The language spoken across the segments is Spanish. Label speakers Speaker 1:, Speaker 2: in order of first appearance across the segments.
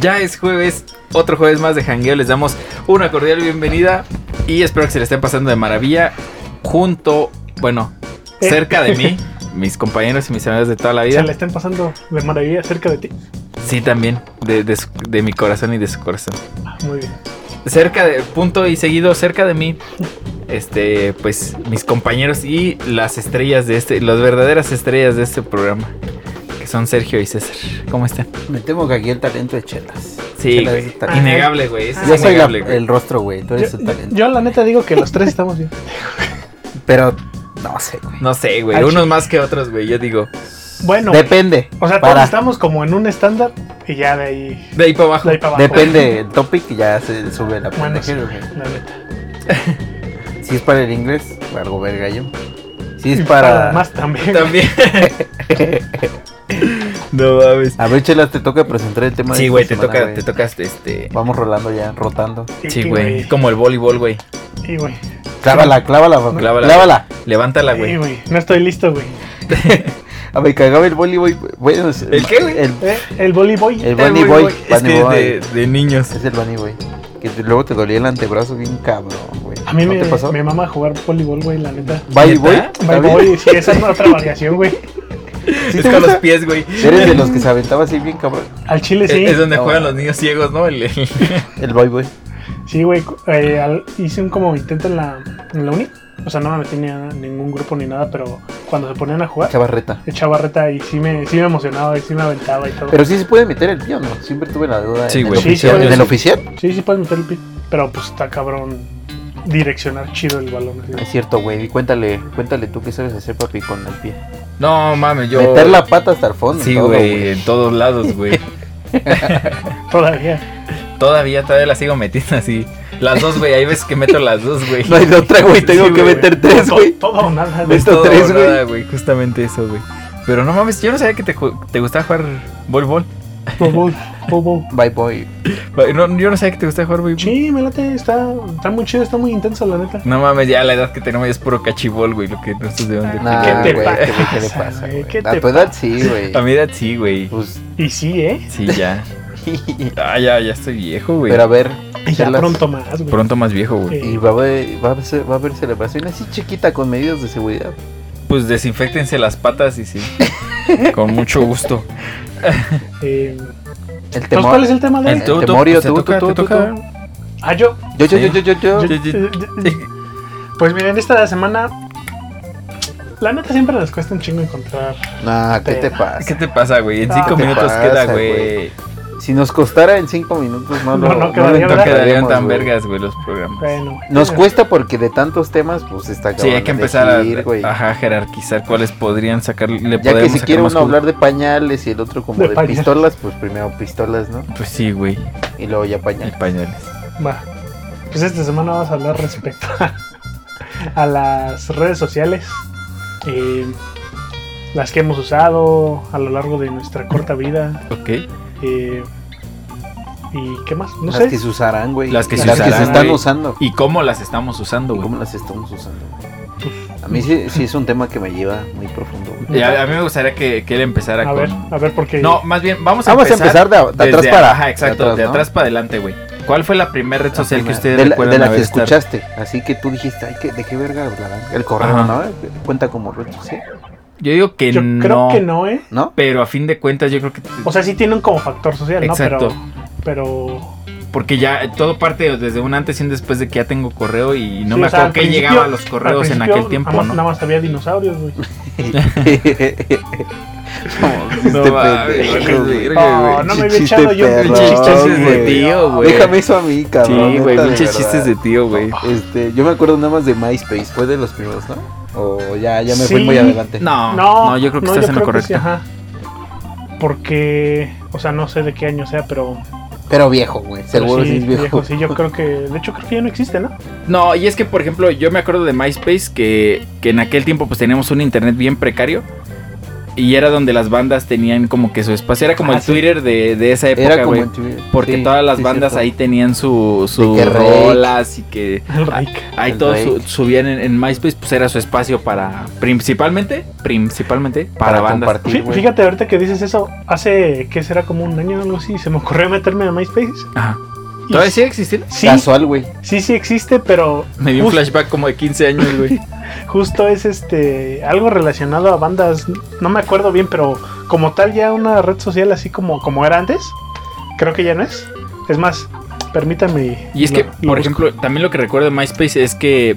Speaker 1: Ya es jueves, otro jueves más de Hangueo. Les damos una cordial bienvenida y espero que se le estén pasando de maravilla. Junto, bueno,
Speaker 2: Eh.
Speaker 1: cerca de mí, mis compañeros y mis amigos de toda la vida.
Speaker 2: Se le estén pasando de maravilla cerca de ti.
Speaker 1: Sí, también, de, de su- de mi corazón y de su corazón.
Speaker 2: Ah, Muy bien.
Speaker 1: Cerca de, punto y seguido, cerca de mí, este, pues mis compañeros y las estrellas de este, las verdaderas estrellas de este programa, que son Sergio y César. ¿Cómo están?
Speaker 3: Me temo que aquí el talento es chelas.
Speaker 1: Sí,
Speaker 3: Chelas
Speaker 1: güey.
Speaker 3: es talento.
Speaker 1: innegable, güey. ese es
Speaker 3: Yo soy la-
Speaker 1: innegable, güey.
Speaker 3: el rostro, güey. Tú eres
Speaker 2: Ah. Yo,
Speaker 3: el talento.
Speaker 2: yo la neta digo que los tres estamos bien.
Speaker 3: Pero no sé, güey.
Speaker 1: No sé, güey.
Speaker 2: Ay,
Speaker 1: Unos más que otros, güey. Yo digo.
Speaker 2: Bueno,
Speaker 3: Depende.
Speaker 2: o sea, todos
Speaker 3: para.
Speaker 2: estamos como en un estándar y ya de ahí,
Speaker 1: De ahí para abajo.
Speaker 2: de ahí para abajo.
Speaker 3: Depende el topic y ya se sube la
Speaker 2: Bueno, sí,
Speaker 3: pendejera,
Speaker 2: la neta.
Speaker 3: güey. Si es para el inglés, algo verga yo. Si
Speaker 2: Y
Speaker 3: es
Speaker 2: para
Speaker 3: para.
Speaker 2: más también.
Speaker 1: También. no mames.
Speaker 3: A ver, chelas, te toca presentar el tema. de
Speaker 1: Sí,
Speaker 3: esta
Speaker 1: güey, te
Speaker 3: semana,
Speaker 1: toca,
Speaker 3: güey.
Speaker 1: te tocas este.
Speaker 3: Vamos rolando ya, rotando.
Speaker 2: Y-
Speaker 1: Sí,
Speaker 2: y,
Speaker 1: güey. Como el voleibol, güey.
Speaker 2: Y güey.
Speaker 3: Clávala, clávala, papá.
Speaker 1: Clávala.
Speaker 3: Clávala.
Speaker 1: Levántala,
Speaker 2: y,
Speaker 1: güey.
Speaker 2: güey, No estoy listo, güey.
Speaker 3: Ah, me cagaba el voleibol. güey. Bueno, es-
Speaker 1: ¿El qué, güey?
Speaker 3: El,
Speaker 2: Eh, el voleibol.
Speaker 3: El
Speaker 1: Eh,
Speaker 3: Bunny
Speaker 1: güey,
Speaker 3: Boy.
Speaker 1: güey, Es
Speaker 3: Bunny
Speaker 1: que
Speaker 3: Boy.
Speaker 1: de, de niños.
Speaker 3: es el bunny, güey. Que te- luego te dolía el antebrazo bien cabrón, güey.
Speaker 2: A mí
Speaker 3: ¿No
Speaker 2: me,
Speaker 3: te pasó?
Speaker 2: me mama jugar voleibol, güey, la neta.
Speaker 3: Bye, boy.
Speaker 1: ¿Neta?
Speaker 3: ¿Está bien?
Speaker 2: Voleibol, sí, esa es otra variación, güey.
Speaker 3: ¿Sí
Speaker 1: es
Speaker 3: te
Speaker 1: con los
Speaker 3: gusta?
Speaker 1: pies, güey.
Speaker 3: Eres de los que se aventaba así bien cabrón.
Speaker 2: Al chile
Speaker 1: Es,
Speaker 2: sí.
Speaker 1: es donde
Speaker 3: No,
Speaker 1: juegan
Speaker 3: no.
Speaker 1: los niños ciegos, ¿no? El- el-
Speaker 3: El boy boy.
Speaker 2: Sí, güey, cu- eh, al- hice un como intento en la, en la uni. O sea, no me metí ni a ningún grupo ni nada, pero cuando se ponían a jugar,
Speaker 3: Chavarreta.
Speaker 2: echaba reta y sí me, sí me emocionaba y sí me aventaba y todo.
Speaker 3: Pero sí se puede meter el tío, ¿no? Siempre tuve la duda.
Speaker 1: Sí,
Speaker 3: ¿En el
Speaker 1: güey.
Speaker 2: Sí,
Speaker 3: oficial?
Speaker 2: sí,
Speaker 3: ¿En
Speaker 2: yo
Speaker 3: el
Speaker 2: sí.
Speaker 3: oficial?
Speaker 2: Sí, sí puedes meter el pit, pero pues está cabrón direccionar chido el balón. así.
Speaker 3: Es cierto, güey. Y cuéntale, cuéntale tú qué sabes hacer, papi, con el pie.
Speaker 1: No mames, yo.
Speaker 3: Meter la pata hasta el fondo.
Speaker 1: Sí,
Speaker 3: y todo,
Speaker 1: güey. En todos lados, güey.
Speaker 2: Todavía.
Speaker 1: Todavía, todavía la sigo metiendo así. Las dos, güey. Hay veces que meto las dos, güey.
Speaker 3: No hay de otra, güey. Tengo
Speaker 1: Sí,
Speaker 3: que
Speaker 1: güey.
Speaker 3: meter tres,
Speaker 2: To-
Speaker 3: güey.
Speaker 2: Todo o nada, güey.
Speaker 1: Es
Speaker 3: Ves- Meto
Speaker 1: todo
Speaker 3: tres,
Speaker 1: o nada, güey. Justamente eso, güey. Pero no mames, yo no sabía que te, ju- te gustaba jugar voleibol.
Speaker 2: Fútbol, fútbol.
Speaker 3: Bye, boy.
Speaker 1: No, yo no sabía que te gustaba jugar voleibol.
Speaker 2: Sí, me late, está, está muy chido, está muy intenso, la neta.
Speaker 1: No mames, ya la edad que tenemos ya es puro cachibol, güey. Lo que no sé de dónde.
Speaker 3: Nah,
Speaker 2: ¿Qué
Speaker 3: güey.
Speaker 2: te
Speaker 3: ¿Qué le
Speaker 2: pasa,
Speaker 3: pasa,
Speaker 2: güey?
Speaker 3: güey?
Speaker 2: ¿Qué te
Speaker 3: A tu edad sí, güey.
Speaker 1: A mi edad sí, güey.
Speaker 3: Pues.
Speaker 2: Y sí, ¿eh?
Speaker 1: Sí, ya. Ah, ya, ya estoy viejo, güey.
Speaker 3: Pero a ver.
Speaker 2: Y ya
Speaker 3: chelas.
Speaker 2: pronto más, güey.
Speaker 1: Pronto más viejo, güey.
Speaker 3: Y va a, haber, va, a ser- va a haber celebración así chiquita con medidas de seguridad.
Speaker 1: Pues desinfectense las patas y sí. Con mucho gusto.
Speaker 2: Eh,
Speaker 3: El
Speaker 2: pues, ¿Cuál
Speaker 3: temor.
Speaker 2: es el tema de
Speaker 3: El
Speaker 2: hoy?
Speaker 3: te-
Speaker 1: pues,
Speaker 3: temorio, tú, tú, tú, tú.
Speaker 2: Ah, yo.
Speaker 3: Yo, yo, yo,
Speaker 1: Sí.
Speaker 3: yo, yo, yo.
Speaker 1: Sí.
Speaker 2: Eh, eh, Pues miren, esta semana. La neta siempre nos cuesta un chingo encontrar.
Speaker 3: Nah, ¿qué
Speaker 2: Te-
Speaker 3: te pasa?
Speaker 1: ¿Qué te pasa, güey? En
Speaker 2: Ah,
Speaker 1: cinco
Speaker 2: ¿qué
Speaker 1: minutos
Speaker 3: pasa,
Speaker 1: queda,
Speaker 3: güey?
Speaker 1: güey.
Speaker 3: Si nos costara en cinco minutos, no,
Speaker 2: No,
Speaker 3: lo-
Speaker 2: no
Speaker 3: no lo
Speaker 2: quedaría,
Speaker 1: No
Speaker 2: ¿verdad?
Speaker 1: quedarían
Speaker 3: encontraríamos,
Speaker 1: tan
Speaker 3: güey.
Speaker 1: vergas, güey, los programas.
Speaker 2: Bueno,
Speaker 3: Nos
Speaker 2: eh,
Speaker 3: cuesta porque de tantos temas, pues está
Speaker 1: Sí, hay que empezar a,
Speaker 3: güey.
Speaker 1: ajá, jerarquizar cuáles podrían sacar. Le
Speaker 3: Ya que
Speaker 1: podemos
Speaker 3: si
Speaker 1: sacar
Speaker 3: quiere
Speaker 1: más
Speaker 3: uno
Speaker 1: jugo.
Speaker 3: hablar de pañales y el otro como
Speaker 2: De
Speaker 3: de,
Speaker 2: pañales.
Speaker 3: pistolas, pues primero pistolas, ¿no?
Speaker 1: Pues sí, güey.
Speaker 3: Y luego ya
Speaker 1: Y
Speaker 3: pañales.
Speaker 1: pañales.
Speaker 2: Va. Pues esta semana vamos a hablar respecto a, a las redes sociales. eh, las que hemos usado a lo largo de nuestra corta vida.
Speaker 1: Ok.
Speaker 2: eh, ¿Y qué más? No
Speaker 3: las
Speaker 2: sé.
Speaker 3: que se usarán, güey.
Speaker 1: Las que
Speaker 2: se usarán,
Speaker 3: se están
Speaker 1: güey.
Speaker 3: usando.
Speaker 1: ¿Y cómo las estamos usando,
Speaker 3: ¿Y
Speaker 1: güey?
Speaker 3: cómo las estamos usando? güey? A mí sí, sí es un tema que me lleva muy profundo, güey.
Speaker 1: Eh, A, a mí me gustaría que, que él empezara
Speaker 2: A
Speaker 1: con.
Speaker 2: ver, a ver, porque.
Speaker 1: No, más bien, vamos a
Speaker 3: Vamos a
Speaker 1: empezar.
Speaker 3: empezar de, de atrás
Speaker 1: desde-
Speaker 3: para.
Speaker 1: Ajá, exacto, de atrás,
Speaker 3: ¿no? Ah,
Speaker 1: para adelante, güey. ¿Cuál fue la primera red social que ustedes
Speaker 3: de la,
Speaker 1: recuerdan
Speaker 3: de la
Speaker 1: haber
Speaker 3: que
Speaker 1: estado?
Speaker 3: escuchaste, así que tú dijiste, ay, ¿qué- ¿de qué verga hablarán? El correo,
Speaker 1: Ajá.
Speaker 3: ¿no? Cuenta como red social,
Speaker 1: Yo digo que
Speaker 2: yo
Speaker 1: no.
Speaker 2: creo que no, ¿eh?
Speaker 3: ¿no?
Speaker 1: Pero a fin de cuentas, yo creo que.
Speaker 2: O sea, sí tienen como factor social,
Speaker 1: Exacto.
Speaker 2: ¿no? Pero. Pero.
Speaker 1: Porque ya todo parte desde un antes y un después de que ya tengo correo y no
Speaker 2: sí,
Speaker 1: me
Speaker 2: o sea,
Speaker 1: acuerdo
Speaker 2: al
Speaker 1: que
Speaker 2: principio-
Speaker 1: llegaba a los
Speaker 2: al
Speaker 1: correos en
Speaker 2: principio
Speaker 1: aquel tiempo,
Speaker 2: nada más-
Speaker 1: ¿no?
Speaker 2: Nada más había dinosaurios, güey.
Speaker 1: No mames,
Speaker 3: pendejo, güey.
Speaker 1: verga, Este
Speaker 2: Oh,
Speaker 1: güey.
Speaker 2: no me había
Speaker 3: Chiste
Speaker 2: echado yo.
Speaker 3: perro,
Speaker 2: pinche
Speaker 1: Pinches chistes de
Speaker 3: güey.
Speaker 1: tío, güey.
Speaker 3: Déjame eso a mí, cabrón.
Speaker 1: Sí,
Speaker 3: neta,
Speaker 1: güey,
Speaker 3: de
Speaker 1: pinches
Speaker 3: verdad.
Speaker 1: chistes de tío, güey.
Speaker 3: Este, yo me acuerdo nada más de MySpace, fue de los primeros, ¿no? O ya, ya me fui
Speaker 2: Sí.
Speaker 3: muy adelante.
Speaker 1: No, no,
Speaker 2: No,
Speaker 1: yo creo que
Speaker 2: no,
Speaker 1: estás en lo
Speaker 2: creo que
Speaker 1: correcto.
Speaker 2: sí, ajá. Porque, o sea, no sé de qué año sea, pero.
Speaker 3: Pero viejo, güey,
Speaker 2: pero
Speaker 3: seguro
Speaker 2: sí,
Speaker 3: sí es viejo.
Speaker 2: Sí, yo creo que. De hecho, creo que ya no existe, ¿no?
Speaker 1: No, y es que, por ejemplo, yo me acuerdo de MySpace que, que en aquel tiempo pues teníamos un internet bien precario. Y era donde las bandas tenían como que su espacio. Era como
Speaker 2: Ah,
Speaker 1: el
Speaker 2: sí.
Speaker 1: Twitter de, de esa época,
Speaker 3: Era como
Speaker 1: güey.
Speaker 3: en Twitter.
Speaker 1: Porque
Speaker 3: Sí,
Speaker 1: todas las
Speaker 3: sí,
Speaker 1: bandas
Speaker 3: cierto.
Speaker 1: ahí tenían su, sus
Speaker 3: que Rake.
Speaker 1: rolas y que
Speaker 2: El Rake.
Speaker 1: ahí
Speaker 3: El
Speaker 1: todos su-
Speaker 3: Rake.
Speaker 1: subían en, en MySpace, pues era su espacio para, principalmente, principalmente para,
Speaker 3: Para
Speaker 1: bandas.
Speaker 3: compartir. Sí,
Speaker 2: Fí-
Speaker 3: güey.
Speaker 2: Fíjate ahorita que dices eso, hace que será como un año o algo así, se me ocurrió meterme a MySpace.
Speaker 1: Ajá.
Speaker 2: y-
Speaker 1: ¿Todavía sigue existiendo?
Speaker 2: Sí,
Speaker 3: Casual, güey.
Speaker 2: sí, sí existe, pero
Speaker 1: Me dio un
Speaker 2: Uf.
Speaker 1: flashback como de 15 años, güey.
Speaker 2: justo es este algo relacionado a bandas, no me acuerdo bien, pero como tal ya una red social así como, como era antes, creo que ya no es. Es más, permítame.
Speaker 1: Y es
Speaker 2: lo-
Speaker 1: que,
Speaker 2: lo
Speaker 1: por
Speaker 2: busco.
Speaker 1: ejemplo, también lo que recuerdo de MySpace es que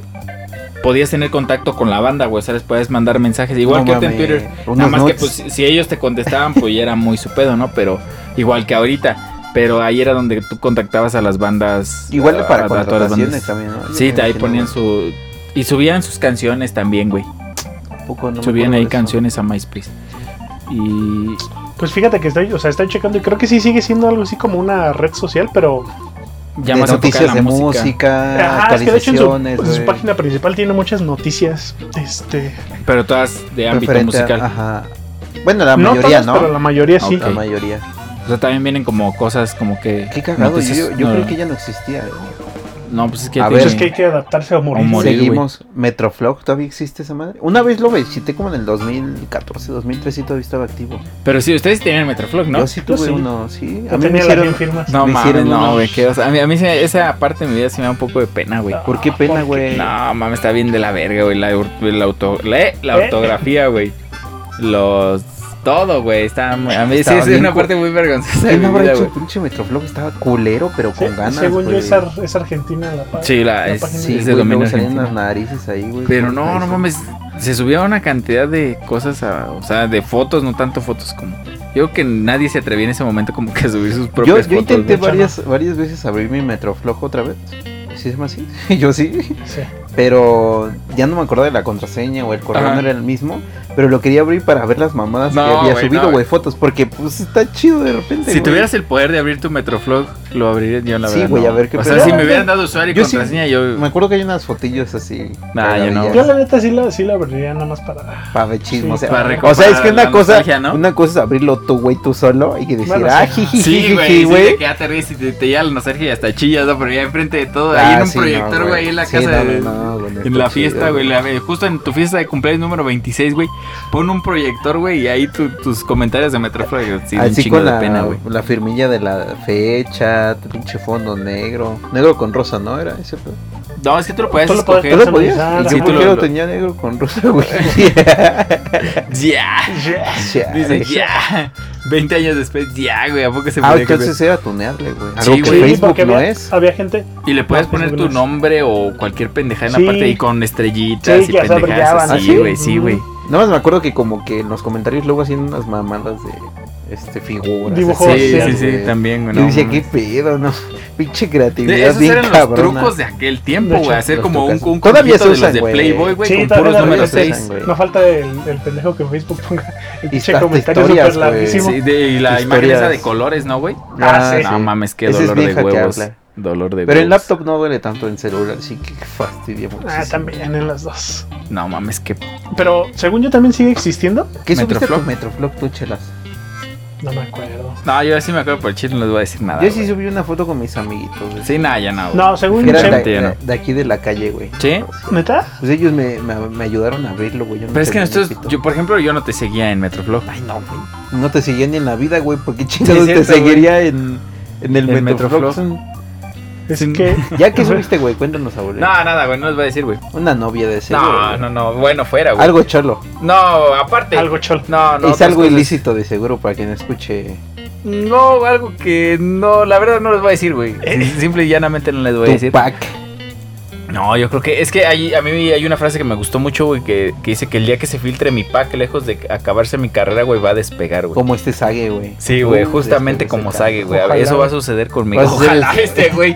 Speaker 1: podías tener contacto con la banda, güey. O sea, les podías mandar mensajes. Igual
Speaker 3: No
Speaker 1: que ahorita en
Speaker 3: mames,
Speaker 1: Twitter.
Speaker 3: unos
Speaker 1: Nada más que
Speaker 3: nudes.
Speaker 1: pues, si ellos te contestaban, pues ya era muy su pedo, ¿no? Pero igual que ahorita. Pero ahí era donde tú contactabas a las bandas.
Speaker 3: Igual
Speaker 1: a-
Speaker 3: para
Speaker 1: a todas las bandas.
Speaker 3: contrataciones también, ¿no? Yo
Speaker 1: Sí,
Speaker 3: me
Speaker 1: ahí
Speaker 3: imagino,
Speaker 1: ponían
Speaker 3: güey.
Speaker 1: su... Y subían sus canciones también, güey.
Speaker 3: Tampoco, no me
Speaker 1: subían
Speaker 3: acuerdo
Speaker 1: ahí
Speaker 3: de eso.
Speaker 1: canciones a MySpace. Y...
Speaker 2: Pues fíjate que estoy, o sea, estoy checando y creo que sí sigue siendo algo así como una red social, pero
Speaker 1: Ya
Speaker 3: de
Speaker 1: más enfocada
Speaker 3: noticias
Speaker 1: a
Speaker 3: de
Speaker 1: la
Speaker 3: música,
Speaker 1: música.
Speaker 2: Ajá, es que de hecho en su,
Speaker 3: Ah, actualizaciones,
Speaker 2: en su
Speaker 3: güey.
Speaker 2: página principal tiene muchas noticias, este,
Speaker 1: Pero todas de ámbito
Speaker 3: Referente a-
Speaker 1: musical.
Speaker 3: ajá. Bueno, la
Speaker 2: no
Speaker 3: mayoría,
Speaker 2: todas,
Speaker 3: ¿no?
Speaker 2: pero la mayoría sí.
Speaker 1: Ok.
Speaker 3: La mayoría.
Speaker 1: O sea, también vienen como cosas como que...
Speaker 3: Qué cagado,
Speaker 1: noticias-
Speaker 3: yo, yo
Speaker 1: no,
Speaker 3: creo que ya no existía. güey.
Speaker 1: No, pues es que...
Speaker 3: A
Speaker 1: ya
Speaker 3: ver,
Speaker 1: tiene-
Speaker 2: Pues es que hay que adaptarse o morir.
Speaker 1: O morir. güey.
Speaker 3: Seguimos. Metroflog, ¿todavía existe esa madre? Una vez lo visité como en el 2014, 2013 y todavía estaba activo.
Speaker 1: Pero sí, ustedes tenían Metroflog, ¿no?
Speaker 3: Yo sí tuve
Speaker 2: sí.
Speaker 3: uno, sí.
Speaker 2: Yo
Speaker 3: A mí me
Speaker 2: tenía las
Speaker 3: hicieron...
Speaker 2: bien firmas.
Speaker 1: No
Speaker 3: Me
Speaker 1: mames,
Speaker 3: hicieron
Speaker 1: no,
Speaker 3: unos-
Speaker 1: güey, qué oso. A mí, a mí se- esa parte de mi vida sí me da un poco de pena, güey.
Speaker 3: ¿Por qué pena, güey?
Speaker 1: No, mames, está bien de la verga, güey. La, or- la, auto- la, eh, la
Speaker 2: ¿Eh?
Speaker 1: ortografía, güey. Los... Todo, güey. Está... muy- A mí sí,
Speaker 3: Estaba
Speaker 1: es
Speaker 3: bien
Speaker 1: una
Speaker 3: cu-
Speaker 1: parte muy vergonzosa de
Speaker 3: ¿Quién
Speaker 1: mi
Speaker 3: habrá
Speaker 1: vida,
Speaker 3: hecho
Speaker 1: güey.
Speaker 3: el pinche Metroflog? Estaba culero, pero
Speaker 2: Se-
Speaker 3: con ganas,
Speaker 2: según
Speaker 3: güey.
Speaker 2: yo es, ar- es argentina la página.
Speaker 1: Sí, la- es-
Speaker 2: página.
Speaker 1: sí,
Speaker 3: Sí,
Speaker 1: es
Speaker 3: güey,
Speaker 1: de dominio
Speaker 3: luego salían
Speaker 1: argentino.
Speaker 3: las narices ahí, güey.
Speaker 1: Pero no, no
Speaker 3: Ahí.
Speaker 1: mames. Se subía una cantidad de cosas, a- o sea, de fotos, no tanto fotos como... Yo creo que nadie se atrevía en ese momento como que a subir sus
Speaker 3: Yo,
Speaker 1: propias
Speaker 3: yo
Speaker 1: fotos.
Speaker 3: intenté
Speaker 1: güey.
Speaker 3: varias, varias veces abrir mi Metroflog otra vez. ¿Sí se llama así? yo sí.
Speaker 2: Sí.
Speaker 3: Pero ya no me acordaba de la contraseña o el correo
Speaker 1: Ajá.
Speaker 3: no era el mismo. Pero lo quería abrir para ver las mamadas que
Speaker 1: No, güey,
Speaker 3: había
Speaker 1: no,
Speaker 3: subido, güey,
Speaker 1: güey.
Speaker 3: fotos. Porque pues está chido de repente.
Speaker 1: Si
Speaker 3: güey.
Speaker 1: tuvieras el poder de abrir tu Metroflog, lo abriría yo, la
Speaker 3: Sí,
Speaker 1: verdad.
Speaker 3: güey,
Speaker 1: no.
Speaker 3: a ver qué
Speaker 1: O sea,
Speaker 3: pedo.
Speaker 1: si me hubieran dado usuario y
Speaker 3: Yo sí-
Speaker 1: contraseña, yo.
Speaker 3: Me acuerdo que hay unas fotillos así.
Speaker 1: Nah, yo no.
Speaker 2: Yo la neta sí la, sí la abriría nada más para...
Speaker 3: Para chismo, o sea,
Speaker 2: Sí, pa'
Speaker 3: o sea, es que
Speaker 1: recordar
Speaker 3: una
Speaker 1: la
Speaker 3: cosa,
Speaker 1: nostalgia, ¿no?
Speaker 3: una cosa es abrirlo tú, güey, tú solo y decir,
Speaker 2: Bueno,
Speaker 3: ah,
Speaker 2: sí.
Speaker 3: jiji,
Speaker 1: Sí, güey,
Speaker 3: jiji,
Speaker 1: sí,
Speaker 3: güey.
Speaker 1: de que ya te ríes y te, te llega la nostalgia y hasta chillas, ¿no? Pero ya enfrente de todo, ahí
Speaker 3: Ah,
Speaker 1: en un
Speaker 3: sí, no,
Speaker 1: proyector, güey, ahí en la
Speaker 3: Sí,
Speaker 1: casa
Speaker 3: no,
Speaker 1: de-
Speaker 3: no, no, güey, no
Speaker 1: En la
Speaker 3: está chido,
Speaker 1: fiesta, güey, la- justo en tu fiesta de cumpleaños número 26, güey, pon un proyector, güey, y ahí tu- tus comentarios de Metroflog, sí, un
Speaker 3: Así
Speaker 1: chingo
Speaker 3: con
Speaker 1: de
Speaker 3: la,
Speaker 1: pena, güey.
Speaker 3: la firmilla de la fecha, tu pinche fondo negro. Negro con rosa, ¿no? Era ese. pedo?
Speaker 1: No, es que tú lo podías
Speaker 2: Tú lo puedes
Speaker 1: escoger.
Speaker 3: ¿Tú lo podías?
Speaker 2: personalizar,
Speaker 3: Yo
Speaker 1: ajá.
Speaker 3: por qué
Speaker 1: Lo-
Speaker 3: lo
Speaker 1: lo-
Speaker 3: tenía negro con rosa, güey.
Speaker 1: Ya,
Speaker 3: Ya,
Speaker 1: dice,
Speaker 3: güey.
Speaker 1: ya. 20 años después, ya, güey, ¿a poco se podía
Speaker 3: Ah,
Speaker 1: cambiar?
Speaker 3: entonces era tunearle, güey.
Speaker 1: Sí,
Speaker 3: Algo que
Speaker 1: güey.
Speaker 3: Facebook
Speaker 2: porque
Speaker 3: no
Speaker 2: había,
Speaker 3: es.
Speaker 2: había gente...
Speaker 1: Y le puedes
Speaker 2: No,
Speaker 1: poner
Speaker 2: pues,
Speaker 1: tu
Speaker 2: no sé.
Speaker 1: nombre o cualquier pendeja en la
Speaker 2: Sí.
Speaker 1: parte ahí con estrellitas
Speaker 2: Sí,
Speaker 1: y
Speaker 2: que ¿Ah, hasta
Speaker 1: pendejadas
Speaker 2: brillaban,
Speaker 1: así,
Speaker 3: ¿no?
Speaker 1: güey, sí, güey.
Speaker 3: Nada más me acuerdo que como que en los comentarios luego hacían unas mamadas de este figuras.
Speaker 2: Dibujos,
Speaker 3: así,
Speaker 1: Sí, sí,
Speaker 2: sí,
Speaker 1: sí,
Speaker 3: güey.
Speaker 1: también, güey.
Speaker 3: Yo
Speaker 1: no
Speaker 3: decía, qué
Speaker 1: mames.
Speaker 3: pedo, ¿no? Pinche
Speaker 1: De-
Speaker 3: creatividad
Speaker 1: esos
Speaker 3: bien
Speaker 1: eran los
Speaker 3: cabrona.
Speaker 1: trucos de aquel
Speaker 2: De
Speaker 1: tiempo,
Speaker 2: hecho,
Speaker 1: güey. Hacer
Speaker 3: los
Speaker 1: como un,
Speaker 3: trucos.
Speaker 1: un
Speaker 3: Todavía se
Speaker 1: conjunto de
Speaker 3: usan,
Speaker 1: los de
Speaker 3: güey.
Speaker 1: Playboy, güey,
Speaker 2: Sí,
Speaker 1: con
Speaker 2: todavía
Speaker 1: puros
Speaker 2: los
Speaker 1: números
Speaker 3: usan,
Speaker 1: 6.
Speaker 3: güey.
Speaker 2: No falta el, el pendejo que en Facebook ponga el pinche
Speaker 3: hasta
Speaker 2: comentario
Speaker 3: historias,
Speaker 2: súper
Speaker 3: güey.
Speaker 2: larguísimo.
Speaker 1: Sí, de, y la
Speaker 3: Historias.
Speaker 1: imagen esa de colores, ¿no, güey?
Speaker 2: Ah, sí.
Speaker 1: No mames, qué
Speaker 3: Ese es
Speaker 1: dolor de
Speaker 3: bien hackeable.
Speaker 1: huevos. Dolor de
Speaker 3: Pero en
Speaker 1: huevos.
Speaker 3: laptop no duele tanto en celular, así que fastidio mucho.
Speaker 2: Ah, también en las dos.
Speaker 1: No mames, qué.
Speaker 2: Pero según yo también sigue existiendo.
Speaker 3: ¿Qué subiste
Speaker 1: Metroflog.
Speaker 3: tu Metroflog, tú, chelas?
Speaker 2: No me acuerdo.
Speaker 1: No, yo sí me acuerdo por el chile, no les voy a decir nada.
Speaker 3: Yo sí
Speaker 1: güey.
Speaker 3: subí una foto con mis amiguitos, güey.
Speaker 1: Sí, nada, ya no. güey.
Speaker 2: No, según
Speaker 3: Que
Speaker 2: yo...
Speaker 3: eran de,
Speaker 1: Gente, ya no.
Speaker 3: de- de aquí de la calle, güey.
Speaker 1: ¿Sí?
Speaker 2: ¿Neta?
Speaker 3: Pues ellos me, me- me ayudaron a abrirlo, güey. yo no
Speaker 1: Pero es que
Speaker 3: tenía ni
Speaker 1: nosotros,
Speaker 3: pito.
Speaker 1: yo por ejemplo, yo no te seguía en Metroflog.
Speaker 3: Ay, no, güey. No te seguía ni en la vida, güey, porque chingados
Speaker 1: cierto,
Speaker 3: te seguiría en, en el
Speaker 1: En
Speaker 3: Metroflog.
Speaker 1: Metroflog.
Speaker 2: Es
Speaker 1: Sí.
Speaker 2: que...
Speaker 3: ¿Ya que subiste, güey? Cuéntanos, abuelo.
Speaker 1: No, nada, güey, no les voy a decir, güey.
Speaker 3: Una novia de ese.
Speaker 1: No, no, no, bueno, fuera, güey.
Speaker 3: Algo cholo.
Speaker 1: No, aparte.
Speaker 2: Algo chol.
Speaker 1: No, no.
Speaker 3: es
Speaker 1: otras
Speaker 3: algo
Speaker 1: cosas.
Speaker 3: ilícito de seguro para quien escuche
Speaker 1: No, algo que no, la verdad no les voy a decir, güey.
Speaker 3: Eh.
Speaker 1: Simple y llanamente no les voy a decir.
Speaker 3: Tupac.
Speaker 1: No, yo creo que es que hay- a mí hay una frase que me gustó mucho, güey, que, que dice que el día que se filtre mi pack, lejos de acabarse mi carrera, güey, va a despegar, güey.
Speaker 3: Como este Sage, güey.
Speaker 1: Sí, güey,
Speaker 3: Uh,
Speaker 1: justamente
Speaker 3: despegue
Speaker 1: como
Speaker 3: ese
Speaker 1: Sage, güey.
Speaker 2: Ojalá.
Speaker 1: Eso va a suceder conmigo.
Speaker 3: Vas a ser
Speaker 1: Ojalá
Speaker 3: el-
Speaker 1: este, güey.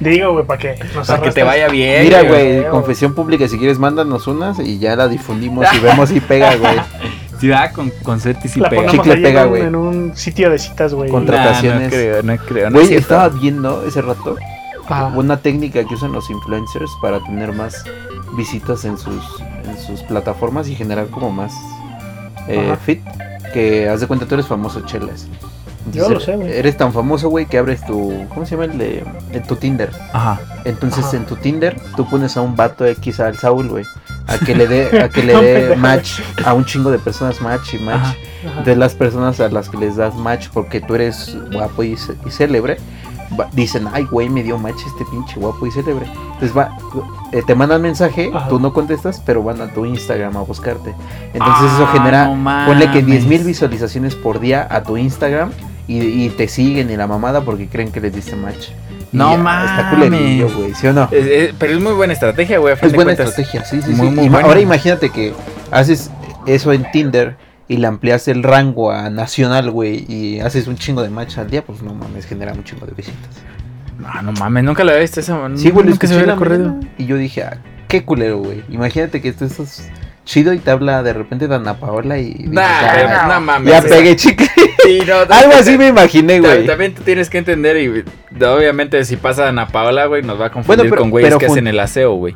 Speaker 2: Digo, güey, para que nos
Speaker 1: Para que te
Speaker 2: arrastres.
Speaker 1: vaya bien.
Speaker 3: Mira,
Speaker 2: güey,
Speaker 3: güey,
Speaker 2: güey.
Speaker 3: confesión pública, si quieres mándanos unas y ya la difundimos y vemos si pega, güey.
Speaker 1: Sí, ah, con, con suerte y sí
Speaker 2: la
Speaker 1: pega.
Speaker 2: ponemos
Speaker 3: Chicle
Speaker 2: ahí
Speaker 3: pega,
Speaker 2: en, un-
Speaker 3: güey.
Speaker 2: en un sitio de citas, güey.
Speaker 3: Contra-
Speaker 1: Nah,
Speaker 3: contrataciones.
Speaker 1: no creo, no creo. no es
Speaker 3: Güey,
Speaker 1: cierto.
Speaker 3: estaba viendo ese rato
Speaker 2: Ah,
Speaker 3: una técnica que usan los influencers para tener más visitas en sus en sus plataformas y generar como más eh,
Speaker 2: Ajá.
Speaker 3: Fit, que haz de cuenta tú eres famoso, chelas.
Speaker 2: Yo lo sé, güey.
Speaker 3: Eres tan famoso, güey, que abres tu. ¿Cómo se llama el de.? el- tu Tinder.
Speaker 1: Ajá.
Speaker 3: Entonces
Speaker 2: Ajá.
Speaker 3: en tu Tinder tú pones a un vato X al Saúl, güey. A que le dé, a que le
Speaker 2: No,
Speaker 3: dé
Speaker 2: pendejo.
Speaker 3: match a un chingo de personas, match y match.
Speaker 1: Ajá.
Speaker 2: Ajá.
Speaker 3: Entonces las personas a las que les das match porque tú eres guapo y, ce- y célebre, va- dicen, ay, güey, me dio match este pinche guapo y célebre. Entonces va, eh, te mandan mensaje,
Speaker 2: Ajá.
Speaker 3: tú no contestas, pero van a tu Instagram a buscarte. Entonces eso
Speaker 1: Ah,
Speaker 3: genera,
Speaker 1: no
Speaker 3: ponle que 10 mil
Speaker 1: mames.
Speaker 3: visualizaciones por día a tu Instagram. Y, y te siguen y la mamada porque creen que les diste match. Y
Speaker 1: No
Speaker 3: ya, Está culerillo,
Speaker 1: mames.
Speaker 3: güey, ¿sí o no?
Speaker 1: Es- es- pero es muy buena estrategia, güey. A fin
Speaker 3: Es
Speaker 1: de
Speaker 3: buena
Speaker 1: cuentas.
Speaker 3: estrategia, sí, sí,
Speaker 1: Muy,
Speaker 3: sí.
Speaker 1: muy
Speaker 3: Y ma-
Speaker 1: buena.
Speaker 3: ahora imagínate que haces eso en Tinder y le amplias el rango a nacional, güey, y haces un chingo de match al día, pues no mames, genera un chingo de visitas.
Speaker 1: Ah, No, no mames, nunca la había visto esa.
Speaker 3: Sí, güey,
Speaker 1: Mm,
Speaker 3: lo
Speaker 1: nunca se
Speaker 3: escuché en
Speaker 1: hubiera
Speaker 3: la
Speaker 1: ocurrido.
Speaker 3: mañana Y yo dije, ah, qué culero, güey. Imagínate que tú estás chido y te habla de repente de Ana Paola y... dices,
Speaker 1: Nah,
Speaker 3: "Ah,
Speaker 1: no, mames.
Speaker 3: ya
Speaker 1: esa-
Speaker 3: pegué, chicle.
Speaker 1: Sí, no,
Speaker 3: Algo así me imaginé,
Speaker 1: Ta-
Speaker 3: güey.
Speaker 1: También tú tienes que entender y güey, obviamente si pasa Ana Paola, güey, nos va a confundir
Speaker 3: Bueno, pero-
Speaker 1: con güeyes
Speaker 3: pero
Speaker 1: que
Speaker 3: fun-
Speaker 1: hacen el aseo, güey.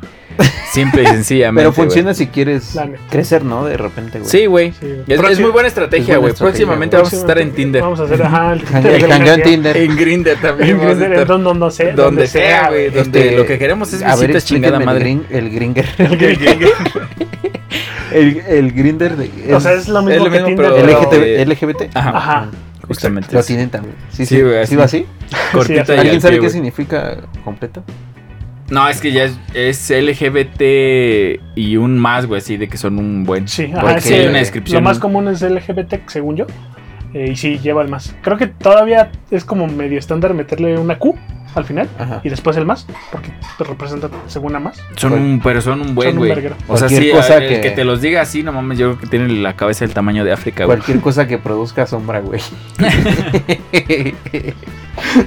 Speaker 1: Simple y sencillamente.
Speaker 3: Pero
Speaker 1: güey.
Speaker 3: funciona si quieres
Speaker 2: La neta.
Speaker 3: crecer, ¿no? De repente, güey.
Speaker 1: Sí, güey.
Speaker 2: Sí, güey.
Speaker 1: Es, es
Speaker 2: Próximo-
Speaker 1: muy buena estrategia,
Speaker 3: Es buena
Speaker 1: güey.
Speaker 3: estrategia,
Speaker 1: Próximamente
Speaker 3: güey.
Speaker 1: vamos a estar en Tinder.
Speaker 2: Vamos a hacer, ajá, el
Speaker 3: Jangue- El jangueo en Tinder.
Speaker 1: En Grinder también.
Speaker 2: En
Speaker 1: vamos a
Speaker 2: Grindr,
Speaker 1: estar-
Speaker 2: en donde, donde sea,
Speaker 1: donde, sea, güey. Donde
Speaker 3: Este,
Speaker 1: lo que queremos es
Speaker 3: a ver,
Speaker 1: visitas chingada
Speaker 3: explíquenme el
Speaker 1: madre.
Speaker 3: gring- el gringer.
Speaker 1: es
Speaker 3: El, el Grinder de.
Speaker 2: O sea, es lo
Speaker 1: lo
Speaker 2: mismo que
Speaker 1: mismo,
Speaker 2: Tinder.
Speaker 1: pero-
Speaker 2: pero-
Speaker 1: eh,
Speaker 3: LGBT, LGBT.
Speaker 1: Ajá,
Speaker 2: Ajá.
Speaker 1: justamente.
Speaker 3: Lo
Speaker 1: es
Speaker 3: tienen también. Sí,
Speaker 1: Sí,
Speaker 3: sí,
Speaker 1: güey,
Speaker 3: ¿Sí
Speaker 1: así.
Speaker 3: va así?
Speaker 1: cortito
Speaker 2: Sí,
Speaker 1: y
Speaker 3: ¿Alguien
Speaker 1: al
Speaker 3: sabe
Speaker 1: pie,
Speaker 3: qué
Speaker 1: güey.
Speaker 3: significa completo?
Speaker 1: No, es que ya es, es LGBT y un más, güey, así de que son un buen.
Speaker 2: Sí, ajá,
Speaker 1: Porque
Speaker 2: es
Speaker 1: sí hay
Speaker 2: el-
Speaker 1: una descripción.
Speaker 2: Lo más común es LGBT, según yo. eh, y sí, lleva el más. Creo que todavía es como medio estándar meterle una Q al final
Speaker 3: Ajá.
Speaker 2: y después el más, porque te representa según la más.
Speaker 1: Son un, pero son un buen,
Speaker 2: Son un
Speaker 1: güey.
Speaker 2: verguero.
Speaker 1: O sea,
Speaker 3: Cualquier
Speaker 1: sí,
Speaker 3: cosa
Speaker 1: el que...
Speaker 3: que-
Speaker 1: te los diga así, no mames, yo creo que tiene la cabeza del tamaño de África, güey.
Speaker 3: Cualquier cosa que produzca sombra, güey.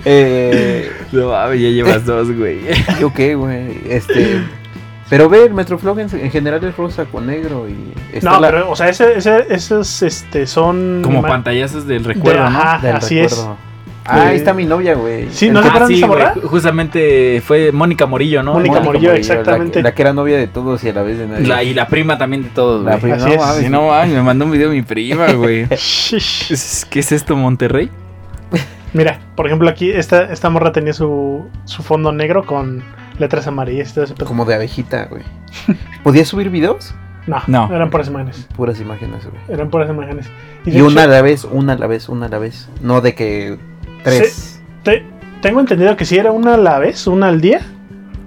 Speaker 3: eh,
Speaker 1: No mames, ya llevas dos, güey.
Speaker 3: yo qué, güey. Este. Pero ve, el Metroflog en, en general es rosa con negro y. está
Speaker 2: no,
Speaker 3: la-
Speaker 2: pero, o sea, ese, ese- esos este, son.
Speaker 1: Como
Speaker 2: ma-
Speaker 1: pantallazos del
Speaker 2: de-
Speaker 1: recuerdo, ¿no?
Speaker 2: ajá,
Speaker 3: del
Speaker 2: así
Speaker 3: recuerdo. Ah, ahí está mi novia, güey.
Speaker 2: Sí, no
Speaker 3: El-
Speaker 1: Ah,
Speaker 2: sé por- acuerdan de
Speaker 1: sí,
Speaker 2: esa
Speaker 1: güey.
Speaker 2: morra?
Speaker 1: ju- Justamente fue Mónica Morillo, ¿no?
Speaker 2: Mónica
Speaker 1: Morillo.
Speaker 2: Morillo,
Speaker 3: la-
Speaker 2: exactamente.
Speaker 3: La, que era novia de todos y a la vez de nadie.
Speaker 1: La, y la prima también de todos,
Speaker 3: La
Speaker 1: güey.
Speaker 3: prima,
Speaker 2: Así
Speaker 3: no
Speaker 2: es.
Speaker 3: mames.
Speaker 1: Sí, no mames, me mandó un video mi prima, güey.
Speaker 2: es.
Speaker 1: Es- ¿Qué es esto, Monterrey?
Speaker 2: Mira, por ejemplo, aquí esta, esta morra tenía su, su fondo negro con letras amarillas y todo ese pedo.
Speaker 3: Como de abejita, güey. ¿Podía subir videos?
Speaker 2: No,
Speaker 1: No.
Speaker 2: eran puras imágenes.
Speaker 3: Puras imágenes, güey.
Speaker 2: Eran puras imágenes.
Speaker 3: Y,
Speaker 2: de
Speaker 3: una a
Speaker 2: hecho,
Speaker 3: la vez, una a la vez, una a la vez. No de que tres.
Speaker 2: te- tengo entendido que si era una a la vez, una al día.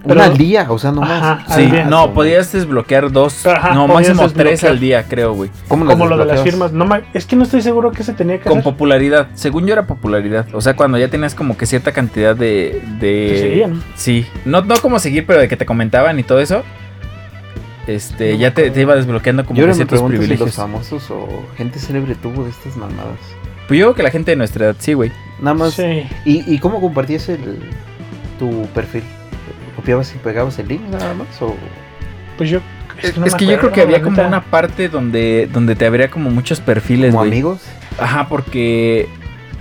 Speaker 2: pero-
Speaker 3: una al día, o sea, no más.
Speaker 2: Ajá,
Speaker 1: Sí,
Speaker 2: al día.
Speaker 1: no, podías desbloquear dos.
Speaker 2: Ah, Ajá,
Speaker 1: no,
Speaker 2: podías
Speaker 1: máximo tres
Speaker 2: desbloquear.
Speaker 1: al día, creo, güey.
Speaker 3: ¿Cómo
Speaker 2: Como lo de las
Speaker 3: desbloqueas?
Speaker 2: firmas. No, ma- es que no estoy seguro que se tenía que
Speaker 1: Con
Speaker 2: hacer.
Speaker 1: popularidad. Según yo era popularidad. O sea, cuando ya tenías como que cierta cantidad de. de-
Speaker 2: Te Pues seguían.
Speaker 1: Sí. No, no como seguir, pero de que te comentaban y todo eso. Este, ya te, te iba desbloqueando como que
Speaker 3: Yo ahora me
Speaker 1: ciertos
Speaker 3: pregunto si
Speaker 1: privilegios.
Speaker 3: los famosos o gente célebre tuvo estas mamadas.
Speaker 1: pues yo creo que la gente de nuestra edad, sí, güey.
Speaker 3: Nada más.
Speaker 2: Sí.
Speaker 3: ¿Y, y cómo compartías el, tu perfil? ¿Copiabas y pegabas el link nada más? O...
Speaker 2: Pues yo.
Speaker 1: Es,
Speaker 2: no me
Speaker 1: que yo creo
Speaker 2: acuerdo,
Speaker 1: que había
Speaker 2: la
Speaker 1: como
Speaker 2: neta.
Speaker 1: una parte donde, donde te habría como muchos perfiles,
Speaker 3: ¿Como
Speaker 1: güey.
Speaker 3: amigos?
Speaker 1: Ajá, porque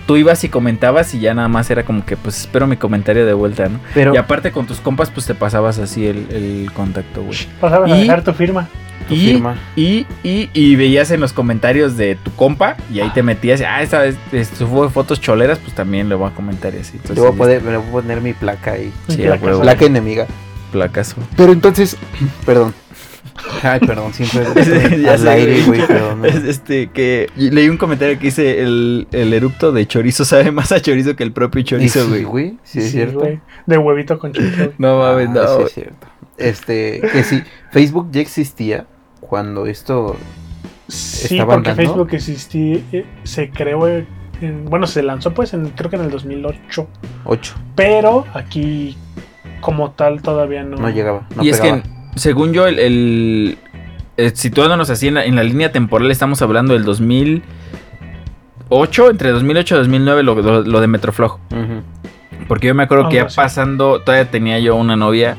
Speaker 1: tú ibas y comentabas y ya nada más era como que, pues espero mi comentario de vuelta, ¿no?
Speaker 3: Pero
Speaker 1: Y aparte con tus compas, pues te pasabas así el, el contacto, güey.
Speaker 2: Pasabas a
Speaker 1: Y-
Speaker 2: dejar tu firma.
Speaker 3: tu
Speaker 1: y-
Speaker 3: firma.
Speaker 1: Y, y, y veías en los comentarios de tu compa y ahí te metías. Ah, esta vez te subo fotos choleras, pues también le voy a comentar y así. Entonces,
Speaker 3: Yo voy a poder, me voy a poner mi placa ahí.
Speaker 1: Sí,
Speaker 2: La
Speaker 1: a huevo.
Speaker 2: casa.
Speaker 3: Placa enemiga.
Speaker 1: este, Placazo.
Speaker 3: Pero entonces, perdón. Ay, perdón, siempre
Speaker 1: Ya
Speaker 3: al
Speaker 1: sé,
Speaker 3: aire,
Speaker 1: güey.
Speaker 3: güey, perdón.
Speaker 1: Es este que y leí un comentario que dice el, el eructo de chorizo sabe más a chorizo que el propio chorizo,
Speaker 3: Sí,
Speaker 1: güey.
Speaker 3: güey. Sí, es
Speaker 2: Sí,
Speaker 3: cierto.
Speaker 2: güey. De huevito con chile, güey.
Speaker 1: No mames,
Speaker 3: Ah,
Speaker 1: no.
Speaker 3: sí,
Speaker 1: güey.
Speaker 3: es cierto. Este, que sí, Facebook ya existía cuando esto.
Speaker 2: Sí,
Speaker 3: Estaban
Speaker 2: porque
Speaker 3: dando.
Speaker 2: Facebook existía. se creó. eh, en- bueno, se lanzó pues en, creo que en el 2008.
Speaker 3: 8,
Speaker 2: Pero aquí, como tal, todavía no.
Speaker 3: no llegaba. No
Speaker 1: Mm. y es
Speaker 3: pegaba.
Speaker 1: que, según yo, el, el- eh, situándonos así en la, en la línea temporal, estamos hablando del 2008, entre 2008 y 2009, lo, lo- lo de Metroflog.
Speaker 3: Ujú.
Speaker 1: ah, Porque yo me acuerdo que ya
Speaker 2: Algo así.
Speaker 1: pasando, todavía tenía yo una novia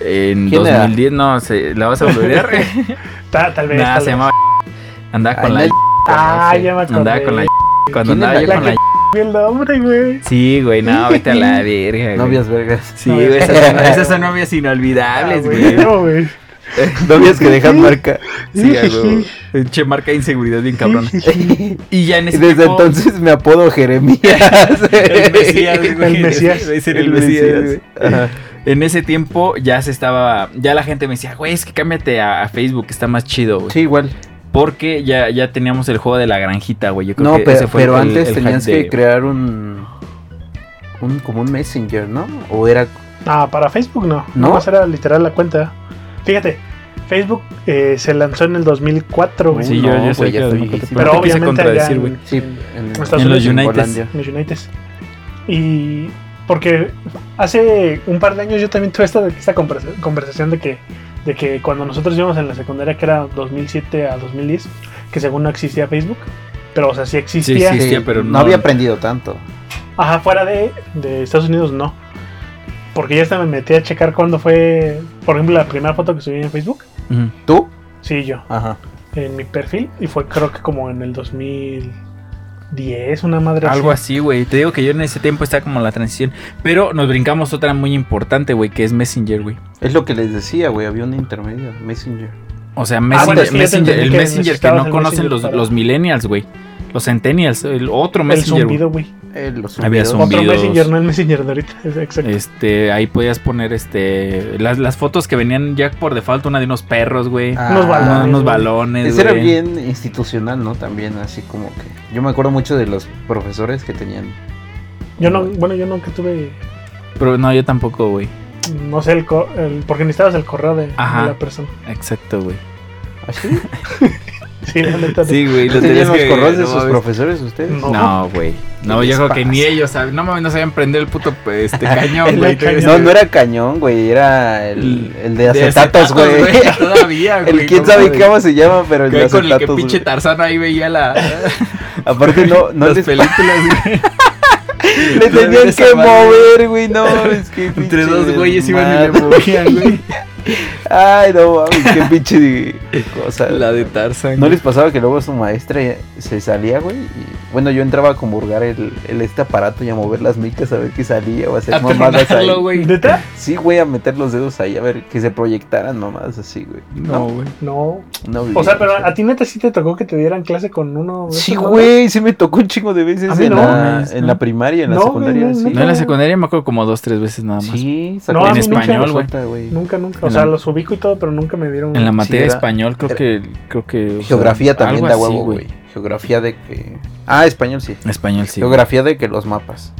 Speaker 1: en
Speaker 3: ¿Quién era?
Speaker 1: 2010, no, se, la vas a olvidar.
Speaker 2: Ta- tal vez.
Speaker 1: Nada,
Speaker 2: tal
Speaker 1: se
Speaker 2: vez.
Speaker 1: llamaba andaba con la
Speaker 3: Ay, no,
Speaker 2: Ah,
Speaker 3: no sé.
Speaker 2: ya me acordé.
Speaker 1: andaba con la cuando
Speaker 3: ¿Quién
Speaker 1: andaba
Speaker 3: era
Speaker 1: yo
Speaker 2: la
Speaker 1: con la
Speaker 2: que- el nombre, güey.
Speaker 1: Sí, güey, no, vete a la verga. güey.
Speaker 3: Novias vergas.
Speaker 1: Sí,
Speaker 2: Novias.
Speaker 1: güey, esas, son- esas son novias inolvidables,
Speaker 2: Ah,
Speaker 1: güey.
Speaker 2: güey, no, güey.
Speaker 3: Novias que dejan marca.
Speaker 1: Sí, a huevo. Che, marca de inseguridad bien cabrón.
Speaker 3: Y
Speaker 1: Y ya en ese
Speaker 3: desde
Speaker 1: tiempo-
Speaker 3: entonces me apodo Jeremías.
Speaker 1: El Mesías, güey.
Speaker 2: El Mesías.
Speaker 1: Debe ser
Speaker 3: El
Speaker 1: el Mesías,
Speaker 3: Mesías,
Speaker 1: güey.
Speaker 3: güey. Ajá.
Speaker 1: En ese tiempo ya se estaba. Ya la gente me decía, güey, es que cámbiate a, a Facebook, está más chido, güey.
Speaker 3: Sí, igual.
Speaker 1: Porque ya, ya teníamos el juego de la granjita, güey. Yo creo
Speaker 3: No,
Speaker 1: que
Speaker 3: pero,
Speaker 1: ese fue
Speaker 3: pero
Speaker 1: el-
Speaker 3: antes
Speaker 1: el
Speaker 3: tenías
Speaker 1: hype
Speaker 3: que
Speaker 1: de-
Speaker 3: crear un, un. como un Messenger, ¿no? O era.
Speaker 2: Ah, para Facebook no.
Speaker 3: ¿No?
Speaker 2: No. Nomás era literal la cuenta. Fíjate, Facebook eh, se lanzó en el 2004, güey.
Speaker 1: Sí,
Speaker 3: No,
Speaker 1: yo, yo
Speaker 3: güey,
Speaker 1: sé
Speaker 3: ya
Speaker 1: que-
Speaker 3: estoy viejísimo.
Speaker 1: no
Speaker 2: pero
Speaker 1: te quise
Speaker 2: obviamente allá
Speaker 1: contradecir, güey.
Speaker 2: en,
Speaker 3: Sí,
Speaker 2: en
Speaker 3: en,
Speaker 2: Estados
Speaker 1: En los
Speaker 2: Unidos, en
Speaker 1: United.
Speaker 3: Polandia.
Speaker 2: los Uniteds. Y porque hace un par de años yo también tuve esta, esta conversa- conversación de que, de que cuando nosotros íbamos en la secundaria, que era 2007 a 2010, que según no existía Facebook, pero o sea, sí existía.
Speaker 1: Sí, sí, pero
Speaker 3: no,
Speaker 1: no-
Speaker 3: había aprendido tanto.
Speaker 2: Ajá, fuera de, de Estados Unidos no. Porque ya hasta me metí a checar cuándo fue, por ejemplo, la primera foto que subí en Facebook.
Speaker 1: Ujú.
Speaker 3: ¿Tú?
Speaker 2: Sí, yo,
Speaker 3: Ajá.
Speaker 2: en mi perfil. Y fue creo que como en el 2010, una madre
Speaker 1: Algo así, güey. Te digo que yo en ese tiempo estaba como la transición. Pero nos brincamos otra muy importante, güey, que es Messenger, güey.
Speaker 3: Es lo que les decía, güey. Había un intermedio, Messenger.
Speaker 1: O sea, Messenger,
Speaker 2: bueno, es que yo te
Speaker 1: Messenger-
Speaker 2: entendí
Speaker 1: el
Speaker 2: que
Speaker 1: Messenger que
Speaker 2: necesitabas
Speaker 1: no
Speaker 2: el
Speaker 1: conocen
Speaker 2: Messenger
Speaker 1: los,
Speaker 2: para-
Speaker 1: los millennials, güey. Los centennials, el otro
Speaker 2: El
Speaker 1: Messenger. güey.
Speaker 2: zumbido, güey.
Speaker 3: Eh, los
Speaker 1: Había
Speaker 3: zumbidos.
Speaker 1: zumbido.
Speaker 2: Otro
Speaker 1: Zumbidos.
Speaker 2: Messenger, no el Messenger de ahorita. es- Exacto.
Speaker 1: Este, ahí podías poner este las, las fotos que venían ya por default, una de unos perros, güey.
Speaker 3: Ah,
Speaker 2: Unos
Speaker 1: una de
Speaker 2: balones.
Speaker 1: unos
Speaker 2: güey.
Speaker 1: balones,
Speaker 3: Ese era
Speaker 1: güey.
Speaker 3: bien institucional, ¿no? También así como que... Yo me acuerdo mucho de los profesores que tenían...
Speaker 2: Yo no, bueno, yo nunca tuve,
Speaker 1: Pero no, yo tampoco, güey.
Speaker 2: no sé, el, co- el- porque necesitabas el correo de, de
Speaker 1: Ajá.
Speaker 2: la persona.
Speaker 1: Exacto, güey. ¿Ah,
Speaker 3: ¿Así?
Speaker 2: Sí, la neta.
Speaker 1: Sí, güey, lo tenías
Speaker 3: ¿Tenían los
Speaker 1: que-
Speaker 3: correos de
Speaker 1: no
Speaker 3: sus
Speaker 1: mames.
Speaker 3: profesores ustedes?
Speaker 2: No.
Speaker 1: No, güey. No,
Speaker 3: ¿Qué
Speaker 1: yo
Speaker 3: les
Speaker 1: creo que ni
Speaker 3: pasa?
Speaker 1: ellos saben, no mames, no sabían prender el puto este cañón,
Speaker 2: El
Speaker 1: güey.
Speaker 2: cañón.
Speaker 3: No, no era cañón, güey. Era el, el de acetatos, güey.
Speaker 1: Todavía, Ah, güey.
Speaker 3: El quién
Speaker 1: no
Speaker 3: sabe
Speaker 1: mames.
Speaker 3: cómo se llama, pero el de
Speaker 1: Que con el que
Speaker 3: acetatos.
Speaker 1: pinche
Speaker 3: güey.
Speaker 1: Tarzán ahí veía la,
Speaker 3: Aparte no, no
Speaker 1: las
Speaker 3: les,
Speaker 1: películas, güey.
Speaker 3: le tenían
Speaker 1: Esa
Speaker 3: que
Speaker 1: madre.
Speaker 3: mover, güey. No, es que
Speaker 1: Entre
Speaker 3: pinche
Speaker 1: dos güeyes iban y le
Speaker 3: desmadre.
Speaker 1: movían, güey.
Speaker 3: Ay, no, mames, qué pinche de- cosa.
Speaker 1: La de Tarzán.
Speaker 3: ¿No les pasaba que luego su maestra ya- se salía, güey? Y, bueno, yo entraba a comburgar el, el- este aparato y a mover las micas a ver qué salía o a hacer
Speaker 1: a
Speaker 3: mamadas ahí.
Speaker 1: tronarlo, güey.
Speaker 2: ¿Neta?
Speaker 3: Sí, güey, a meter los dedos ahí a ver que se proyectaran mamadas así, güey.
Speaker 1: No, güey.
Speaker 2: No.
Speaker 3: no
Speaker 2: O sea, pero
Speaker 3: güey.
Speaker 2: a ti neta sí te tocó que te dieran clase con uno. de
Speaker 3: Sí,
Speaker 2: esos, ¿no?
Speaker 3: güey, sí me tocó un chingo de
Speaker 2: A
Speaker 3: veces
Speaker 2: mí
Speaker 3: en,
Speaker 2: no,
Speaker 3: la,
Speaker 1: mames,
Speaker 3: en
Speaker 1: no.
Speaker 3: la primaria, en la
Speaker 2: No, güey,
Speaker 3: secundaria.
Speaker 2: no,
Speaker 3: sí.
Speaker 1: No, en la secundaria me acuerdo como dos, tres veces nada más.
Speaker 3: Sí,
Speaker 2: No,
Speaker 3: sacó
Speaker 2: a
Speaker 3: en
Speaker 2: mí nunca.
Speaker 3: español, güey.
Speaker 2: Nunca, nunca. O
Speaker 1: En
Speaker 2: sea,
Speaker 1: la-
Speaker 2: los ubico y todo, pero nunca me dieron.
Speaker 1: En la
Speaker 2: un-
Speaker 1: materia de
Speaker 3: era-
Speaker 1: español creo que creo que o sea,
Speaker 3: Geografía también
Speaker 1: algo
Speaker 3: da
Speaker 1: así,
Speaker 3: huevo, güey. Geografía de que. Ah, español sí.
Speaker 1: Español sí. güey.
Speaker 3: Geografía de que los mapas.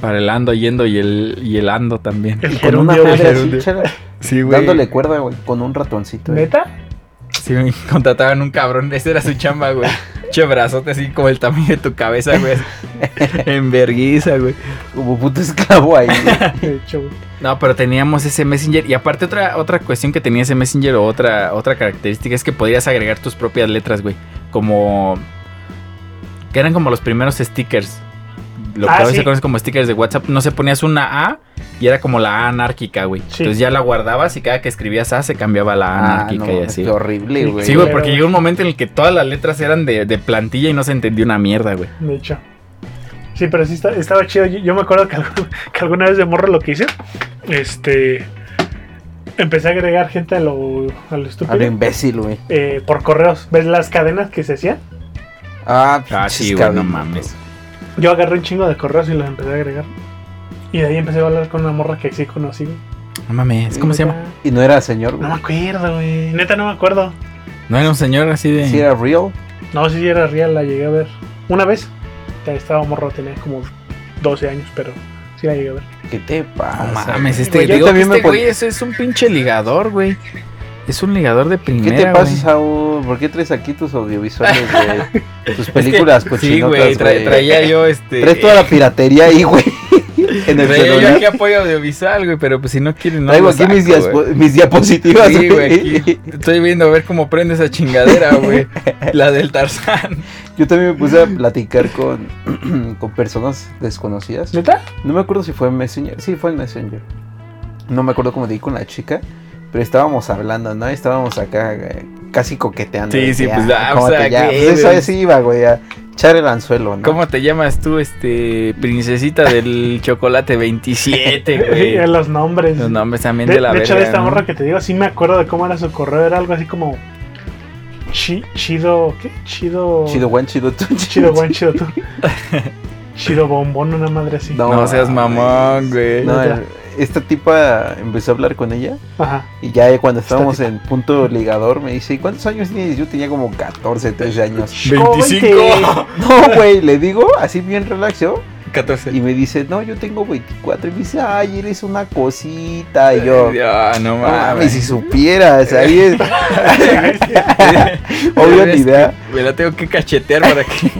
Speaker 1: Para el ando yendo y el y el ando también.
Speaker 2: El
Speaker 3: Con una
Speaker 2: gerundio, güey.
Speaker 3: madre así,
Speaker 1: gerundio.
Speaker 3: chala,
Speaker 1: Sí,
Speaker 3: dándole cuerda, güey, con un ratoncito. güey.
Speaker 2: ¿Neta?
Speaker 1: Sí, güey, contrataban un cabrón, esa era su chamba, güey. Che brazote así como el tamaño de tu cabeza, güey. En verguiza, güey.
Speaker 3: Como puto esclavo ahí.
Speaker 1: Ah,
Speaker 2: De hecho, güey.
Speaker 1: No, pero teníamos ese Messenger. Y aparte, otra, otra cuestión que tenía ese Messenger o otra, otra característica es que podrías agregar tus propias letras, güey. Como. Que eran como los primeros stickers. Lo que
Speaker 2: Ah,
Speaker 1: a veces
Speaker 2: sí.
Speaker 1: conoces como stickers de WhatsApp. No se ponías una A y era como la A anárquica, güey.
Speaker 2: Sí.
Speaker 1: Entonces ya la guardabas y cada que escribías A se cambiaba a la A
Speaker 3: Ah,
Speaker 1: anárquica
Speaker 3: no,
Speaker 1: y
Speaker 3: mames,
Speaker 1: así.
Speaker 3: qué horrible, güey.
Speaker 1: Sí, güey,
Speaker 2: Pero-
Speaker 1: porque llegó un momento en el que todas las letras eran de, de plantilla y no se entendía una mierda, güey.
Speaker 2: De hecho. Sí, pero sí está- estaba chido. Yo, yo me acuerdo que, algún- que alguna vez de morro lo que hice, este. Empecé a agregar gente a lo, a lo
Speaker 3: A lo
Speaker 2: estúpido.
Speaker 3: imbécil, güey.
Speaker 2: eh, por correos. ¿Ves las cadenas que se hacían?
Speaker 3: Ah,
Speaker 1: Ah,
Speaker 3: pinches
Speaker 1: sí, güey, no
Speaker 3: cabrón,
Speaker 1: mames.
Speaker 2: Yo agarré un chingo de correos y los empecé a agregar. Y de ahí empecé a hablar con una morra que sí conocí. güey.
Speaker 1: No mames, ¿cómo se llama?
Speaker 2: Neta,
Speaker 3: Y no era señor,
Speaker 2: No
Speaker 3: güey.
Speaker 2: me acuerdo, güey. Neta, no me acuerdo.
Speaker 1: No era un señor así de.
Speaker 3: Sí era real.
Speaker 2: No, sí, sí era real, la llegué a ver. Una vez. Ya Estaba morro, tenía como 12 años, pero sí la llegué a ver.
Speaker 3: ¿Qué te
Speaker 1: No
Speaker 3: pasa?
Speaker 1: mames,
Speaker 2: güey.
Speaker 1: este,
Speaker 3: Güey, yo
Speaker 1: digo que
Speaker 3: también me
Speaker 1: este
Speaker 3: pon-
Speaker 1: güey es, es un pinche ligador, güey. Es un ligador de
Speaker 3: ¿Qué
Speaker 1: primera,
Speaker 3: te pasa,
Speaker 1: güey.
Speaker 3: Saúl? ¿Por qué traes aquí tus audiovisuales, güey? Tus
Speaker 1: Es
Speaker 3: películas
Speaker 1: que- Sí,
Speaker 3: cochinotas,
Speaker 1: güey, tra-
Speaker 3: güey.
Speaker 1: traía yo este...
Speaker 3: Traes toda la piratería ahí, güey. en el
Speaker 1: Traía yo
Speaker 3: celular.
Speaker 1: aquí apoyo audiovisual, güey, pero pues si no quieren no
Speaker 3: Traigo
Speaker 1: lo
Speaker 3: aquí mis,
Speaker 1: saco,
Speaker 3: diaspo-
Speaker 1: güey.
Speaker 3: mis diapositivas,
Speaker 1: Sí, güey,
Speaker 3: güey.
Speaker 1: aquí estoy viendo a ver cómo prende esa chingadera, güey. La del Tarzán.
Speaker 3: Yo también me puse a platicar con, con personas desconocidas.
Speaker 2: ¿Neta?
Speaker 3: No me acuerdo si fue en Messenger. Sí, fue en Messenger. No me acuerdo cómo di con la chica. Pero estábamos hablando, ¿no? Estábamos acá eh, casi coqueteando.
Speaker 1: Sí,
Speaker 3: de
Speaker 1: sí,
Speaker 3: que,
Speaker 1: pues,
Speaker 3: ah,
Speaker 1: ah,
Speaker 3: ¿cómo
Speaker 1: o sea,
Speaker 3: te llamas?
Speaker 1: ¿qué,
Speaker 3: Eso
Speaker 1: güey?
Speaker 3: así iba, güey, a echar el anzuelo, ¿no?
Speaker 1: ¿Cómo te llamas tú, este, princesita del chocolate 27,
Speaker 2: Sí,
Speaker 1: güey?
Speaker 2: los nombres.
Speaker 1: Los nombres
Speaker 2: de,
Speaker 1: también de, la
Speaker 2: de hecho, de
Speaker 1: verga,
Speaker 2: esta
Speaker 1: ¿no?
Speaker 2: morra que te digo, sí me acuerdo de cómo era su correo. Era algo así como. chi- chido. ¿Qué? Chido.
Speaker 3: Chido guan, chido tú.
Speaker 2: Chido guan, chido tú. chido bombón, una madre así.
Speaker 3: No.
Speaker 1: No seas mamón, güey.
Speaker 3: No, el- esta tipa empezó a hablar con ella
Speaker 2: Ajá.
Speaker 3: y ya eh, cuando estábamos en punto ligador me dice, ¿y cuántos años tienes? Yo tenía como 14, 13 años.
Speaker 1: 25,
Speaker 3: No, güey, le digo, así bien relax yo,
Speaker 1: 14.
Speaker 3: y me dice, no, yo tengo 24. Y me dice, ay, eres una cosita. Y yo, no
Speaker 1: Ah, no
Speaker 3: mames, si
Speaker 1: mames.
Speaker 3: supieras, ahí es, obvio ni
Speaker 1: Es que
Speaker 3: idea.
Speaker 1: Me la tengo que cachetear para que.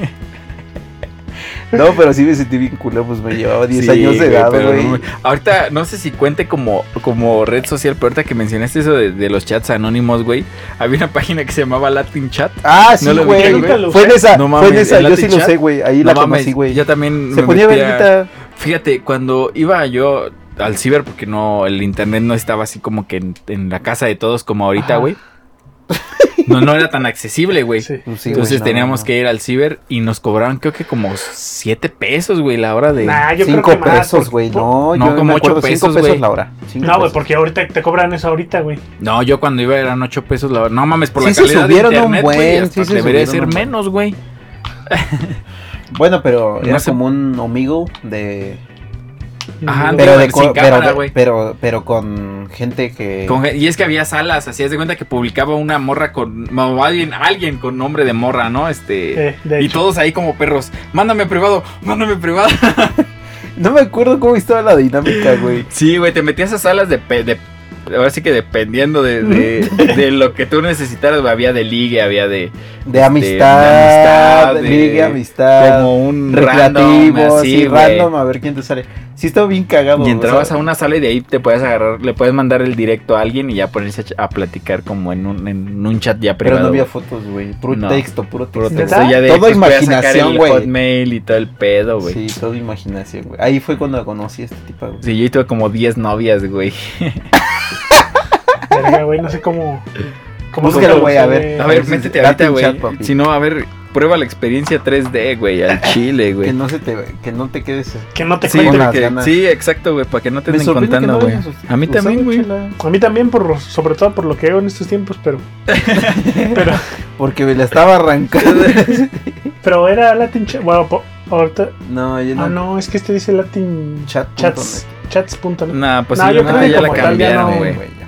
Speaker 3: No, pero sí me sentí bien culo, pues me llevaba 10
Speaker 1: Sí,
Speaker 3: años de
Speaker 1: güey,
Speaker 3: edad,
Speaker 1: pero
Speaker 3: güey.
Speaker 1: no me- ahorita no sé si cuente como, como red social, pero ahorita que mencionaste eso de, de los chats anónimos, güey. Había una página que se llamaba Latin Chat.
Speaker 3: Ah, sí,
Speaker 1: No lo
Speaker 3: güey.
Speaker 1: ubiqué,
Speaker 2: güey.
Speaker 3: fue en esa,
Speaker 1: No
Speaker 3: fue en
Speaker 1: mames,
Speaker 3: esa,
Speaker 1: ¿el
Speaker 3: yo sí lo
Speaker 1: Latin
Speaker 3: sé,
Speaker 1: Chat?
Speaker 3: güey. Ahí la conocí, güey.
Speaker 1: yo también
Speaker 3: Se
Speaker 1: me
Speaker 3: ponía
Speaker 1: metía-
Speaker 3: verguita.
Speaker 1: Fíjate, cuando iba yo al ciber, porque no, el internet no estaba así como que en, en la casa de todos como ahorita,
Speaker 2: Ajá.
Speaker 1: güey. No, no era tan accesible, güey.
Speaker 2: Sí.
Speaker 3: Pues sí, güey,
Speaker 1: Entonces
Speaker 3: no,
Speaker 1: teníamos
Speaker 3: no.
Speaker 1: que ir al ciber y nos cobraban creo que como siete pesos, güey, la hora de...
Speaker 2: Nah, yo
Speaker 3: cinco
Speaker 2: creo que más,
Speaker 3: pesos,
Speaker 2: porque-
Speaker 3: güey.
Speaker 2: por-
Speaker 3: No, pues.
Speaker 1: No,
Speaker 3: yo
Speaker 1: como
Speaker 3: me
Speaker 1: ocho
Speaker 3: acuerdo,
Speaker 1: pesos,
Speaker 3: cinco pesos
Speaker 1: güey.
Speaker 3: la hora. Cinco
Speaker 2: No, güey,
Speaker 3: pesos.
Speaker 2: porque ahorita te cobran eso ahorita, güey.
Speaker 1: No, yo cuando iba eran ocho pesos la hora. No mames, por
Speaker 3: Sí
Speaker 1: la
Speaker 3: se
Speaker 1: calidad
Speaker 3: subieron
Speaker 1: de
Speaker 3: un
Speaker 1: internet, güey,
Speaker 3: buen,
Speaker 1: hasta
Speaker 3: sí se
Speaker 1: debería ser
Speaker 3: subieron un buen.
Speaker 1: menos, güey.
Speaker 3: Bueno, pero
Speaker 1: No
Speaker 3: era
Speaker 1: sé.
Speaker 3: como un amigo de.
Speaker 1: Ajá, Pero
Speaker 2: Ujú.
Speaker 3: Pero, de
Speaker 1: sin
Speaker 3: co- pero,
Speaker 1: cámara,
Speaker 3: de-
Speaker 1: güey.
Speaker 3: pero, pero con gente que.
Speaker 1: Con- y es que había salas, hacías de cuenta que publicaba una morra con... O alguien, alguien con nombre de morra, ¿no? Este...
Speaker 2: Eh, de
Speaker 1: Y
Speaker 2: hecho.
Speaker 1: todos ahí como perros. Mándame privado, mándame privado.
Speaker 3: No me acuerdo cómo estaba la dinámica, güey.
Speaker 1: Sí, güey, te metías a salas de... pe- de- ahora sí que dependiendo de, de- de lo que tú necesitaras, güey, había de ligue, había de...
Speaker 3: De amistad,
Speaker 1: Este, de amistad,
Speaker 3: de
Speaker 1: de-
Speaker 3: ligue, amistad.
Speaker 1: como un
Speaker 3: recreativo,
Speaker 1: random, así,
Speaker 3: sí,
Speaker 1: güey.
Speaker 3: Ah, random, a ver quién te sale. Sí, estaba bien cagado.
Speaker 1: Y entrabas
Speaker 3: o sea,
Speaker 1: a una sala y de ahí te puedes agarrar, le puedes mandar el directo a alguien y ya ponerse a ch- a platicar como en un, en un chat ya
Speaker 3: Pero
Speaker 1: privado.
Speaker 3: no había
Speaker 1: güey.
Speaker 3: fotos, güey. Puro
Speaker 1: No.
Speaker 3: texto, puro
Speaker 1: Puro
Speaker 3: texto.
Speaker 1: texto,
Speaker 2: ¿Neta?
Speaker 1: ya de
Speaker 3: Todo
Speaker 1: ahí, pues, puedes sacar
Speaker 3: imaginación,
Speaker 1: el
Speaker 3: güey.
Speaker 1: Hotmail y todo el pedo, güey. Sí.
Speaker 3: Sí, todo imaginación, güey. Ahí fue cuando conocí a este tipo, güey.
Speaker 1: yo ahí tuve como 10 novias, güey.
Speaker 2: Verga, güey, no sé cómo. cómo
Speaker 3: Búscalo,
Speaker 2: se
Speaker 3: güey,
Speaker 2: usa
Speaker 3: a ver.
Speaker 2: de-
Speaker 1: A ver,
Speaker 3: Entonces,
Speaker 1: métete
Speaker 3: date
Speaker 1: ahorita,
Speaker 3: un
Speaker 1: güey.
Speaker 3: chat, papi.
Speaker 1: Si no, a ver, prueba la experiencia 3D, güey, al chile,
Speaker 3: Que
Speaker 1: güey.
Speaker 3: no, se te, que no te quedes.
Speaker 2: Que no te
Speaker 1: Sí,
Speaker 2: cuenten.
Speaker 3: con las
Speaker 1: porque-
Speaker 3: ganas.
Speaker 1: sí, exacto, güey, para que no te
Speaker 3: Me
Speaker 1: estén
Speaker 3: sorprende que
Speaker 1: contando,
Speaker 3: no Pues,
Speaker 1: güey.
Speaker 3: hayas us-
Speaker 1: a mí
Speaker 3: usado
Speaker 1: también, güey.
Speaker 3: chela.
Speaker 2: A mí también, por, sobre todo por lo que veo en estos tiempos, pero. pero,
Speaker 3: Porque me la estaba arrancando.
Speaker 2: pero era Latin Chat. Bueno, po- ahorita.
Speaker 3: no, yo no.
Speaker 2: Ah, no, es que este dice Latin
Speaker 3: Chat.
Speaker 2: Chats. Chats.net.
Speaker 1: Nah, pues
Speaker 2: No, yo creo
Speaker 1: posiblemente
Speaker 2: que
Speaker 1: ya la
Speaker 2: como tal ya
Speaker 1: cambiaron,
Speaker 2: no,
Speaker 1: güey.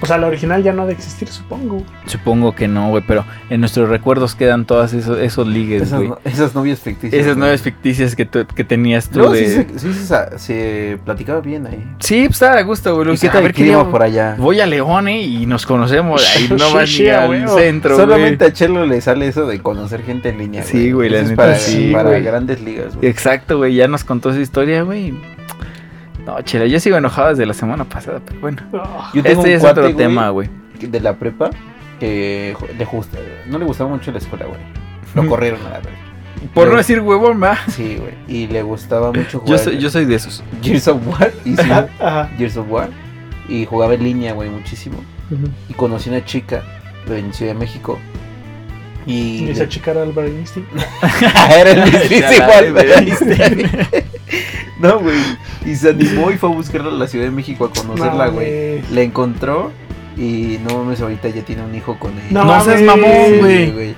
Speaker 2: O sea, la original ya no ha de existir, supongo.
Speaker 1: Supongo que no, güey, pero en nuestros recuerdos quedan todas esos, esos ligues,
Speaker 3: Esas,
Speaker 1: güey.
Speaker 3: no- esas novias ficticias.
Speaker 1: Esas
Speaker 3: güey.
Speaker 1: nuevas ficticias que, tú- que tenías tú
Speaker 3: Luego
Speaker 1: de...
Speaker 3: sí, se, sí se, sa- se platicaba bien ahí.
Speaker 1: Sí, pues estaba a gusto, güey.
Speaker 3: ¿Y
Speaker 1: luego
Speaker 3: qué
Speaker 1: decía,
Speaker 3: tal
Speaker 1: "A
Speaker 3: el
Speaker 1: ver, ¿qué
Speaker 3: clima
Speaker 1: día
Speaker 3: por allá?
Speaker 1: Voy a León eh, y nos conocemos ahí no vas
Speaker 2: Sí,
Speaker 1: ni
Speaker 2: a
Speaker 1: al
Speaker 2: huevo.
Speaker 1: centro, güey.
Speaker 3: Solamente a Chelo le sale eso de conocer gente en línea.
Speaker 1: Sí, güey, la
Speaker 3: Eso es
Speaker 1: neta
Speaker 3: para,
Speaker 1: sí,
Speaker 3: para
Speaker 1: güey.
Speaker 3: grandes ligas, güey.
Speaker 1: Exacto, güey, ya nos contó su historia, güey. No, chela, yo sigo enojado desde la semana pasada, pero bueno.
Speaker 2: Ah,
Speaker 3: Yo tengo
Speaker 1: Este
Speaker 3: un
Speaker 1: es
Speaker 3: cuate,
Speaker 1: otro
Speaker 3: güey,
Speaker 1: tema, güey.
Speaker 3: de la prepa que jo- le gusta, no le gustaba mucho la escuela, güey. Lo corrieron a la verga.
Speaker 1: Por no
Speaker 3: Yo-
Speaker 1: decir huevón, ma.
Speaker 3: Sí, güey. Y le gustaba mucho jugar
Speaker 1: Yo soy, yo soy de esos.
Speaker 3: Gears of War y sí,
Speaker 2: Ajá.
Speaker 3: Gears of War y jugaba en línea, güey, muchísimo.
Speaker 2: Ujú.
Speaker 3: Y conocí una chica en Ciudad de México y
Speaker 2: Y esa chica era Albert Einstein.
Speaker 3: era el
Speaker 1: Ya
Speaker 3: mismísimo
Speaker 1: la
Speaker 3: Albert
Speaker 1: viste.
Speaker 3: Einstein. No, güey. Y se animó y fue a buscarla a la Ciudad de México a conocerla,
Speaker 2: No,
Speaker 3: güey.
Speaker 2: güey.
Speaker 3: La encontró y no mames, ahorita ya tiene un hijo con ella.
Speaker 2: No
Speaker 1: No seas
Speaker 2: mames.
Speaker 1: mamón,
Speaker 3: Sí,
Speaker 1: güey.
Speaker 3: güey.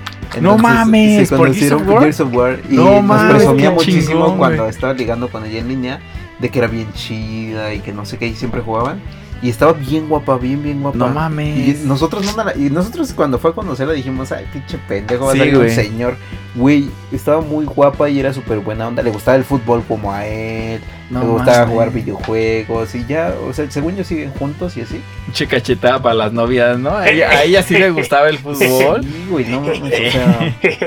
Speaker 1: No
Speaker 3: Entonces,
Speaker 1: mames,
Speaker 3: Se
Speaker 1: ¿por Gears
Speaker 3: conocieron
Speaker 1: of
Speaker 3: por
Speaker 1: War?
Speaker 3: Gears of War y
Speaker 1: No
Speaker 3: nos
Speaker 1: mames,
Speaker 3: presumía
Speaker 1: qué
Speaker 3: muchísimo
Speaker 1: chingón,
Speaker 3: cuando
Speaker 1: güey.
Speaker 3: estaba ligando con ella en línea de que era bien chida y que no sé qué, y siempre jugaban. Y estaba bien guapa, bien, bien guapa.
Speaker 1: No
Speaker 3: Y
Speaker 1: mames.
Speaker 3: nosotros, no, nada- y nosotros cuando fue a conocerla dijimos, ay, pinche pendejo, va
Speaker 1: Sí,
Speaker 3: a salir un
Speaker 1: güey.
Speaker 3: señor. Güey, estaba muy guapa y era súper buena onda. Le gustaba el fútbol como a él.
Speaker 1: No
Speaker 3: le gustaba
Speaker 1: mames.
Speaker 3: jugar videojuegos y ya. O sea, según yo siguen juntos y así.
Speaker 1: Che cachetada para las novias, ¿no? A ella, a ella sí le gustaba el fútbol.
Speaker 3: Sí, güey, no mames, o sea,
Speaker 2: Pues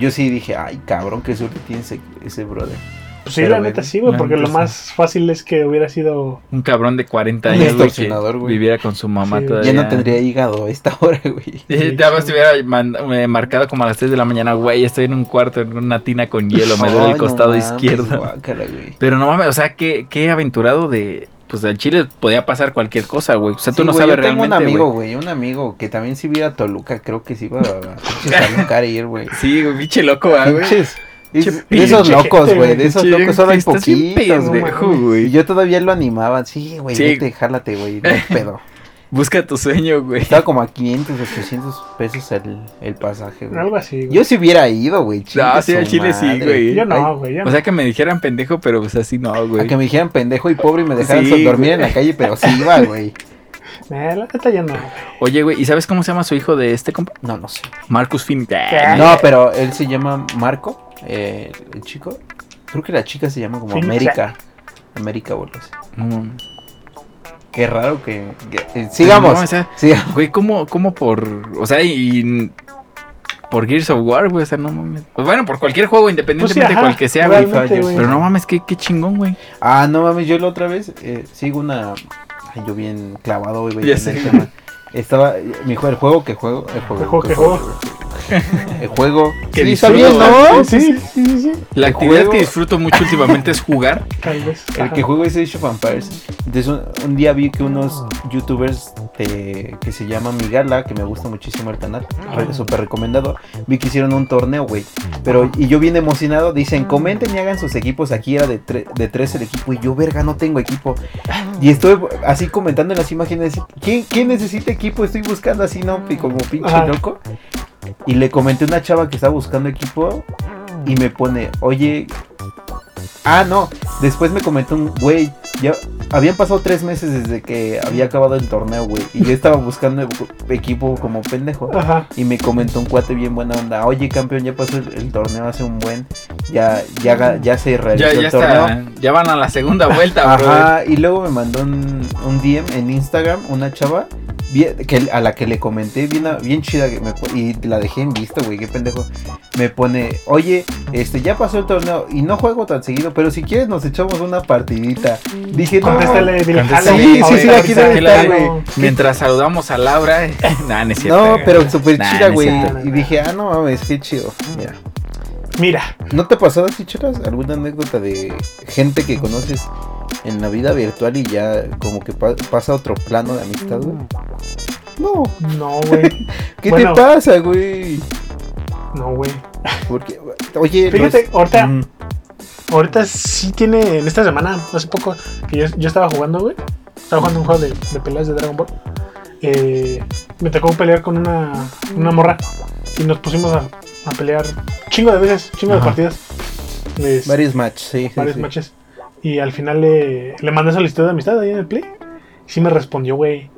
Speaker 3: yo sí dije, ay, cabrón, qué suerte tiene ese, ese brother.
Speaker 2: Pues sí,
Speaker 3: Pero,
Speaker 2: la
Speaker 3: güey,
Speaker 2: neta sí, güey,
Speaker 1: la
Speaker 2: porque
Speaker 1: neta
Speaker 2: lo
Speaker 1: sí.
Speaker 2: más fácil es que hubiera sido.
Speaker 1: Un cabrón de 40
Speaker 3: Un
Speaker 1: años, güey, que
Speaker 3: extorsionador, güey.
Speaker 1: viviera con su mamá
Speaker 2: Sí, güey.
Speaker 1: todavía.
Speaker 3: Ya no tendría hígado a esta hora, güey.
Speaker 1: Eh, Nada más te hubiera man- eh, marcado como a las 3 de la mañana, güey, estoy en un cuarto, en una tina con hielo, me duele
Speaker 3: Ay,
Speaker 1: el
Speaker 3: no
Speaker 1: costado
Speaker 3: mames,
Speaker 1: izquierdo.
Speaker 3: guácala, güey.
Speaker 1: Pero no mames, o sea, qué, qué aventurado de, pues al Chile podía pasar cualquier cosa, güey. O sea, tú
Speaker 3: Sí,
Speaker 1: no
Speaker 3: güey,
Speaker 1: sabes
Speaker 3: yo tengo
Speaker 1: realmente,
Speaker 3: un amigo,
Speaker 1: güey.
Speaker 3: güey, un amigo que también si iba a Toluca, creo que sí iba a pinches Toluca ir, güey.
Speaker 1: Sí, güey, pinche loco, ah, güey.
Speaker 3: Pinches- es-
Speaker 1: Che,
Speaker 3: De esos
Speaker 2: pinche
Speaker 3: locos,
Speaker 2: gente,
Speaker 3: güey, de
Speaker 2: güey,
Speaker 3: esos
Speaker 1: Pinche-
Speaker 3: locos solo hay
Speaker 1: estás bien
Speaker 3: poquitos, güey.
Speaker 1: pendejo, güey.
Speaker 3: Y yo todavía lo animaba, sí, güey,
Speaker 1: Sí.
Speaker 3: vete, jálate, güey, no hay pedo.
Speaker 1: Busca tu sueño, güey.
Speaker 3: Estaba como a 500, 800 pesos el, el pasaje, güey.
Speaker 2: Algo así, güey.
Speaker 3: Yo si hubiera ido, güey,
Speaker 1: No,
Speaker 3: chingue
Speaker 1: Ah, sí,
Speaker 3: su
Speaker 1: al Chile sí,
Speaker 3: madre.
Speaker 1: güey.
Speaker 2: Yo
Speaker 3: Ay,
Speaker 2: no, güey. Yo
Speaker 1: O sea, que me dijeran pendejo, pero pues así no,
Speaker 3: A
Speaker 1: güey.
Speaker 3: que me dijeran pendejo y pobre y me dejaran
Speaker 1: Sí,
Speaker 3: dormir en
Speaker 1: güey.
Speaker 3: la calle, pero sí iba, güey.
Speaker 2: no. Eh, la neta yo no. güey.
Speaker 1: Oye, güey, ¿y sabes cómo se llama su hijo de este compa?
Speaker 3: No, no sé.
Speaker 1: Marcus Finn.
Speaker 2: ¿Qué?
Speaker 3: No, pero él se llama Marco, eh, el chico. Creo que la chica se llama como
Speaker 2: Sí,
Speaker 3: América. América, o algo así.
Speaker 1: No,
Speaker 3: Qué raro que. que- eh, sigamos.
Speaker 1: No, o sea,
Speaker 3: sigamos.
Speaker 1: Güey, ¿cómo, cómo por. O sea, y. y Por Gears of War, güey, o sea, no mames. Pues bueno, por cualquier juego,
Speaker 2: Pues sí,
Speaker 1: independientemente
Speaker 2: ajá,
Speaker 1: cual que sea, güey.
Speaker 2: realmente,
Speaker 3: fallos,
Speaker 2: güey.
Speaker 1: Pero no mames, qué, qué chingón, güey.
Speaker 3: Ah, no mames, yo la otra vez eh, sigo una. Ay, yo bien clavado hoy, güey.
Speaker 1: Ya
Speaker 3: en
Speaker 1: sé.
Speaker 3: el tema. Estaba. Mi jue- el juego que juego. El juego
Speaker 2: El juego que juego.
Speaker 3: El juego.
Speaker 1: Que
Speaker 3: Sí, está bien,
Speaker 1: disfruto.
Speaker 3: ¿no?
Speaker 2: Sí, sí, sí, sí, sí.
Speaker 1: La
Speaker 3: El
Speaker 1: actividad
Speaker 3: juego-
Speaker 1: que disfruto mucho últimamente es jugar.
Speaker 2: Tal vez.
Speaker 3: El
Speaker 2: ajá.
Speaker 3: que juego es Age of Empires. Entonces un, un día vi que unos
Speaker 2: Ah.
Speaker 3: youtubers de- que se llama Migala, que me gusta muchísimo el canal,
Speaker 2: Ah.
Speaker 3: re- súper recomendado, vi que hicieron un torneo, güey.
Speaker 2: Mm.
Speaker 3: Pero, y yo bien emocionado, dicen, comenten y hagan sus equipos. Aquí era de, tre- de tres el equipo y yo, verga, no tengo equipo.
Speaker 2: Ah.
Speaker 3: Y estoy así comentando en las imágenes, ¿quién, quién necesita equipo? Estoy buscando así, ¿no? Y como pinche
Speaker 2: Ah. Ajá.
Speaker 3: loco. Y le comenté a una chava que estaba buscando equipo y me pone, oye, ah, no, después me comentó un, güey, ya habían pasado tres meses desde que había acabado el torneo, güey, y yo estaba buscando e- equipo como pendejo.
Speaker 2: Ajá.
Speaker 3: Y me comentó un cuate bien buena onda, oye campeón, ya pasó el, el torneo hace un buen, ya, ya, ga- ya se realizó
Speaker 1: Ya,
Speaker 3: el
Speaker 1: ya
Speaker 3: torneo.
Speaker 1: está. Ya van a la segunda vuelta, bro.
Speaker 3: Ajá, y luego me mandó un, un DM en Instagram, una chava, bien- que, a la que le comenté bien, a- bien chida, que me po- y la dejé en visto, güey, qué pendejo. Me pone, oye, este, ya pasó el torneo y no juego tan seguido, pero si quieres nos echamos una partidita. Dije, no,
Speaker 2: Contéstale, Bill
Speaker 1: Contéstale.
Speaker 2: Hallen,
Speaker 3: Sí, sí,
Speaker 2: ahorita,
Speaker 3: sí, aquí debe
Speaker 2: ahorita,
Speaker 3: estar,
Speaker 2: claro.
Speaker 3: güey.
Speaker 1: Mientras saludamos a Laura. eh, nah, no es cierto.
Speaker 3: no,
Speaker 1: güey.
Speaker 3: pero súper
Speaker 1: Nah,
Speaker 3: chida,
Speaker 1: no es
Speaker 3: güey.
Speaker 2: cierto.
Speaker 3: Y dije, ah, no mames, qué chido. Mira,
Speaker 2: Mira,
Speaker 3: ¿no te ha pasado así, choras? ¿Alguna anécdota de gente que conoces en la vida virtual y ya como que pa- pasa a otro plano de amistad, güey?
Speaker 2: Mm.
Speaker 3: No,
Speaker 2: no, güey.
Speaker 3: ¿Qué
Speaker 2: Bueno.
Speaker 3: te pasa, güey?
Speaker 2: No, güey.
Speaker 3: Porque, oye,
Speaker 2: Fíjate,
Speaker 3: los-
Speaker 2: ahorita-
Speaker 3: Mm,
Speaker 2: Ahorita sí tiene, en esta semana, hace poco, que yo, yo estaba jugando, güey. Estaba jugando un juego de, de peleas de Dragon Ball. Eh, me tocó pelear con una, una morra. Y nos pusimos a, a pelear chingo de veces, chingo
Speaker 3: Ajá.
Speaker 2: de partidas. Es-
Speaker 3: varios matches, sí, sí,
Speaker 2: varios
Speaker 3: sí.
Speaker 2: matches. Y al final le, le mandé solicitud de amistad ahí en el play. Y sí me respondió, güey.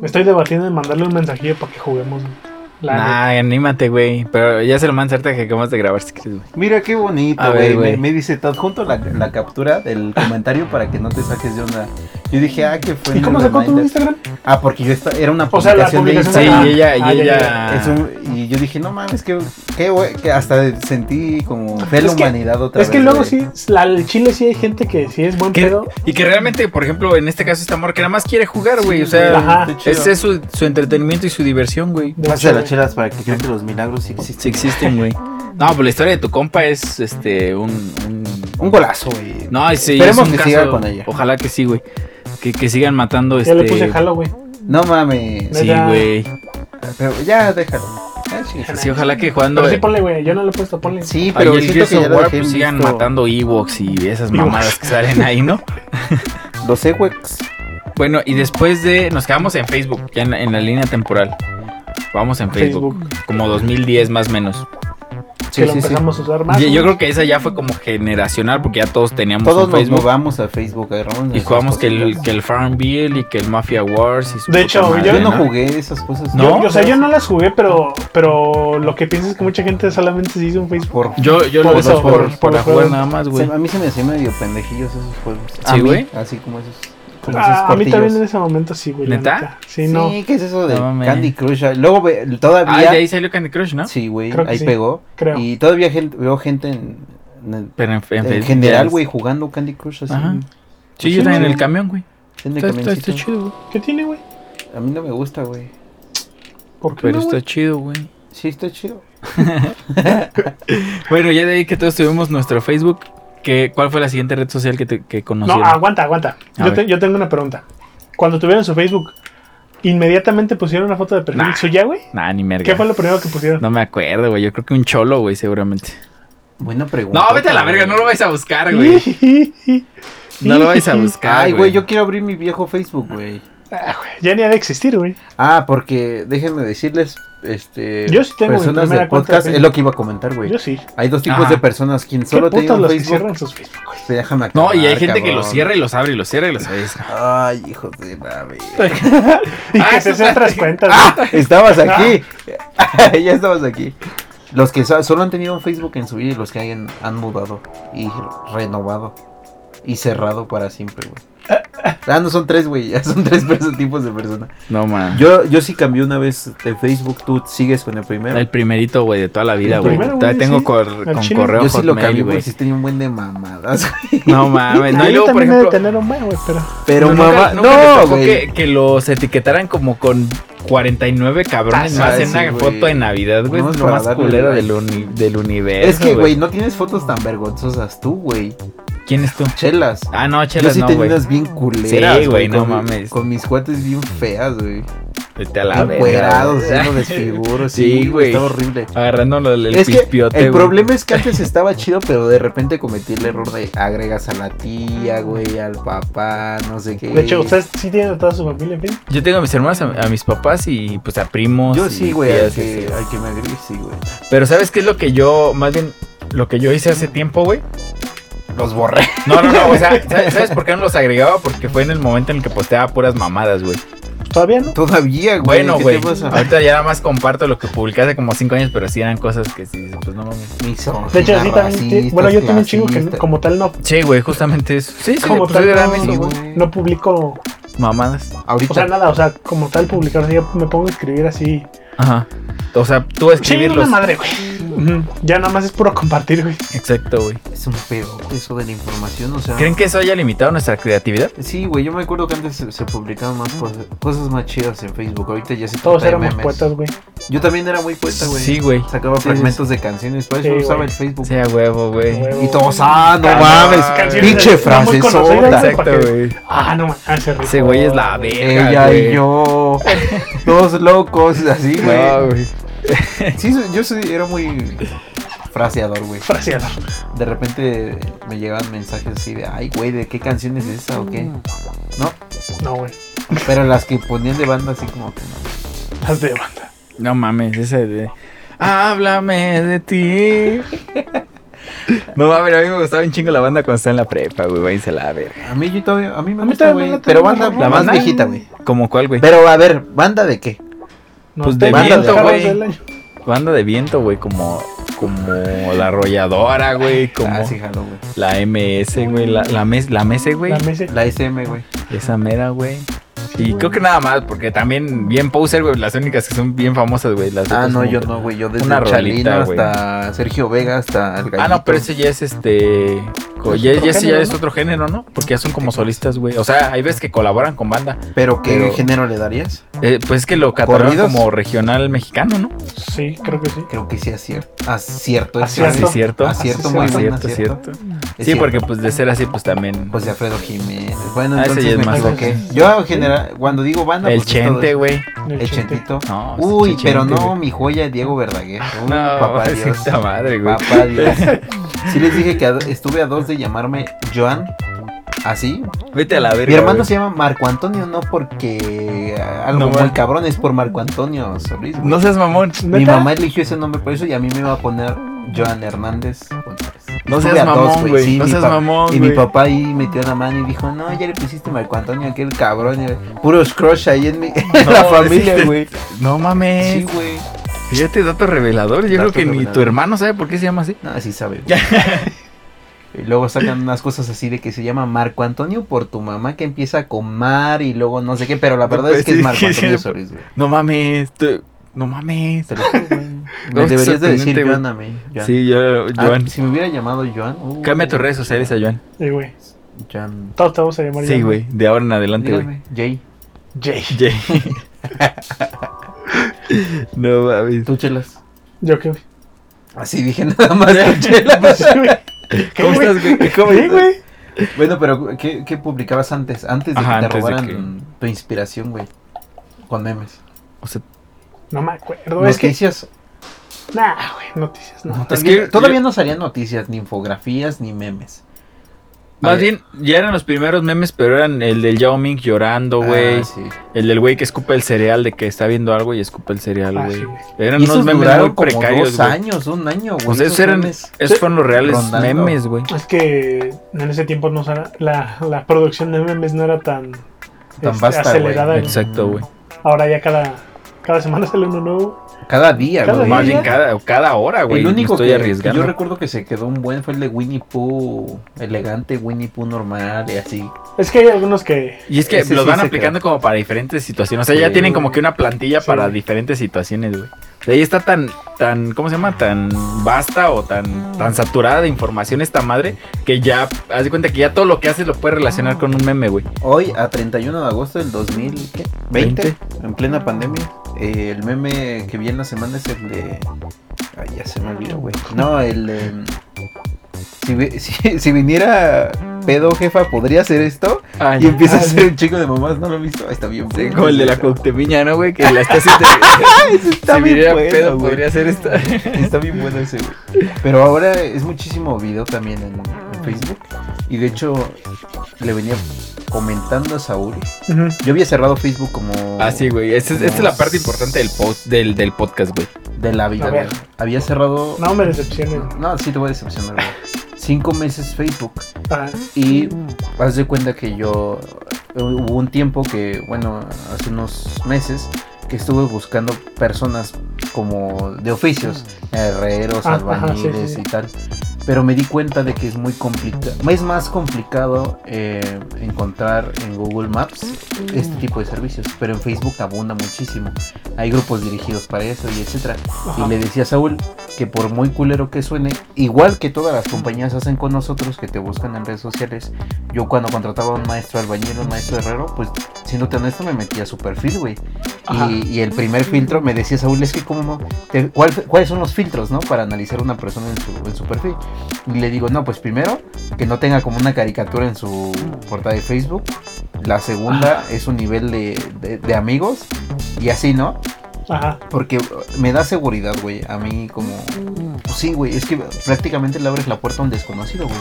Speaker 2: Me estoy debatiendo en mandarle un mensajillo para que juguemos. güey. La neta.
Speaker 1: Nah, anímate, güey. Pero ya se lo mandas ahorita que acabas de grabar, si quieres, güey.
Speaker 3: Mira qué bonito,
Speaker 1: A
Speaker 3: güey.
Speaker 1: ver, güey.
Speaker 3: Me, me dice, te adjunto la, la captura del comentario para que no te saques de onda. Yo dije, ah, que fue.
Speaker 2: ¿Y
Speaker 3: en
Speaker 2: cómo
Speaker 3: el
Speaker 2: sacó tu
Speaker 3: reminder.
Speaker 2: Instagram?
Speaker 3: Ah, porque yo esta, era una
Speaker 2: O sea,
Speaker 3: publicación,
Speaker 2: la publicación
Speaker 3: de
Speaker 1: Sí,
Speaker 2: de-
Speaker 3: Instagram.
Speaker 1: y ella, y
Speaker 2: Ah, ya,
Speaker 1: ella-
Speaker 2: ya,
Speaker 3: Es un- y yo dije, no mames, que, que, güey, que hasta sentí como ver la
Speaker 2: Es que-
Speaker 3: humanidad otra
Speaker 2: Es
Speaker 3: vez.
Speaker 2: que luego
Speaker 3: güey.
Speaker 2: sí, la, el chile sí hay gente que sí es buen
Speaker 1: Que-
Speaker 2: pedo.
Speaker 1: y que realmente, por ejemplo, en este caso, esta amor que nada más quiere jugar, güey. O sea,
Speaker 2: Ajá.
Speaker 3: está chido.
Speaker 1: ese es su, su entretenimiento y su diversión, güey.
Speaker 2: de
Speaker 3: Pásale
Speaker 2: hecho,
Speaker 3: las chelas para que crean que los milagros sí existen.
Speaker 1: Sí existen, güey. No, pues la historia de tu compa es este un, un-
Speaker 3: Un golazo, güey.
Speaker 1: No, sí,
Speaker 3: Esperemos
Speaker 1: es un
Speaker 3: que
Speaker 1: caso-
Speaker 3: siga con ella.
Speaker 1: Ojalá que sí, güey. Que, que sigan matando
Speaker 2: Ya
Speaker 1: este
Speaker 2: le puse Halo, güey.
Speaker 3: No mames.
Speaker 1: Sí,
Speaker 2: Ya.
Speaker 1: güey.
Speaker 3: Pero ya, déjalo. Ay, chinga.
Speaker 1: Sí, ojalá que jugando
Speaker 2: Pero sí,
Speaker 1: eh,
Speaker 2: ponle, güey. Yo no lo he puesto, ponle.
Speaker 3: Sí,
Speaker 1: ahí
Speaker 3: pero
Speaker 1: el
Speaker 3: siento
Speaker 1: Gears
Speaker 3: que ya
Speaker 1: of
Speaker 3: lo
Speaker 1: War
Speaker 3: dejé
Speaker 1: pues,
Speaker 3: en
Speaker 1: sigan
Speaker 3: visto.
Speaker 1: matando Ewoks y esas
Speaker 2: Ewoks.
Speaker 1: mamadas que salen ahí, ¿no?
Speaker 3: Los Ewoks.
Speaker 1: Bueno, y después de nos quedamos en Facebook, ya en, en la línea temporal. Vamos en Facebook, como 2010 más o menos.
Speaker 2: que lo empezamos a usar más.
Speaker 1: Yo, yo creo que esa ya fue como generacional porque ya todos teníamos
Speaker 3: Todos
Speaker 1: un
Speaker 3: nos
Speaker 1: Facebook.
Speaker 3: mudamos a Facebook, agarramos
Speaker 1: Y jugamos que el,
Speaker 3: nuestras
Speaker 1: que el Farmville y que el Mafia Wars y su
Speaker 2: De
Speaker 1: puta
Speaker 2: hecho, yo
Speaker 3: cositas.
Speaker 1: madre,
Speaker 3: Yo no jugué esas cosas.
Speaker 1: Ah, ¿No?
Speaker 2: Yo- yo- o sea, yo no las jugué, pero, pero lo que pienso es que mucha gente solamente se hizo un Facebook.
Speaker 3: Por-
Speaker 1: Yo, yo
Speaker 2: Por
Speaker 1: lo
Speaker 2: eso,
Speaker 1: uso por,
Speaker 2: por- por
Speaker 1: para jugar
Speaker 2: los juegos.
Speaker 1: nada más,
Speaker 3: se-
Speaker 1: güey.
Speaker 3: a mí se me hacían medio pendejillos esos juegos. A
Speaker 1: Sí,
Speaker 3: mí,
Speaker 1: güey.
Speaker 3: Así como esos. Como esos
Speaker 2: Ah, a mí
Speaker 3: cortillos.
Speaker 2: también en ese momento sí, güey. la
Speaker 1: ¿Neta?
Speaker 2: Sí, no.
Speaker 3: Sí, ¿qué es eso de
Speaker 1: No mames.
Speaker 3: Candy Crush? Luego ve-
Speaker 1: Ah, de
Speaker 3: todavía.
Speaker 1: ahí salió Candy Crush, ¿no?
Speaker 3: Sí, güey,
Speaker 2: Creo que
Speaker 3: ahí
Speaker 2: sí.
Speaker 3: pegó.
Speaker 2: Creo.
Speaker 3: Y todavía gente, veo gente en, en el-
Speaker 1: Pero en, en
Speaker 3: en
Speaker 1: Facebook
Speaker 3: general,
Speaker 1: ya-
Speaker 3: güey, jugando Candy Crush así.
Speaker 1: Ajá. Sí,
Speaker 3: Pues
Speaker 1: yo
Speaker 3: sí,
Speaker 1: también en
Speaker 3: sí.
Speaker 1: el camión, güey.
Speaker 3: en el
Speaker 1: Está, está- está
Speaker 3: camioncito.
Speaker 1: chido, güey.
Speaker 2: ¿Qué tiene, güey?
Speaker 3: A mí no me gusta, güey.
Speaker 2: ¿Por qué
Speaker 1: Pero
Speaker 2: no,
Speaker 1: está
Speaker 2: güey?
Speaker 1: chido, güey.
Speaker 3: Sí, está chido.
Speaker 1: Bueno, ya de ahí que todos tuvimos nuestro Facebook. ¿Qué, ¿Cuál fue la siguiente red social que, te, que
Speaker 2: No, ah,
Speaker 1: conocieron?
Speaker 2: aguanta, aguanta.
Speaker 1: A
Speaker 2: Yo, te-
Speaker 1: ver.
Speaker 2: yo tengo una pregunta. Cuando tuvieron su Facebook, ¿inmediatamente pusieron una foto de perfil
Speaker 1: Nah.
Speaker 2: suya, güey?
Speaker 1: Nah, ni merga.
Speaker 2: ¿Qué fue lo primero que pusieron?
Speaker 1: No me acuerdo, güey. Yo creo que un cholo, güey, seguramente.
Speaker 3: Buena pregunta.
Speaker 1: No, vete a la
Speaker 3: güey.
Speaker 1: verga, no lo vais a buscar, güey. No lo vais a buscar.
Speaker 3: Ay, güey, yo quiero abrir mi viejo Facebook, güey.
Speaker 2: Ah, güey, ya ni ha de existir, güey.
Speaker 3: Ah, porque déjenme decirles, este.
Speaker 2: Yo sí tengo mi
Speaker 3: personas
Speaker 2: primera
Speaker 3: del
Speaker 2: cuenta
Speaker 3: podcast.
Speaker 2: de
Speaker 3: Es
Speaker 2: Facebook.
Speaker 3: lo que iba a comentar, güey.
Speaker 2: Yo sí.
Speaker 3: Hay dos tipos
Speaker 1: Ajá.
Speaker 3: de personas. Quien
Speaker 2: ¿Qué
Speaker 3: solo tiene
Speaker 2: putos
Speaker 3: un
Speaker 2: los que
Speaker 3: Facebook.
Speaker 2: cierran sus Facebook, güey?
Speaker 3: Se dejan acabar,
Speaker 1: No, y hay gente que lo
Speaker 3: cabrón.
Speaker 1: cierra y lo abre y lo cierra y lo cierra.
Speaker 3: Ay, hijos de la verga.
Speaker 2: Y
Speaker 1: Ah,
Speaker 2: que
Speaker 1: eso está-
Speaker 2: se hacen otras cuentas, güey.
Speaker 3: ¡Ah! Estabas aquí. ya estabas aquí. Los que so- solo han tenido un Facebook en su vida y los que hayan- han mudado y renovado y cerrado para siempre, güey. Ah, no son tres, güey. Ya son tres perso- tipos de personas.
Speaker 1: No, man.
Speaker 3: Yo, yo sí cambié una vez de Facebook. Tú sigues con el primero.
Speaker 1: El primerito, güey, de toda la vida,
Speaker 3: El
Speaker 1: güey.
Speaker 2: primero,
Speaker 1: Todavía
Speaker 2: güey,
Speaker 1: tengo
Speaker 2: sí.
Speaker 1: cor-
Speaker 2: Al
Speaker 1: con
Speaker 2: chile.
Speaker 1: correo
Speaker 3: yo sí lo
Speaker 1: Hotmail,
Speaker 3: cambié
Speaker 1: güey.
Speaker 3: porque sí tenía un buen de mamadas. güey.
Speaker 1: No mames. No,
Speaker 2: Ah,
Speaker 1: y luego,
Speaker 2: yo
Speaker 1: por
Speaker 2: también he de
Speaker 1: ejemplo.
Speaker 2: tener un, güey, güey, pero...
Speaker 3: Pero
Speaker 1: nunca-
Speaker 3: mamá,
Speaker 1: nunca les
Speaker 3: no,
Speaker 1: tocó
Speaker 3: güey.
Speaker 1: Que, que los etiquetaran como con 49 cabrones
Speaker 3: Ah,
Speaker 1: más en
Speaker 3: sí,
Speaker 1: una
Speaker 3: güey.
Speaker 1: foto de Navidad, güey.
Speaker 3: No,
Speaker 1: es
Speaker 3: es
Speaker 1: lo
Speaker 3: para
Speaker 1: más
Speaker 3: darle
Speaker 1: culero
Speaker 3: like.
Speaker 1: del, uni- del universo.
Speaker 3: Es que, güey, no tienes fotos tan vergonzosas tú, güey.
Speaker 1: ¿Quién es tú?
Speaker 3: Chelas.
Speaker 1: Ah, no,
Speaker 3: yo
Speaker 1: chelas,
Speaker 3: sí
Speaker 1: no,
Speaker 3: tenía
Speaker 1: güey.
Speaker 3: unas bien culeras.
Speaker 1: Sí, güey, no
Speaker 3: con mi-
Speaker 1: mames.
Speaker 3: Con mis cuates bien feas, güey.
Speaker 1: Vete a la verga.
Speaker 3: Encuerados,
Speaker 1: güey.
Speaker 3: llenos de figuras.
Speaker 1: Sí,
Speaker 3: Sí,
Speaker 1: güey.
Speaker 3: güey. Está horrible.
Speaker 1: Agarrándolo del
Speaker 3: es que
Speaker 1: pispiote,
Speaker 3: el
Speaker 1: güey.
Speaker 3: problema es que antes estaba chido, pero de repente cometí el error de agregas a la tía, güey, al papá, no sé qué.
Speaker 2: De hecho, ustedes sí tienen a toda su familia en fin.
Speaker 1: Yo tengo a mis hermanos, a, a mis papás y pues a primos.
Speaker 3: Yo
Speaker 1: y
Speaker 3: sí, güey, al
Speaker 1: tías, sí.
Speaker 3: que, al que me agregues, sí, güey.
Speaker 1: Pero ¿sabes qué es lo que yo, más bien, lo que yo hice hace tiempo, güey?
Speaker 3: Los borré.
Speaker 1: No, no, no, o sea, ¿sabes, sabes por qué no los agregaba? Porque fue en el momento en el que posteaba puras mamadas, güey.
Speaker 2: Todavía no.
Speaker 3: Todavía, güey.
Speaker 1: Bueno,
Speaker 3: ¿qué
Speaker 1: güey,
Speaker 3: te pasa?
Speaker 1: ahorita ya nada más comparto lo que publiqué hace como cinco años, pero sí eran cosas que sí, dices, pues no mames.
Speaker 3: Misógino,
Speaker 2: De hecho, sí también... ti-
Speaker 3: racista,
Speaker 2: Bueno, yo tengo un chingo que
Speaker 3: clasista.
Speaker 2: como tal no,
Speaker 1: Sí, güey, justamente eso. Sí, sí,
Speaker 2: como
Speaker 1: pues,
Speaker 2: tal
Speaker 1: eran
Speaker 2: no-
Speaker 1: mis
Speaker 3: sí,
Speaker 1: güey,
Speaker 3: güey.
Speaker 2: no publico...
Speaker 1: mamadas.
Speaker 3: Ahorita.
Speaker 2: O sea, nada, o sea, como tal publicar, o sea, yo me pongo a escribir así.
Speaker 1: Ajá. O sea, tú
Speaker 2: Sí, una
Speaker 1: escribirlos.
Speaker 2: madre, güey. Ujú. Ya nada más es puro compartir, güey.
Speaker 1: Exacto, güey.
Speaker 3: Es un pedo eso de la información, o sea.
Speaker 1: ¿Creen que eso haya limitado nuestra creatividad?
Speaker 3: Sí, güey, yo me acuerdo que antes se, se publicaban más cosas, cosas más chidas en Facebook. Ahorita ya se
Speaker 2: Todos
Speaker 3: trata de
Speaker 2: éramos
Speaker 3: memes.
Speaker 2: poetas, güey.
Speaker 3: Yo también era muy poeta, güey.
Speaker 1: Sí, güey.
Speaker 3: Sacaba
Speaker 1: Sí,
Speaker 3: fragmentos de canciones, por eso
Speaker 2: Sí,
Speaker 3: usaba
Speaker 2: güey.
Speaker 3: el Facebook.
Speaker 1: Sea huevo, güey.
Speaker 2: Huevo.
Speaker 3: Y todos, ah, no
Speaker 1: Ah,
Speaker 3: mames,
Speaker 1: canciones
Speaker 3: pinche
Speaker 2: de- muy
Speaker 3: frase
Speaker 2: conocidas,
Speaker 3: sota.
Speaker 2: güey.
Speaker 1: Exacto, güey.
Speaker 2: Ah, no, man, ah, se rifó.
Speaker 1: Ese güey es la verga.
Speaker 3: Ella
Speaker 1: güey.
Speaker 3: y yo, dos locos, así, güey.
Speaker 1: No, güey.
Speaker 3: Sí, so- yo soy, era muy fraseador, güey.
Speaker 2: Fraseador.
Speaker 3: De repente me llegaban mensajes así de, ay, güey, ¿de qué canción es esa o qué? No,
Speaker 2: No, güey.
Speaker 3: pero las que ponían de banda así como que no.
Speaker 2: Las de banda.
Speaker 1: No mames, ese de. Háblame de ti. No mames, a mí me gustaba un chingo la banda cuando estaba en la prepa, güey. Váyanse a la verga.
Speaker 3: A mí yo todavía, a mí me
Speaker 2: A mí
Speaker 3: gusta,
Speaker 2: también
Speaker 3: güey.
Speaker 2: me
Speaker 3: Pero
Speaker 2: gusta,
Speaker 3: banda,
Speaker 2: güey.
Speaker 3: la
Speaker 1: La
Speaker 3: más
Speaker 1: banda-
Speaker 3: viejita, güey. Ah,
Speaker 1: ¿Como cuál, güey?
Speaker 3: Pero a ver, ¿banda de qué?
Speaker 2: No
Speaker 1: Pues
Speaker 2: te
Speaker 1: de
Speaker 2: mandas
Speaker 3: viento,
Speaker 2: carros
Speaker 1: güey.
Speaker 2: del año.
Speaker 1: Banda de viento, güey. Como. Como la arrolladora, güey. Como.
Speaker 3: Ah, sí, jalo, güey.
Speaker 1: La MS, güey. La, la, mes, la MS, güey.
Speaker 2: La mesa.
Speaker 3: La SM, güey.
Speaker 1: Esa mera, güey. Y creo que nada más, porque también bien poser, güey. Las únicas que son bien famosas, güey. las
Speaker 3: Ah,
Speaker 1: otras
Speaker 3: no,
Speaker 1: como
Speaker 3: yo
Speaker 1: que-
Speaker 3: no, güey. Yo desde
Speaker 1: Una
Speaker 3: Chalino
Speaker 1: rolita, güey.
Speaker 3: hasta Sergio Vega, hasta el
Speaker 1: Ah,
Speaker 3: gallito.
Speaker 1: no, pero ese ya es este. co-
Speaker 2: Es
Speaker 1: Ya,
Speaker 2: otro
Speaker 1: ya ese ya
Speaker 2: género,
Speaker 1: es
Speaker 2: ¿no?
Speaker 1: otro género, ¿no? Porque ya son como solistas, güey. O sea, hay veces que colaboran con banda.
Speaker 3: ¿Pero qué
Speaker 1: pero-
Speaker 3: género le darías?
Speaker 1: Eh, pues es que lo catalogan
Speaker 3: ¿Corridos?
Speaker 1: como regional mexicano, ¿no?
Speaker 2: Sí, creo que sí.
Speaker 3: Creo que sí acierto. Acierto. es
Speaker 1: Ah, Sí,
Speaker 2: Acierto.
Speaker 1: sí, cierto.
Speaker 3: Acierto,
Speaker 2: muy
Speaker 1: Sí,
Speaker 3: buen
Speaker 1: cierto,
Speaker 3: acierto.
Speaker 1: cierto.
Speaker 3: Es
Speaker 1: Sí,
Speaker 3: cierto.
Speaker 1: porque pues de ser así, pues también.
Speaker 3: Pues de Alfredo Jiménez. Bueno,
Speaker 1: Ah, ese ya
Speaker 3: entonces
Speaker 1: es
Speaker 3: me
Speaker 1: más-
Speaker 3: equivoqué. Yo en general, cuando digo banda,
Speaker 1: el
Speaker 3: pues es todo
Speaker 1: chente,
Speaker 3: eso.
Speaker 1: güey.
Speaker 3: El chentito.
Speaker 1: No,
Speaker 3: Uy,
Speaker 1: sí,
Speaker 3: pero
Speaker 1: Chente,
Speaker 3: no,
Speaker 1: güey.
Speaker 3: mi joya Diego Verdaguer. Uy,
Speaker 1: No,
Speaker 3: papá
Speaker 1: es
Speaker 3: Dios.
Speaker 1: esta madre, güey.
Speaker 3: Papá Dios. Sí les dije que a- estuve a dos de llamarme Joan. Así.
Speaker 1: Vete a la verga.
Speaker 3: Mi hermano
Speaker 1: güey.
Speaker 3: se llama Marco Antonio, no porque ah, algo
Speaker 1: No,
Speaker 3: muy
Speaker 1: man.
Speaker 3: cabrón, es por Marco Antonio Solís. güey.
Speaker 1: No seas mamón.
Speaker 3: Mi
Speaker 2: ¿Neta?
Speaker 3: mamá eligió ese nombre por eso y a mí me iba a poner Joan Hernández. Contreras.
Speaker 1: No
Speaker 3: Tuve
Speaker 1: seas
Speaker 3: a dos,
Speaker 1: mamón, güey, no
Speaker 3: mi
Speaker 1: seas
Speaker 3: pa-
Speaker 1: mamón,
Speaker 3: Y
Speaker 1: güey.
Speaker 3: mi papá ahí metió la mano y dijo, no, ya le pusiste Marco Antonio, aquel cabrón. y- Puros crush ahí en, mi, en
Speaker 1: No,
Speaker 3: la familia,
Speaker 1: sí.
Speaker 3: güey.
Speaker 1: No mames. Pues
Speaker 3: Sí, güey.
Speaker 1: Fíjate, dato revelador. Yo creo
Speaker 3: Dato
Speaker 1: que ni
Speaker 3: revelador.
Speaker 1: tu hermano sabe por qué se llama así.
Speaker 3: No, sí sabe. güey. y luego sacan unas cosas así de que se llama Marco Antonio por tu mamá que empieza con Mar y luego no sé qué, pero la verdad
Speaker 1: Pues
Speaker 3: es que es
Speaker 1: sí,
Speaker 3: Marco
Speaker 1: sí,
Speaker 3: Antonio
Speaker 1: sí.
Speaker 3: Solís, güey.
Speaker 1: No mames. tú- No mames.
Speaker 3: Te lo juro, güey.
Speaker 1: No,
Speaker 3: Me deberías de
Speaker 1: sorprendente,
Speaker 3: decir
Speaker 1: güey.
Speaker 3: Joan a mí. Joan.
Speaker 1: Sí, yo,
Speaker 3: Ah,
Speaker 1: Joan.
Speaker 3: si me hubiera llamado Joan. uh,
Speaker 1: Cambia tus redes sociales a Joan.
Speaker 2: Sí, Eh, güey.
Speaker 3: Joan.
Speaker 2: Todos te vamos a llamar
Speaker 1: Sí,
Speaker 2: ya.
Speaker 1: güey. De ahora en adelante, güey.
Speaker 3: Dígame, Jay.
Speaker 2: Jay.
Speaker 1: Jay. no mames.
Speaker 3: Tú chelas.
Speaker 2: Yo qué, güey.
Speaker 3: Así dije nada más.
Speaker 2: Pues sí, güey.
Speaker 1: ¿Cómo estás, güey?
Speaker 3: ¿Cómo
Speaker 2: Sí, güey.
Speaker 3: Bueno, pero ¿qué, qué publicabas antes? Antes de
Speaker 1: Ajá,
Speaker 3: que te
Speaker 1: antes de
Speaker 3: robaran
Speaker 1: que-
Speaker 3: tu inspiración, güey. Con memes.
Speaker 1: O sea,
Speaker 2: No me acuerdo. Es que.
Speaker 3: Noticias.
Speaker 2: Nah, güey, noticias, no.
Speaker 1: Es
Speaker 3: todavía
Speaker 1: que
Speaker 3: todavía
Speaker 1: yo-
Speaker 3: no salían noticias, ni infografías, ni memes.
Speaker 1: más
Speaker 3: Vale.
Speaker 1: bien, ya eran los primeros memes, pero eran el del Yao Ming llorando, güey.
Speaker 3: Ah, sí.
Speaker 1: El del güey que escupe el cereal, de que está viendo algo y escupe el cereal,
Speaker 2: Ah,
Speaker 1: güey.
Speaker 2: sí, güey.
Speaker 1: Eran
Speaker 3: Y
Speaker 1: unos
Speaker 3: esos
Speaker 1: memes muy
Speaker 3: duraron como
Speaker 1: precarios,
Speaker 3: dos
Speaker 1: güey.
Speaker 3: años, un año, güey.
Speaker 1: O sea, esos, eran,
Speaker 3: memes.
Speaker 1: esos fueron los reales
Speaker 3: Rondando.
Speaker 1: memes, güey.
Speaker 2: Es que en ese tiempo no sa- la, la producción de memes no era tan,
Speaker 3: Tan
Speaker 2: este,
Speaker 3: vasta, güey.
Speaker 2: acelerada. ¿no?
Speaker 1: Exacto, güey.
Speaker 2: Ahora ya cada, cada semana sale uno nuevo.
Speaker 3: Cada día,
Speaker 2: Cada
Speaker 3: güey.
Speaker 2: día
Speaker 1: Más bien
Speaker 2: ya.
Speaker 1: cada, cada hora, güey.
Speaker 3: el
Speaker 1: me
Speaker 3: único
Speaker 1: estoy
Speaker 3: que, que
Speaker 1: arriesgando.
Speaker 3: yo recuerdo que se quedó un buen fue el de Winnie Pooh, elegante Winnie Pooh normal y así.
Speaker 2: Es que hay algunos que.
Speaker 1: Y es que
Speaker 3: Ese
Speaker 1: los
Speaker 3: sí
Speaker 1: van
Speaker 3: se
Speaker 1: aplicando como para diferentes situaciones. O sea, ya
Speaker 3: Sí.
Speaker 1: tienen como que una plantilla
Speaker 2: Sí.
Speaker 1: para diferentes situaciones, güey. O sea, ya está tan, tan, ¿cómo se llama? Tan vasta o tan, tan saturada de información esta madre que ya, haz de cuenta que ya todo lo que haces lo puedes relacionar con un meme, güey.
Speaker 3: Hoy, a 31 de agosto del 2020,
Speaker 1: Veinte.
Speaker 3: en plena pandemia, eh, el meme que vi en la semana es el de... Ay, ya se me olvidó, güey. No, el... em, si, vi- si, si viniera pedo, jefa, ¿podría hacer esto? Y empieza a
Speaker 2: Ay.
Speaker 3: hacer un chico de mamás, ¿no lo he visto? Ay, Está bien. pendejo.
Speaker 1: Ah, Como el de la Coctemiña, ¿no, güey? Que la está haciendo.
Speaker 3: Ese Está
Speaker 1: si
Speaker 3: bien
Speaker 1: viniera
Speaker 3: bueno,
Speaker 1: pedo,
Speaker 3: güey.
Speaker 1: podría hacer esta.
Speaker 3: Está bien bueno ese, güey. Pero ahora es muchísimo video también en, en Facebook. Y de hecho, le venía comentando a Saúl.
Speaker 2: Ujú.
Speaker 3: Yo había cerrado Facebook como.
Speaker 1: Ah, sí, güey. Esa es, esta es la parte importante del, post, del, del podcast, güey.
Speaker 3: De la vida.
Speaker 2: A ver.
Speaker 3: güey. Había cerrado.
Speaker 2: No me decepcionen.
Speaker 3: No, sí te voy a decepcionar, güey. Cinco meses Facebook.
Speaker 2: Ah,
Speaker 3: Y haz de cuenta que yo. Hubo un tiempo que, bueno, hace unos meses. Que estuve buscando personas como de oficios, herreros,
Speaker 2: Ah, ajá, sí, sí,
Speaker 3: albañiles
Speaker 2: sí.
Speaker 3: y tal. Pero me di cuenta de que es muy complicado. Es más complicado eh, encontrar en Google Maps este tipo de servicios. Pero en Facebook abunda muchísimo. Hay grupos dirigidos para eso y etcétera.
Speaker 2: ajá.
Speaker 3: Y le decía a Saúl que por muy culero que suene, igual que todas las compañías hacen con nosotros que te buscan en redes sociales, yo cuando contrataba a un maestro albañil, un maestro herrero, pues siéndote honesto me metía a su perfil, güey.
Speaker 2: Ajá.
Speaker 3: Y, y el primer filtro me decía Saúl, es que como no, te- ¿cuál- ¿cuáles son los filtros, no? Para analizar una persona en su, en su perfil. Y le digo, no, pues primero, que no tenga como una caricatura en su portada de Facebook. La segunda es un nivel de, de- de amigos y así, ¿no?
Speaker 2: Ajá.
Speaker 3: Porque me da seguridad, güey. A mí como... Pues sí, güey. Es que prácticamente le abres la puerta a un desconocido, güey.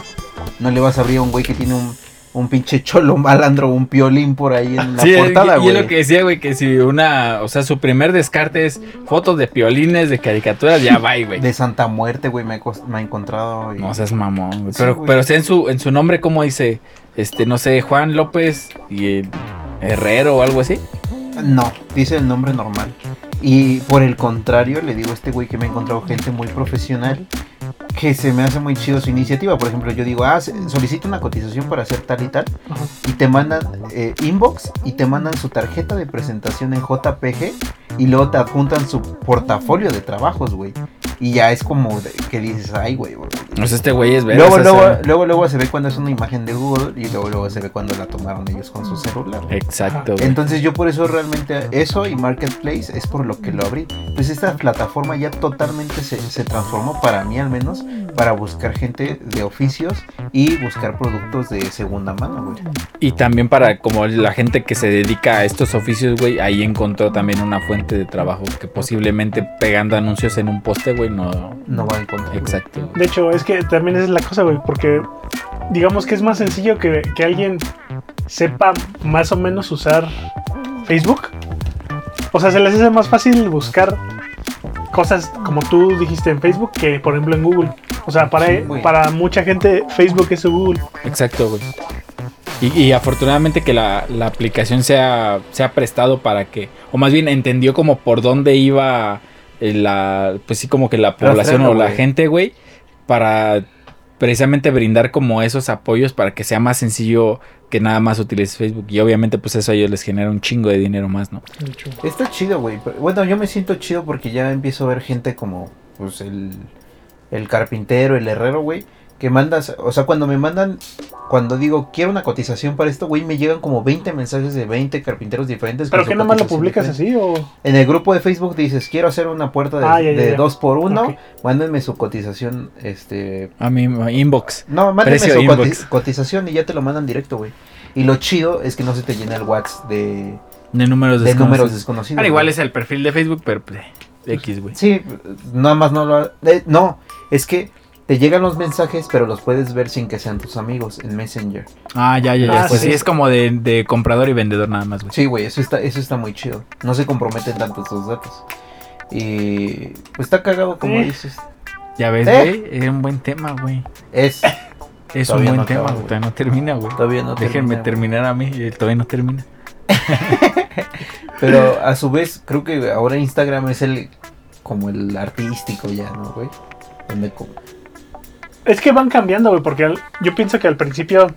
Speaker 3: No le vas a abrir a un güey que tiene un, un pinche cholo malandro, un piolín por ahí en la
Speaker 1: Sí, y-
Speaker 3: portada,
Speaker 1: y,
Speaker 3: güey.
Speaker 1: es lo que decía, güey, que si una, o sea, su primer descarte es fotos de piolines, de caricaturas, ya va, güey.
Speaker 3: De Santa Muerte, güey, me, he cos- me ha encontrado. y-
Speaker 1: No seas mamón, güey.
Speaker 3: Sí,
Speaker 1: Pero,
Speaker 3: güey.
Speaker 1: pero sea en su, en su nombre, ¿cómo dice? Este, no sé, Juan López y el Herrero o algo así.
Speaker 3: No, dice el nombre normal. Y por el contrario, le digo a este güey que me he encontrado gente muy profesional que se me hace muy chido su iniciativa. Por ejemplo, yo digo, ah, se- solicito una cotización para hacer tal y tal.
Speaker 2: Ajá.
Speaker 3: Y te mandan eh, inbox y te mandan su tarjeta de presentación en JPG y luego te adjuntan su portafolio de trabajos, güey. Y ya es como de- que dices, ay, güey. güey".
Speaker 1: O sea, este güey es verga, o
Speaker 3: Luego,
Speaker 1: sea,
Speaker 3: luego,
Speaker 1: se-
Speaker 3: luego, luego se ve cuando es una imagen de Google y luego, luego se ve cuando la tomaron ellos con su celular.
Speaker 1: Exacto, güey.
Speaker 3: Entonces yo por eso realmente eso y Marketplace es por lo que lo abrí. Pues esta plataforma ya totalmente se, se transformó para mí al menos para buscar gente de oficios y buscar productos de segunda mano, güey.
Speaker 1: Y también para como la gente que se dedica a estos oficios, güey, ahí encontró también una fuente de trabajo que posiblemente pegando anuncios en un poste, güey, no.
Speaker 3: No va a encontrar.
Speaker 1: Exacto.
Speaker 2: De hecho, es que también esa es la cosa, güey, porque digamos que es más sencillo que, que alguien sepa más o menos usar Facebook. O sea, se les hace más fácil buscar cosas como tú dijiste en Facebook que, por ejemplo, en Google. O sea, para, eh,
Speaker 3: Sí, güey.
Speaker 2: para mucha gente Facebook es su Google.
Speaker 1: Exacto, güey. Y, y afortunadamente que la, la aplicación se ha, se ha prestado para que, o más bien entendió como por dónde iba eh, la, pues sí, como que la población
Speaker 3: Rastreando,
Speaker 1: o la
Speaker 3: güey.
Speaker 1: gente, güey, para precisamente brindar como esos apoyos para que sea más sencillo que nada más utilices Facebook. Y obviamente pues eso a ellos les genera un chingo de dinero más, ¿no?
Speaker 3: Está chido, güey. pero- Bueno, yo me siento chido porque ya empiezo a ver gente como pues el, el carpintero, el herrero, güey, que mandas, o sea, cuando me mandan, cuando digo quiero una cotización para esto, güey, me llegan como 20 mensajes de 20 carpinteros diferentes.
Speaker 2: ¿Pero
Speaker 3: con
Speaker 2: qué
Speaker 3: su
Speaker 2: nomás lo
Speaker 3: cotización
Speaker 2: publicas
Speaker 3: diferente.
Speaker 2: así o...?
Speaker 3: En el grupo de Facebook dices quiero hacer una puerta de,
Speaker 2: Ah, ya, ya,
Speaker 3: de
Speaker 2: ya.
Speaker 3: dos por uno,
Speaker 2: Ok.
Speaker 3: mándenme su cotización, este,
Speaker 1: A mi inbox.
Speaker 3: no, mándenme
Speaker 1: Precio
Speaker 3: su coti-
Speaker 1: inbox.
Speaker 3: cotización y ya te lo mandan directo, güey. Y lo chido es que no se te llena el WhatsApp de,
Speaker 1: De números
Speaker 3: de números
Speaker 1: desconocidos.
Speaker 3: desconocidos.
Speaker 1: Ahora igual
Speaker 3: güey.
Speaker 1: es el perfil de Facebook, pero pues, eh, X, güey.
Speaker 3: Sí, nada más no lo... ha- eh, no, es que te llegan los mensajes, pero los puedes ver sin que sean tus amigos en Messenger.
Speaker 1: Ah, ya, ya, ya.
Speaker 2: Ah,
Speaker 1: pues sí,
Speaker 2: sí.
Speaker 1: es como de, de comprador y vendedor nada más, güey.
Speaker 3: Sí, güey, eso está, eso está muy chido. No se comprometen tanto tus datos. Y pues está cagado como
Speaker 2: Eh.
Speaker 3: dices.
Speaker 1: Ya ves,
Speaker 3: ¿Eh?
Speaker 1: güey. Es un buen tema, güey.
Speaker 3: Es,
Speaker 1: Es
Speaker 3: Todavía
Speaker 1: un buen
Speaker 3: no
Speaker 1: tema,
Speaker 3: acaba,
Speaker 1: güey.
Speaker 3: güey.
Speaker 1: Todavía no termina, güey.
Speaker 3: todavía no
Speaker 1: Déjenme
Speaker 3: termina, güey.
Speaker 1: terminar a mí. eh, Todavía no termina.
Speaker 3: Pero a su vez, creo que ahora Instagram es el como el artístico ya, ¿no, güey? Donde como-
Speaker 2: Es que van cambiando, güey, porque al- yo pienso que al principio,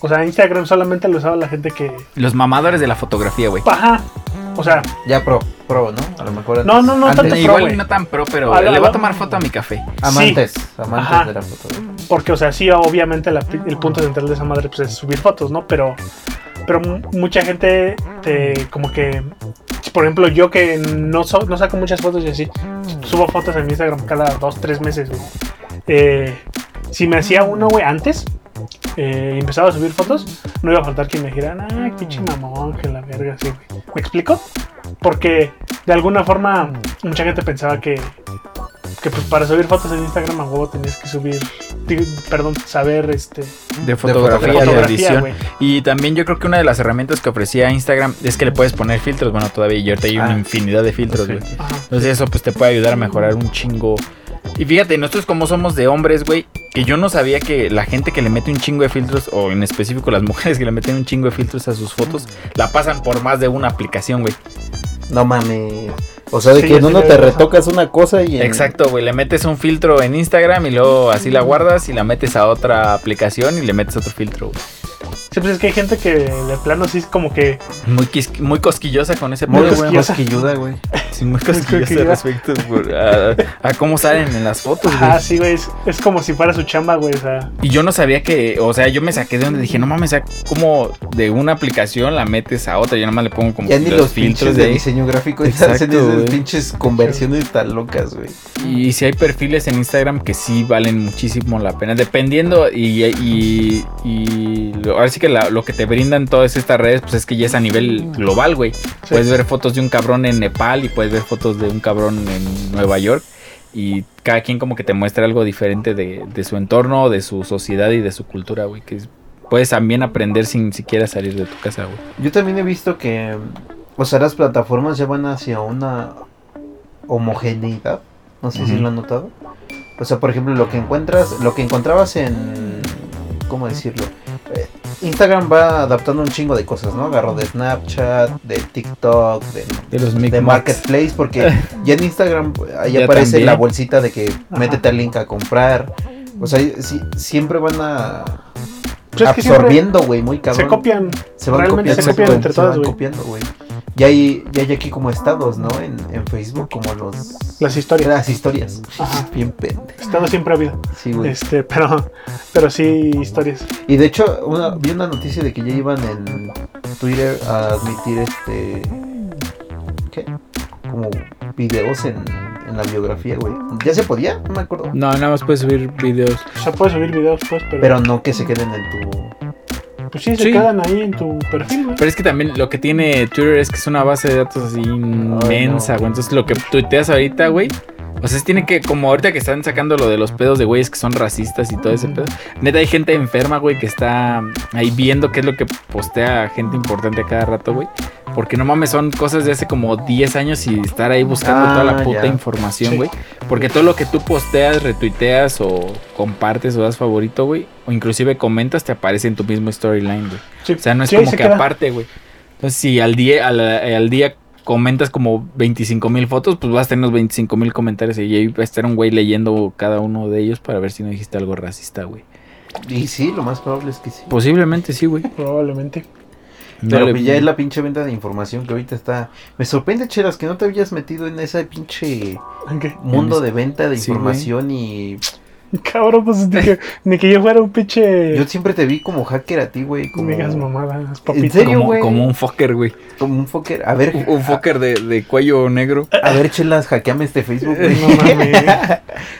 Speaker 2: o sea, Instagram solamente lo usaba la gente que...
Speaker 1: Los mamadores de la fotografía, güey.
Speaker 2: Ajá. O sea,
Speaker 3: ya pro, pro, ¿no? A lo mejor
Speaker 2: No, no, no,
Speaker 3: antes-
Speaker 2: tanto pro,
Speaker 1: Igual
Speaker 2: güey.
Speaker 1: no tan pro, pero
Speaker 2: A la-
Speaker 1: le voy
Speaker 2: la-
Speaker 1: a tomar foto a mi café.
Speaker 3: amantes, amantes
Speaker 2: Ajá.
Speaker 3: de la fotografía.
Speaker 2: porque, o sea, sí, obviamente la- el punto central de esa madre pues, es subir fotos, ¿no? Pero, pero mu- mucha gente te, como que, por ejemplo, yo que no, so- no saco muchas fotos y así, subo fotos en Instagram cada dos, tres meses, güey. Eh, si me hacía uno, güey, antes, eh, y empezaba a subir fotos, no iba a faltar quien me dijera, ah, pinche mamón, que la verga, así, güey. ¿Me explico? Porque de alguna forma mucha gente pensaba que, que pues, para subir fotos en Instagram a huevo tenías que subir, digo, perdón, saber este,
Speaker 1: De
Speaker 3: fotografía,
Speaker 1: fotografía, y de
Speaker 2: fotografía,
Speaker 1: edición.
Speaker 2: güey.
Speaker 1: Y también yo creo que una de las herramientas que ofrecía Instagram es que le puedes poner filtros. Bueno, todavía y ahorita hay una
Speaker 3: Ah.
Speaker 1: infinidad de filtros, güey.
Speaker 2: Ajá.
Speaker 1: Entonces eso pues te puede ayudar a mejorar un chingo. Y fíjate, nosotros como somos de hombres, güey, que yo no sabía que la gente que le mete un chingo de filtros, o en específico las mujeres que le meten un chingo de filtros a sus fotos, la pasan por más de una aplicación, güey.
Speaker 3: No mames. O sea, de
Speaker 2: Sí,
Speaker 3: que en
Speaker 2: sí
Speaker 3: uno
Speaker 2: lo
Speaker 3: te
Speaker 2: he visto.
Speaker 3: retocas una cosa y en-
Speaker 1: Exacto, güey. Le metes un filtro en Instagram y luego así la guardas y la metes a otra aplicación y le metes otro filtro, güey.
Speaker 2: Sí, pues es que hay gente que de plano sí es como que
Speaker 1: Muy, quis- muy cosquillosa con ese
Speaker 3: Muy
Speaker 1: pedo, güey.
Speaker 2: cosquillosa.
Speaker 3: cosquilluda, güey.
Speaker 1: Sí, muy cosquillosa
Speaker 2: cosquillosa.
Speaker 1: respecto güey, a, a cómo salen en las fotos, güey.
Speaker 2: Ah, sí, güey, es, es como si fuera su chamba, güey, o sea,
Speaker 1: Y yo no sabía que, o sea, yo me saqué de donde dije, no mames, o sea, como de una aplicación la metes a otra, yo nada más le pongo como
Speaker 3: Ya ni los, filtros de diseño gráfico y
Speaker 1: Exacto,
Speaker 3: hacen esas
Speaker 1: güey.
Speaker 3: pinches conversiones tan locas, güey.
Speaker 1: Y si hay perfiles en Instagram que sí valen muchísimo la pena, dependiendo y, y, y lo- ahora sí que la- lo que te brindan todas estas redes, pues es que ya es a nivel global, güey. Puedes ver fotos de un cabrón en Nepal y puedes ver fotos de un cabrón en Nueva York. Y cada quien como que te muestra algo diferente de, de su entorno, de su sociedad y de su cultura, güey. Que es- puedes también aprender sin siquiera salir de tu casa, güey.
Speaker 3: Yo también he visto que, o sea, las plataformas ya van hacia una homogeneidad. No sé si
Speaker 1: Ujú.
Speaker 3: lo han notado. O sea, por ejemplo, lo que encuentras, lo que encontrabas en, ¿cómo decirlo? Eh, Instagram va adaptando un chingo de cosas, ¿no? Agarro de Snapchat, de TikTok, de
Speaker 1: De los
Speaker 3: de marketplace porque ya en Instagram eh, ahí
Speaker 1: Ya
Speaker 3: aparece
Speaker 1: también.
Speaker 3: la bolsita de que métete al link a comprar. O sea, sí- siempre van a
Speaker 2: Pues es que siempre
Speaker 3: absorbiendo, güey, muy cabrón.
Speaker 2: se copian.
Speaker 3: Se van
Speaker 2: realmente
Speaker 3: copiando,
Speaker 1: se copian
Speaker 3: güey,
Speaker 2: entre
Speaker 3: se
Speaker 2: todas,
Speaker 3: van
Speaker 2: güey.
Speaker 3: copiando, güey. Ya hay, ya hay aquí como estados, ¿no? En, en Facebook como los
Speaker 2: Las historias.
Speaker 3: Las historias.
Speaker 2: Ajá.
Speaker 3: Bien pendejo.
Speaker 2: Estado siempre ha habido.
Speaker 3: Sí, güey.
Speaker 2: Este, pero, pero sí historias.
Speaker 3: Y de hecho, una- vi una noticia de que ya iban en Twitter a admitir este. ¿Qué? Como videos en, en la biografía, güey. ¿Ya se podía? No me acuerdo.
Speaker 1: No, nada más puedes subir videos.
Speaker 2: O sea, puedes subir videos, pues, pero,
Speaker 3: Pero no que se queden en tu.
Speaker 2: pues sí, se
Speaker 1: Sí.
Speaker 2: quedan ahí en tu perfil, güey.
Speaker 1: Pero es que también lo que tiene Twitter es que es una base de datos así inmensa,
Speaker 3: no.
Speaker 1: güey. Entonces lo que tuiteas ahorita, güey. O sea, se tiene que, como ahorita que están sacando lo de los pedos de güeyes que son racistas y todo ese pedo. Neta, hay gente enferma, güey, que está ahí viendo qué es lo que postea gente importante a cada rato, güey. Porque no mames, son cosas de hace como 10 años y estar ahí buscando
Speaker 3: Ah,
Speaker 1: toda la puta
Speaker 3: ya.
Speaker 1: información,
Speaker 2: Sí.
Speaker 1: güey. Porque todo lo que tú posteas, retuiteas o compartes o das favorito, güey. O inclusive comentas, te aparece en tu mismo storyline, güey.
Speaker 2: Sí.
Speaker 1: O sea, no es
Speaker 2: Sí, ahí
Speaker 1: como
Speaker 2: se
Speaker 1: que
Speaker 2: queda.
Speaker 1: aparte, güey. Entonces, si al día, al, al día comentas como 25 mil fotos, pues vas a tener los 25 mil comentarios y ahí va a estar un güey leyendo cada uno de ellos para ver si no dijiste algo racista, güey.
Speaker 3: Y sí, lo más probable es que sí.
Speaker 1: Posiblemente sí, güey.
Speaker 2: Probablemente.
Speaker 1: No
Speaker 3: Pero
Speaker 1: le-
Speaker 3: pues ya es la pinche venta de información que ahorita está. Me sorprende, Chelas, que no te habías metido en ese pinche
Speaker 2: Aunque-
Speaker 3: mundo de venta de
Speaker 1: Sí,
Speaker 3: información y.
Speaker 2: Cabrón, pues ni que, ni que yo fuera un pinche.
Speaker 3: Yo siempre te vi como hacker a ti, güey.
Speaker 2: No
Speaker 3: Como,
Speaker 2: me digas mamadas, papito.
Speaker 3: serio?
Speaker 1: Como,
Speaker 3: güey.
Speaker 1: como un fucker, güey.
Speaker 3: como un fucker. A ver,
Speaker 1: Un, un fucker de, de cuello negro.
Speaker 3: a ver, chelas, hackeame este Facebook, güey.
Speaker 2: No mames.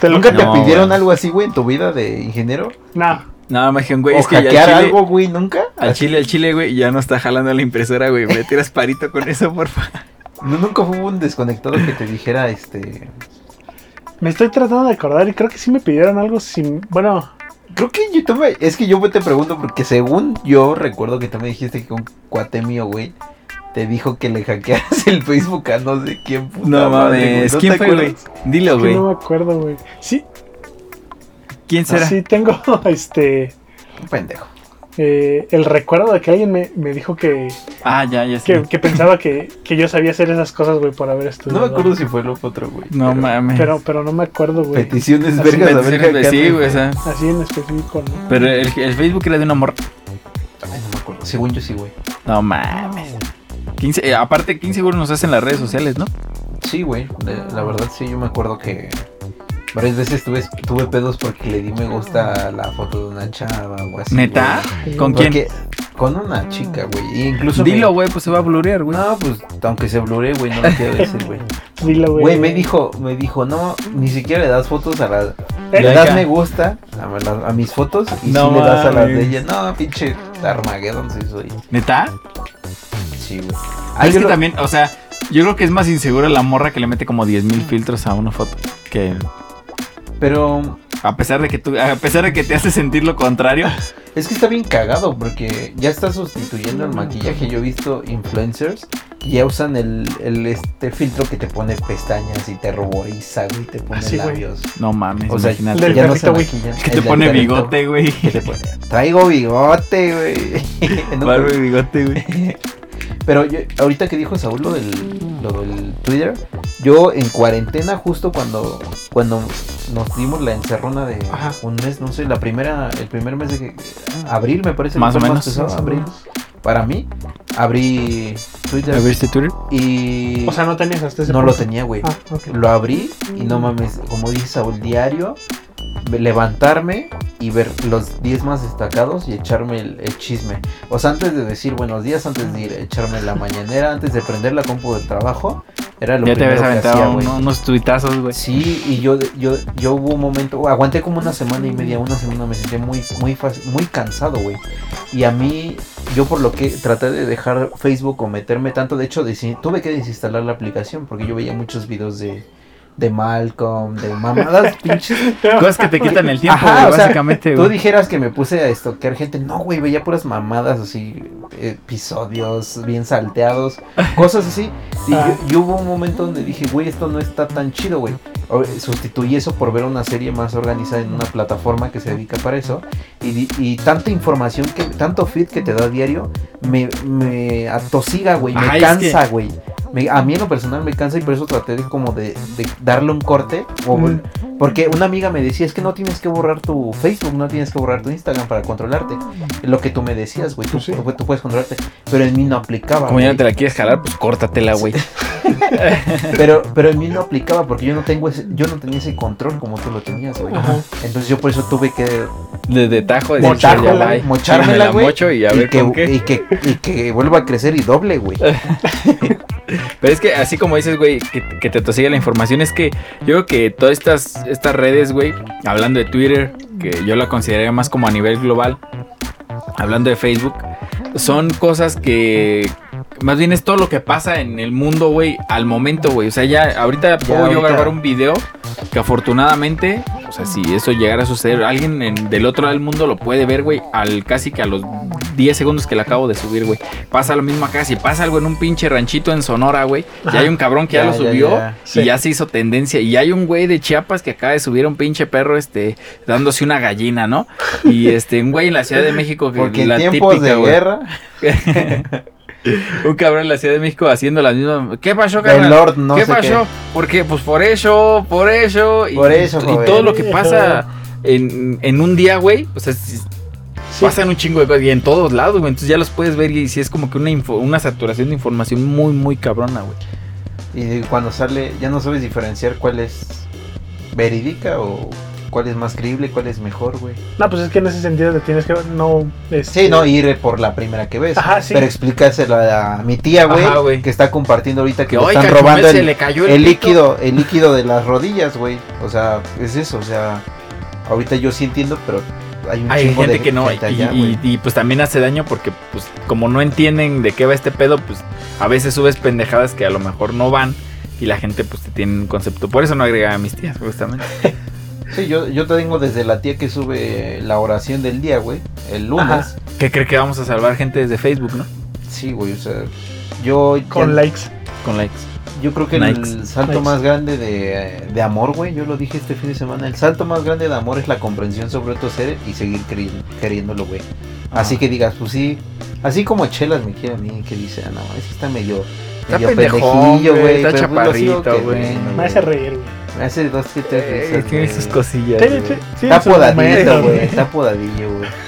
Speaker 2: Te lo
Speaker 3: ¿Nunca te
Speaker 1: No,
Speaker 3: pidieron
Speaker 1: güey.
Speaker 3: algo así, güey, en tu vida de ingeniero?
Speaker 2: No,
Speaker 1: Nada más dijeron, güey,
Speaker 3: ¿O
Speaker 1: es que ya al
Speaker 3: hackear
Speaker 1: chile,
Speaker 3: algo, güey? ¿Nunca?
Speaker 1: al chile, al chile, güey, ya no está jalando la impresora, güey. Me tiras parito con eso, porfa.
Speaker 3: No, nunca hubo un desconectado que te dijera, este...
Speaker 2: me estoy tratando de acordar y creo que sí me pidieron algo sin. Bueno,
Speaker 3: Creo que yo también... Es que yo te pregunto porque según yo recuerdo que también dijiste que un cuate mío, güey, te dijo que le hackearas el Facebook a no sé quién. puta
Speaker 1: No
Speaker 3: madre, güey.
Speaker 1: mames,
Speaker 3: ¿No
Speaker 1: ¿quién
Speaker 3: te
Speaker 1: fue, güey?
Speaker 3: acuerdas?
Speaker 1: Dilo,
Speaker 2: es que
Speaker 1: güey.
Speaker 2: no me acuerdo, güey. Sí,
Speaker 1: ¿Quién será?
Speaker 2: sí tengo este.
Speaker 3: Un pendejo.
Speaker 2: eh, el recuerdo de que alguien me, me dijo que,
Speaker 1: Ah, ya, ya
Speaker 2: que,
Speaker 1: sé.
Speaker 2: que pensaba que, que yo sabía hacer esas cosas, güey, por haber
Speaker 3: No
Speaker 2: estudiado.
Speaker 3: me acuerdo si fue lo otro, güey.
Speaker 1: Pues No
Speaker 3: pero-
Speaker 1: mames.
Speaker 2: Pero, pero no me acuerdo, güey.
Speaker 3: Peticiones
Speaker 2: Así,
Speaker 3: vergas a ver
Speaker 1: Peticiones de-
Speaker 3: hackearme.
Speaker 1: sí, güey, o sea.
Speaker 2: Así en específico, ¿no?
Speaker 1: Pero el, el Facebook era de una morra.
Speaker 3: Ay, no me acuerdo. Según yo sí, güey.
Speaker 1: No mames. 15, eh, aparte, 15 seguro nos hacen las redes sociales, ¿no?
Speaker 3: Sí, güey. La, la verdad sí, yo me acuerdo que varias veces tuve, tuve pedos porque le di me gusta a la foto de una chava o así.
Speaker 1: ¿Neta?
Speaker 3: güey.
Speaker 1: ¿Con quién?
Speaker 3: Porque- Con una chica, güey. Y incluso. me-
Speaker 1: Dilo, güey, pues se va a blurear, güey.
Speaker 3: No, pues aunque se bluree, güey, no lo quiero decir, güey.
Speaker 2: Dilo, güey.
Speaker 3: Güey, me dijo, me dijo, no, ni siquiera le das fotos a las.
Speaker 2: Eh,
Speaker 3: Le das
Speaker 1: acá.
Speaker 3: me gusta a, la- a mis fotos y
Speaker 1: No
Speaker 3: sí le das a las de
Speaker 1: mames.
Speaker 3: ella. No, pinche Armageddon, sí soy.
Speaker 1: ¿Neta?
Speaker 3: Sí, güey.
Speaker 1: Ah,
Speaker 3: Ay,
Speaker 1: es que
Speaker 3: Ah, yo lo-
Speaker 1: también, o sea, yo creo que es más insegura la morra que le mete como 10.000 filtros a una foto. Que
Speaker 3: Pero
Speaker 1: a pesar de que tú, a pesar de que te hace sentir lo contrario,
Speaker 3: Es que está bien cagado porque ya está sustituyendo el maquillaje. Yo he visto influencers y ya usan el, el, este filtro que te pone pestañas y te ruboriza, güey, te pone
Speaker 2: Ah, sí, güey.
Speaker 3: labios.
Speaker 1: no mames,
Speaker 3: O sea,
Speaker 1: imagínate.
Speaker 2: del
Speaker 3: ya no se
Speaker 2: perrito, güey.
Speaker 3: maquillan.
Speaker 1: Es que
Speaker 3: El
Speaker 1: te
Speaker 3: del
Speaker 1: pone
Speaker 3: perrito.
Speaker 1: bigote, güey.
Speaker 3: Que te pone, Traigo bigote, güey. No,
Speaker 1: Barba y
Speaker 3: pero-
Speaker 1: bigote, güey.
Speaker 3: pero yo, ahorita que dijo Saúl lo del, lo del Twitter, yo en cuarentena, justo cuando, cuando nos dimos la encerrona de
Speaker 2: Ajá.
Speaker 3: un mes, no sé, la primera, el primer mes de que- abril, me parece. que
Speaker 1: Más o
Speaker 3: fue el
Speaker 1: menos.
Speaker 3: pesado,
Speaker 2: Más o
Speaker 3: abril.
Speaker 2: menos.
Speaker 3: Para mí, abrí Twitter
Speaker 1: ¿A este Twitter?
Speaker 3: y
Speaker 2: O sea, no tenías hasta ese
Speaker 3: no lo
Speaker 2: punto.
Speaker 3: tenía, güey.
Speaker 2: Ah, ok.
Speaker 3: Lo abrí y no mames, como dice Saúl, diario, me- levantarme y ver los 10 más destacados y echarme el, el chisme. O sea, antes de decir buenos días, antes de ir, echarme la mañanera, antes de prender la compu del trabajo, era lo
Speaker 1: Ya te
Speaker 3: primero
Speaker 1: habías
Speaker 3: que hacía,
Speaker 1: aventado
Speaker 3: güey.
Speaker 1: uno- unos tuitazos, güey.
Speaker 3: Sí, y yo, yo, yo hubo un momento, aguanté como una semana y media, una semana me sentí muy, muy, fas- muy cansado, güey. Y a mí, yo por lo que traté de dejar Facebook o meterme tanto, de hecho, desi- tuve que desinstalar la aplicación porque yo veía muchos videos de, de Malcolm, de mamadas, pinches.
Speaker 1: Cosas que te quitan el tiempo,
Speaker 3: Ajá,
Speaker 1: güey,
Speaker 3: o sea,
Speaker 1: básicamente,
Speaker 3: Tú
Speaker 1: güey.
Speaker 3: dijeras que me puse a estoquear gente, no, güey, veía puras mamadas así, episodios bien salteados, cosas así. Y yo,
Speaker 2: Ah.
Speaker 3: yo hubo un momento donde dije, güey, esto no está tan chido, güey. O- eh, Sustituí eso por ver una serie más organizada en una plataforma que se dedica para eso. Y, di- y tanta información, que tanto feed que te da diario, me, me atosiga, güey, me
Speaker 1: Ajá, es
Speaker 3: cansa, güey. Me- a mí en lo personal me cansa y por eso traté de como de, de darle un corte o
Speaker 2: Mm.
Speaker 3: porque una amiga me decía, es que no tienes que borrar tu Facebook, no tienes que borrar tu Instagram para controlarte. Lo que tú me decías, güey, tú,
Speaker 2: Ah. Pues sí.
Speaker 3: tú- tú puedes controlarte. Pero en mí no aplicaba.
Speaker 1: Como ya no
Speaker 3: güey.
Speaker 1: te la quieres jalar, pues córtatela, güey.
Speaker 3: Pero, pero en mí no aplicaba porque yo no tengo ese- yo no tenía ese control como tú lo tenías, güey.
Speaker 2: Ajá.
Speaker 3: Entonces yo por eso tuve que
Speaker 1: De, de tajo, de
Speaker 3: Mochármela,
Speaker 1: ya, bye.
Speaker 3: mochármela,
Speaker 1: Sí, me la
Speaker 3: güey,
Speaker 1: mocho y a
Speaker 3: y
Speaker 1: ver
Speaker 3: que,
Speaker 1: con qué.
Speaker 3: y que y que vuelva a crecer y doble, güey.
Speaker 1: Pero es que así como dices, güey, que, que te tosiga la información, es que yo creo que todas estas, estas redes, güey, hablando de Twitter, que yo la consideraría más como a nivel global, hablando de Facebook, son cosas que más bien es todo lo que pasa en el mundo, güey, al momento, güey. O sea, ya ahorita puedo yo
Speaker 3: ahorita.
Speaker 1: grabar un video que afortunadamente, o sea, si eso llegara a suceder, alguien en- del otro lado del mundo lo puede ver, güey, al casi que a los 10 segundos que le acabo de subir, güey. Pasa lo mismo acá, si pasa algo en un pinche ranchito en Sonora, güey, ya hay un cabrón que ya,
Speaker 3: Ya,
Speaker 1: lo
Speaker 3: ya,
Speaker 1: subió
Speaker 3: ya.
Speaker 2: Sí.
Speaker 1: y ya se hizo tendencia. Y hay un güey de Chiapas que acaba de subir a un pinche perro, este, dándose una gallina, ¿no? Y este, un güey en la Ciudad de México que
Speaker 3: Porque
Speaker 1: la
Speaker 3: en tiempos
Speaker 1: típica,
Speaker 3: de
Speaker 1: güey.
Speaker 3: guerra,
Speaker 1: Un cabrón en la Ciudad de México haciendo la misma. ¿Qué pasó,
Speaker 3: el
Speaker 1: carnal?
Speaker 3: Lord no
Speaker 1: ¿Qué
Speaker 3: sé
Speaker 1: pasó? Porque, pues por eso, por eso. Y,
Speaker 3: Por eso,
Speaker 1: y
Speaker 3: joven.
Speaker 1: todo lo que pasa en, en un día, güey. O sea, si-
Speaker 2: Sí.
Speaker 1: pasan un chingo de cosas. Y en todos lados, güey. Entonces ya los puedes ver. Y si es como que una, info- una saturación de información muy, muy cabrona, güey.
Speaker 3: qué. Y cuando sale, ya no sabes diferenciar cuál es verídica o cuál es más creíble, cuál es mejor, güey.
Speaker 2: No, pues es que en ese sentido te tienes que. No. este,
Speaker 3: Sí, no ir eh, por la primera que ves.
Speaker 2: Ajá, sí.
Speaker 3: Pero explícaselo a mi tía,
Speaker 1: Ajá,
Speaker 3: güey,
Speaker 1: güey.
Speaker 3: que está compartiendo ahorita que
Speaker 1: Que
Speaker 3: le
Speaker 1: hoy
Speaker 3: están robando
Speaker 1: se
Speaker 3: el,
Speaker 1: le cayó el,
Speaker 3: el
Speaker 1: pito.
Speaker 3: líquido, el líquido de las rodillas, güey. O sea, es eso, o sea, ahorita yo sí entiendo, pero hay un
Speaker 1: Hay
Speaker 3: chingo
Speaker 1: gente
Speaker 3: de
Speaker 1: que no, y,
Speaker 3: gente allá,
Speaker 1: y-
Speaker 3: güey.
Speaker 1: y, pues también hace daño porque pues como no entienden de qué va este pedo, pues a veces subes pendejadas que a lo mejor no van y la gente pues te tiene un concepto. Por eso no agregaba a mis tías, justamente.
Speaker 3: Sí, yo, yo tengo desde la tía que sube la oración del día, güey, el lunes.
Speaker 2: Ajá.
Speaker 1: Que cree que vamos a salvar gente desde Facebook, ¿no?
Speaker 3: Sí, güey, o sea, yo
Speaker 2: Con
Speaker 3: ya-
Speaker 2: likes.
Speaker 1: Con likes.
Speaker 3: Yo creo que
Speaker 1: Nikes.
Speaker 3: el salto
Speaker 2: Nikes.
Speaker 3: más grande de, de amor, güey, yo lo dije este fin de semana, el salto más grande de amor es la comprensión sobre otro ser y seguir creyendo- queriéndolo, güey.
Speaker 1: Ah.
Speaker 3: Así que digas, pues sí, así como Chelas me quiere a mí, que dice, ah, no, ese está medio,
Speaker 1: Está
Speaker 3: medio
Speaker 1: pendejón,
Speaker 3: pendejillo,
Speaker 1: güey,
Speaker 3: güey,
Speaker 1: está
Speaker 3: pero pues lo sigo
Speaker 1: chaparrito, güey.
Speaker 3: queriendo,
Speaker 2: Me hace reír, güey.
Speaker 3: Me hace dos que tres
Speaker 1: Eh,
Speaker 3: risas,
Speaker 1: tiene
Speaker 3: güey.
Speaker 1: sus cosillas.
Speaker 2: Sí,
Speaker 1: güey.
Speaker 2: sí, sí,
Speaker 3: Está
Speaker 2: en su momento,
Speaker 3: podadito, güey. Está podadillo, güey.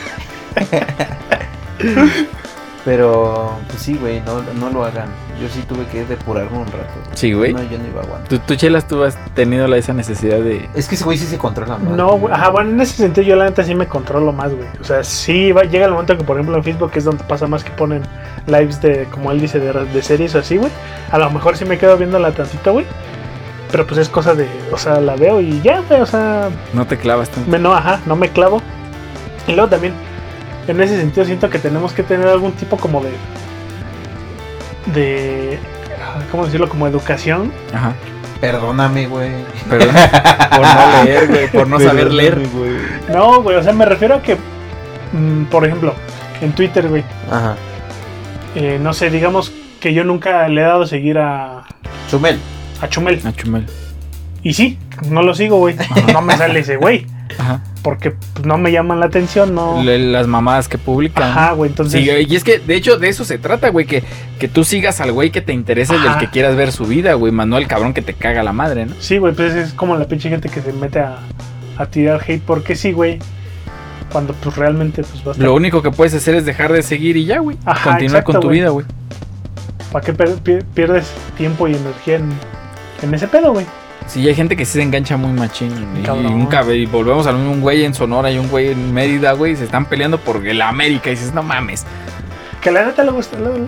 Speaker 3: Pero, pues sí, güey, no, no lo hagan. Yo sí tuve que depurarme un rato.
Speaker 1: Sí, güey.
Speaker 3: No, yo no iba a aguantar.
Speaker 1: ¿Tú, tú, Chelas, tú has tenido la, esa necesidad de...
Speaker 3: Es que ese güey sí se controla más.
Speaker 2: No, güey. Ajá, bueno, en ese sentido yo la neta sí me controlo más, güey. O sea, sí va, llega el momento que, por ejemplo, en Facebook es donde pasa más que ponen lives de, como él dice, de, de series o así, güey. A lo mejor sí me quedo viéndola tantito, güey. Pero pues es cosa de, o sea, la veo y ya, güey, o sea,
Speaker 1: No te clavas tanto.
Speaker 2: me, no, ajá, no me clavo. Y luego también, en ese sentido siento que tenemos que tener algún tipo como de, de, ah, ¿cómo decirlo? Como educación
Speaker 1: Ajá.
Speaker 3: Perdóname, güey.
Speaker 1: Perdón. por no leer, güey. Por no saber leer.
Speaker 3: Perdóname, güey.
Speaker 2: No, güey, o sea, me refiero a que, mm, por ejemplo, en Twitter, güey,
Speaker 3: Ajá.
Speaker 2: eh, no sé, digamos que yo nunca le he dado a seguir a,
Speaker 3: Chumel.
Speaker 2: a Chumel.
Speaker 1: Ah, chumel.
Speaker 2: Y sí, no lo sigo, güey. No me sale ese güey,
Speaker 1: Ajá.
Speaker 2: porque pues, no me llaman la atención, no.
Speaker 1: Le- Las mamadas que publican.
Speaker 2: Ajá, güey, entonces.
Speaker 1: Sí, y es que de hecho de eso se trata, güey, que, que tú sigas al güey que te interese del
Speaker 2: Ajá.
Speaker 1: que quieras ver su vida, güey, más no el cabrón que te caga la madre, ¿no?
Speaker 2: Sí, güey, pues es como la pinche gente que se mete a, a tirar hate, porque sí, güey. Cuando pues realmente pues va a
Speaker 1: Lo único que puedes hacer es dejar de seguir y ya, güey.
Speaker 2: Ajá,
Speaker 1: Continuar
Speaker 2: exacto,
Speaker 1: con tu
Speaker 2: güey.
Speaker 1: vida, güey.
Speaker 2: ¿Para qué per- pier- pierdes tiempo y energía en, en ese pedo, güey?
Speaker 1: Sí, hay gente que sí se engancha muy machín. Y,
Speaker 2: Cabrón.
Speaker 1: y un cab- y volvemos al mismo un güey en Sonora y un güey en Mérida, güey, se están peleando por la América y dices, no mames.
Speaker 2: Que la neta le gusta. Luego,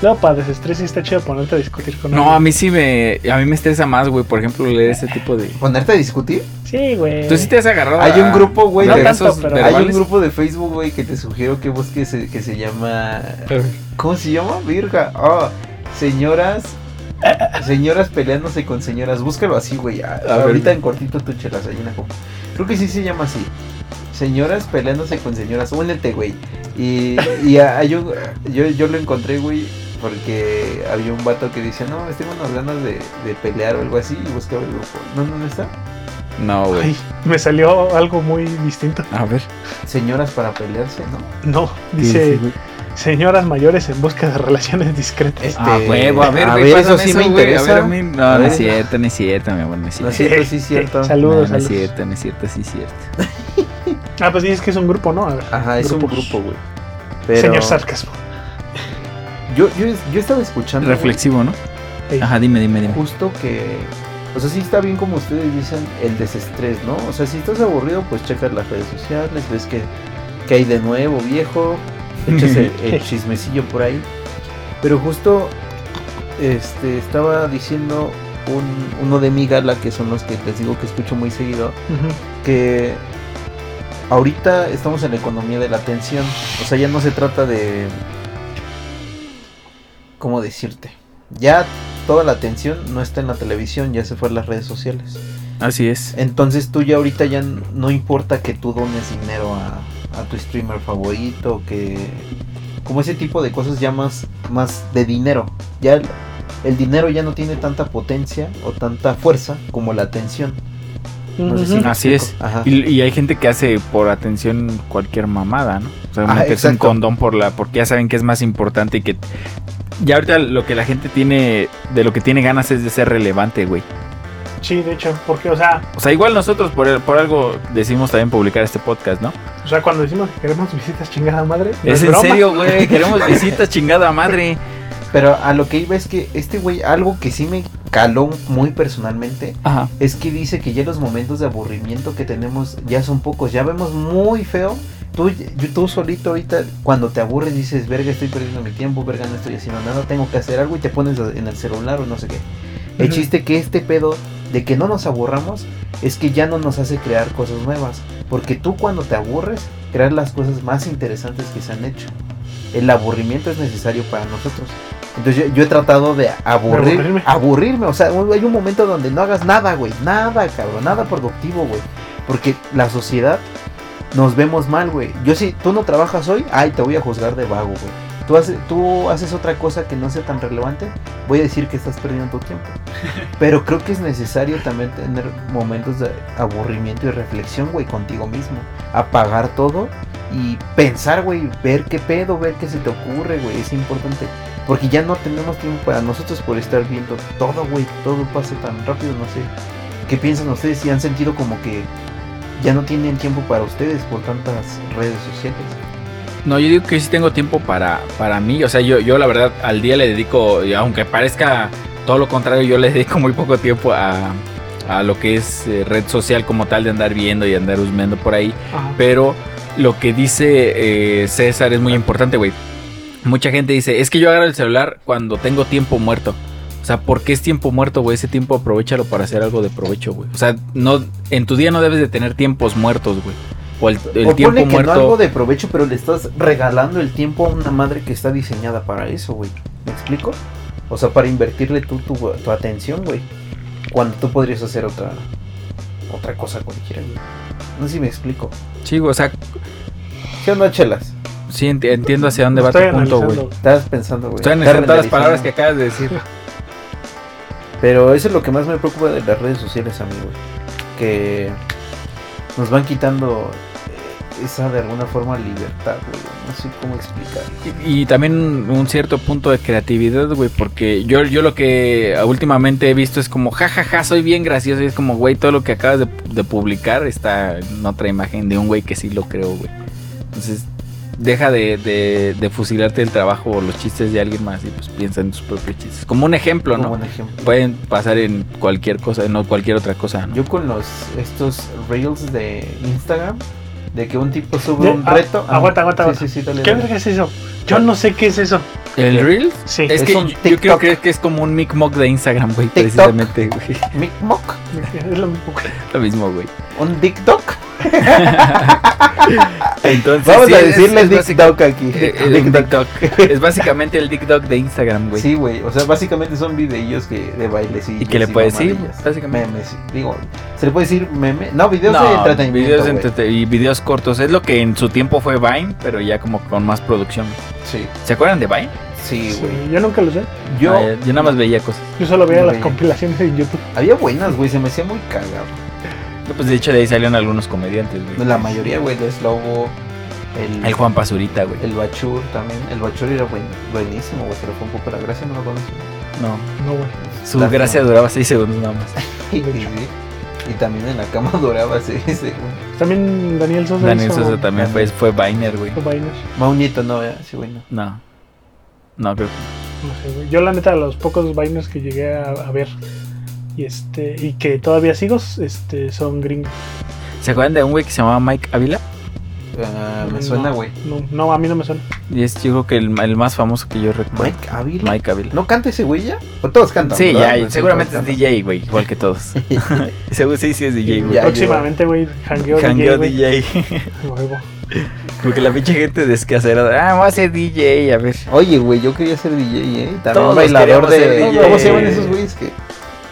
Speaker 2: luego para desestrés sí está chido ponerte a discutir con
Speaker 1: No,
Speaker 2: alguien.
Speaker 1: a mí sí me, a mí me estresa más, güey, por ejemplo, leer ese tipo de...
Speaker 3: ¿Ponerte a discutir?
Speaker 2: Sí, güey.
Speaker 1: Tú sí te has agarrado.
Speaker 3: Hay un
Speaker 1: a-
Speaker 3: grupo, güey,
Speaker 1: a
Speaker 2: de-
Speaker 1: versos
Speaker 2: No tanto, pero-
Speaker 3: Hay un
Speaker 1: verbales?
Speaker 3: grupo de Facebook, güey, que te sugiero que busques eh, que se llama. ¿Cómo se llama? Virga. Ah, señoras. Señoras peleándose con señoras. Búscalo así, güey. A-
Speaker 1: A ver.
Speaker 3: ahorita en cortito tu chelas. Hay una como- Creo que sí se llama así. Señoras peleándose con señoras. Únete, güey. Y, y a- hay un- yo, yo lo encontré, güey. Porque había un vato que decía, no, tengo unas ganas de, de pelear o algo así. Y buscaba el grupo. No, no, no está.
Speaker 1: No, güey.
Speaker 2: Ay, me salió algo muy distinto.
Speaker 1: A ver.
Speaker 3: Señoras para pelearse, ¿no?
Speaker 2: No, dice señoras mayores en busca de relaciones discretas.
Speaker 3: Este,
Speaker 1: Ah, huevo, a ver, güey,
Speaker 3: eso
Speaker 1: pásame
Speaker 3: sí
Speaker 1: güey,
Speaker 3: me interesa.
Speaker 1: a ver, a mí-
Speaker 3: A
Speaker 1: no, no
Speaker 3: ver.
Speaker 1: es cierto, no es cierto, mi amor, no es
Speaker 3: No
Speaker 1: cierto.
Speaker 3: es cierto, sí es cierto.
Speaker 1: No,
Speaker 2: Saludos,
Speaker 1: no es
Speaker 2: saludos.
Speaker 1: cierto, no es cierto, sí es cierto.
Speaker 2: Ah, pues dices que es un grupo, ¿no? A ver.
Speaker 3: Ajá, es un
Speaker 2: Grupo.
Speaker 3: grupo, güey. Pero
Speaker 2: Señor sarcasmo.
Speaker 3: yo, yo, yo estaba escuchando güey,
Speaker 1: Reflexivo, ¿no?
Speaker 2: Ey.
Speaker 1: Ajá, dime, dime, dime.
Speaker 3: justo que. O sea, sí está bien como ustedes dicen el desestrés, ¿no? O sea, si estás aburrido, pues checas las redes sociales, ves que, que hay de nuevo, viejo, echas el, el chismecillo por ahí. Pero justo este estaba diciendo un- uno de mi gala, que son los que les digo que escucho muy seguido,
Speaker 2: Ujú.
Speaker 3: que ahorita estamos en la economía de la atención. O sea, ya no se trata de... ¿Cómo decirte? Ya toda la atención no está en la televisión, ya se fue a las redes sociales.
Speaker 1: Así es.
Speaker 3: Entonces tú ya ahorita ya n- no importa que tú dones dinero a, a tu streamer favorito, que... Como ese tipo de cosas ya más, más de dinero. Ya el, el dinero ya no tiene tanta potencia o tanta fuerza como la atención. No sé si me
Speaker 1: Así
Speaker 3: explico. Ajá.
Speaker 1: Y, y hay gente que hace por atención cualquier mamada, ¿no? O sea,
Speaker 3: Ah,
Speaker 1: meterse un
Speaker 3: exacto.
Speaker 1: condón por la, porque ya saben que es más importante y que ya ahorita lo que la gente tiene, de lo que tiene ganas es de ser relevante, güey.
Speaker 2: Sí, de hecho, porque, o sea,
Speaker 1: O sea, igual nosotros por, el- por algo decimos también publicar este podcast, ¿no?
Speaker 2: o sea, cuando decimos que queremos visitas chingada madre, no
Speaker 1: es en
Speaker 2: broma.
Speaker 1: serio, güey. Queremos visitas chingada madre.
Speaker 3: Pero a lo que iba es que este güey, algo que sí me caló muy personalmente
Speaker 4: Ajá.
Speaker 3: es que dice que ya los momentos de aburrimiento que tenemos ya son pocos, ya vemos muy feo. Tú, yo- tú solito ahorita, cuando te aburres, dices, verga, estoy perdiendo mi tiempo, verga, no estoy haciendo nada, tengo que hacer algo y te pones en el celular o no sé qué. El
Speaker 2: Ujú.
Speaker 3: chiste que este pedo de que no nos aburramos es que ya no nos hace crear cosas nuevas, porque tú cuando te aburres, creas las cosas más interesantes que se han hecho. El aburrimiento es necesario para nosotros. Entonces yo, yo he tratado de aburrir,
Speaker 2: aburrirme.
Speaker 3: aburrirme. O sea, un- hay un momento donde no hagas nada, güey. Nada, cabrón. Nada productivo, güey. Porque la sociedad nos vemos mal, güey. Yo si tú no trabajas hoy, ay, te voy a juzgar de vago, güey. Tú, haces tú haces otra cosa que no sea tan relevante, voy a decir que estás perdiendo tu tiempo. Pero creo que es necesario también tener momentos de aburrimiento y reflexión, güey, contigo mismo. Apagar todo y pensar, güey, ver qué pedo, ver qué se te ocurre, güey, es importante. Porque ya no tenemos tiempo para nosotros por estar viendo todo, güey, todo pasa tan rápido, no sé. ¿Qué piensan ustedes? Si han sentido como que ya no tienen tiempo para ustedes por tantas redes sociales.
Speaker 1: No, yo digo que yo sí tengo tiempo para, para mí. O sea, yo, yo la verdad al día le dedico, y aunque parezca todo lo contrario, yo le dedico muy poco tiempo a, a lo que es eh, red social como tal de andar viendo y andar husmeando por ahí.
Speaker 2: Ajá.
Speaker 1: Pero lo que dice eh, César es muy importante, güey. Mucha gente dice, es que yo agarro el celular cuando tengo tiempo muerto. O sea, ¿por qué es tiempo muerto, güey? Ese tiempo aprovechalo para hacer algo de provecho, güey. O sea, no, en tu día no debes de tener tiempos muertos, güey. O el, el
Speaker 3: o
Speaker 1: tiempo
Speaker 3: ponle que
Speaker 1: muerto.
Speaker 3: no algo de provecho, pero le estás regalando el tiempo a una madre que está diseñada para eso, güey. ¿Me explico? O sea, para invertirle tú tu, tu atención, güey. Cuando tú podrías hacer otra otra cosa cualquiera, güey. No sé si me explico.
Speaker 1: Sí, güey, o sea,
Speaker 3: ¿Qué onda, chelas?
Speaker 1: Sí, enti- entiendo hacia dónde va tu
Speaker 2: Estoy
Speaker 1: punto, güey.
Speaker 2: analizando.
Speaker 3: Estabas pensando, güey.
Speaker 1: Están
Speaker 3: Estás
Speaker 1: en todas las
Speaker 3: renderizando.
Speaker 1: palabras que acabas de decir.
Speaker 3: Pero eso es lo que más me preocupa de las redes sociales, amigos. Que nos van quitando eh, esa de alguna forma libertad, güey. No sé cómo explicar.
Speaker 1: Y, y también un cierto punto de creatividad, güey, porque yo, yo lo que últimamente he visto es como, jajaja, ja, ja, soy bien gracioso. Y es como, güey, todo lo que acabas de, de publicar está en otra imagen de un güey que sí lo creo, güey. Entonces, deja de, de- de fusilarte el trabajo o los chistes de alguien más y pues piensa en tus propios chistes. Como un ejemplo,
Speaker 3: Como
Speaker 1: ¿no?
Speaker 3: un ejemplo.
Speaker 1: Pueden pasar en cualquier cosa, no cualquier otra cosa, ¿no?
Speaker 3: Yo con los estos reels de Instagram, de que un tipo sube
Speaker 2: Ya,
Speaker 3: un
Speaker 2: ah,
Speaker 3: reto.
Speaker 2: aguanta, aguanta,
Speaker 3: Sí,
Speaker 2: aguanta.
Speaker 3: sí, sí, dale,
Speaker 2: ¿Qué
Speaker 3: dale.
Speaker 2: verga es eso? Yo no sé qué es eso.
Speaker 1: ¿El Reels?
Speaker 2: Sí.
Speaker 1: Es,
Speaker 3: Es
Speaker 1: que
Speaker 3: un
Speaker 1: yo- yo creo
Speaker 3: TikTok.
Speaker 1: que, que es como un micmoc de Instagram, güey,
Speaker 3: TikTok.
Speaker 1: precisamente, güey.
Speaker 3: Micmoc,
Speaker 2: Es lo mismo.
Speaker 1: Lo mismo, güey.
Speaker 3: un TikTok.
Speaker 1: Entonces,
Speaker 3: Vamos
Speaker 1: sí,
Speaker 3: a
Speaker 1: es-
Speaker 3: decirle
Speaker 1: es básica-
Speaker 3: TikTok aquí.
Speaker 1: eh, eh, un
Speaker 3: TikTok.
Speaker 1: TikTok. Es básicamente el TikTok de Instagram, güey.
Speaker 3: Sí, güey. O sea, básicamente son videos que de bailes y
Speaker 1: ¿Y qué le puedes decir?
Speaker 3: mamadillas.
Speaker 1: Básicamente.
Speaker 3: memes. Digo, se le puede decir meme. No, videos
Speaker 1: No,
Speaker 3: de entretenimiento.
Speaker 1: videos, de
Speaker 3: güey.
Speaker 1: entrete- y videos cortos. Es lo que en su tiempo fue Vine, pero ya como con más producción.
Speaker 3: Sí,
Speaker 1: ¿Se acuerdan de Vine?
Speaker 3: sí,
Speaker 2: Sí,
Speaker 3: güey.
Speaker 2: yo nunca lo sé.
Speaker 3: Yo
Speaker 1: Ah, yo nada más veía cosas.
Speaker 2: Yo solo veía
Speaker 3: Muy
Speaker 2: las
Speaker 3: bien.
Speaker 2: compilaciones en YouTube.
Speaker 3: había buenas, güey. Se me hacía muy cagado.
Speaker 1: No, pues de hecho de ahí salieron algunos comediantes, güey.
Speaker 3: La mayoría, güey, de Slobo, el,
Speaker 1: El Juan Pazurita, güey.
Speaker 3: el Bachur también. El Bachur era buen- buenísimo, güey. Se lo fue un poco la gracia, no lo conozco.
Speaker 1: No.
Speaker 2: No, güey.
Speaker 1: Su
Speaker 3: Lástima.
Speaker 1: gracia duraba seis segundos nada más.
Speaker 3: Sí, sí. Y también en la cama doraba ese, ese güey.
Speaker 2: También Daniel Sosa.
Speaker 1: Daniel
Speaker 2: hizo-
Speaker 1: Sosa también fue, fue Viner, güey.
Speaker 2: hizo vainas.
Speaker 3: Maunito, no, ¿verdad? sí, güey, no.
Speaker 1: No. No, creo
Speaker 2: No sé, güey. Yo la neta, los pocos vainers que llegué a, a ver y este y que todavía sigo este, son gringos.
Speaker 1: ¿Se acuerdan de un güey que se llamaba Mike Ávila?
Speaker 3: Ah, me suena,
Speaker 2: No,
Speaker 3: güey.
Speaker 2: No, no, a mí no me suena.
Speaker 1: Y es yo creo que el, el más famoso que yo recuerdo.
Speaker 3: Mike Ávila.
Speaker 1: Mike Ávila.
Speaker 3: ¿No canta ese güey ya? O todos cantan.
Speaker 1: sí,
Speaker 3: ¿verdad?
Speaker 1: ya,
Speaker 3: No, sí,
Speaker 1: seguramente es
Speaker 3: todos
Speaker 1: DJ, güey, igual que todos.
Speaker 3: cantan.
Speaker 1: Seguro sí, sí es DJ, güey.
Speaker 3: Ya,
Speaker 2: Próximamente, güey, jangueo DJ,
Speaker 1: Hangueo
Speaker 2: güey.
Speaker 1: DJ.
Speaker 2: Huevo.
Speaker 1: Porque la pinche gente descacerada. Ah, voy a ser DJ, a ver.
Speaker 3: Oye, güey, yo quería ser DJ, ¿eh? También
Speaker 1: Todos
Speaker 3: bailador
Speaker 1: queríamos ser
Speaker 3: de.
Speaker 1: DJ.
Speaker 3: ¿Cómo se llaman esos güeyes que.?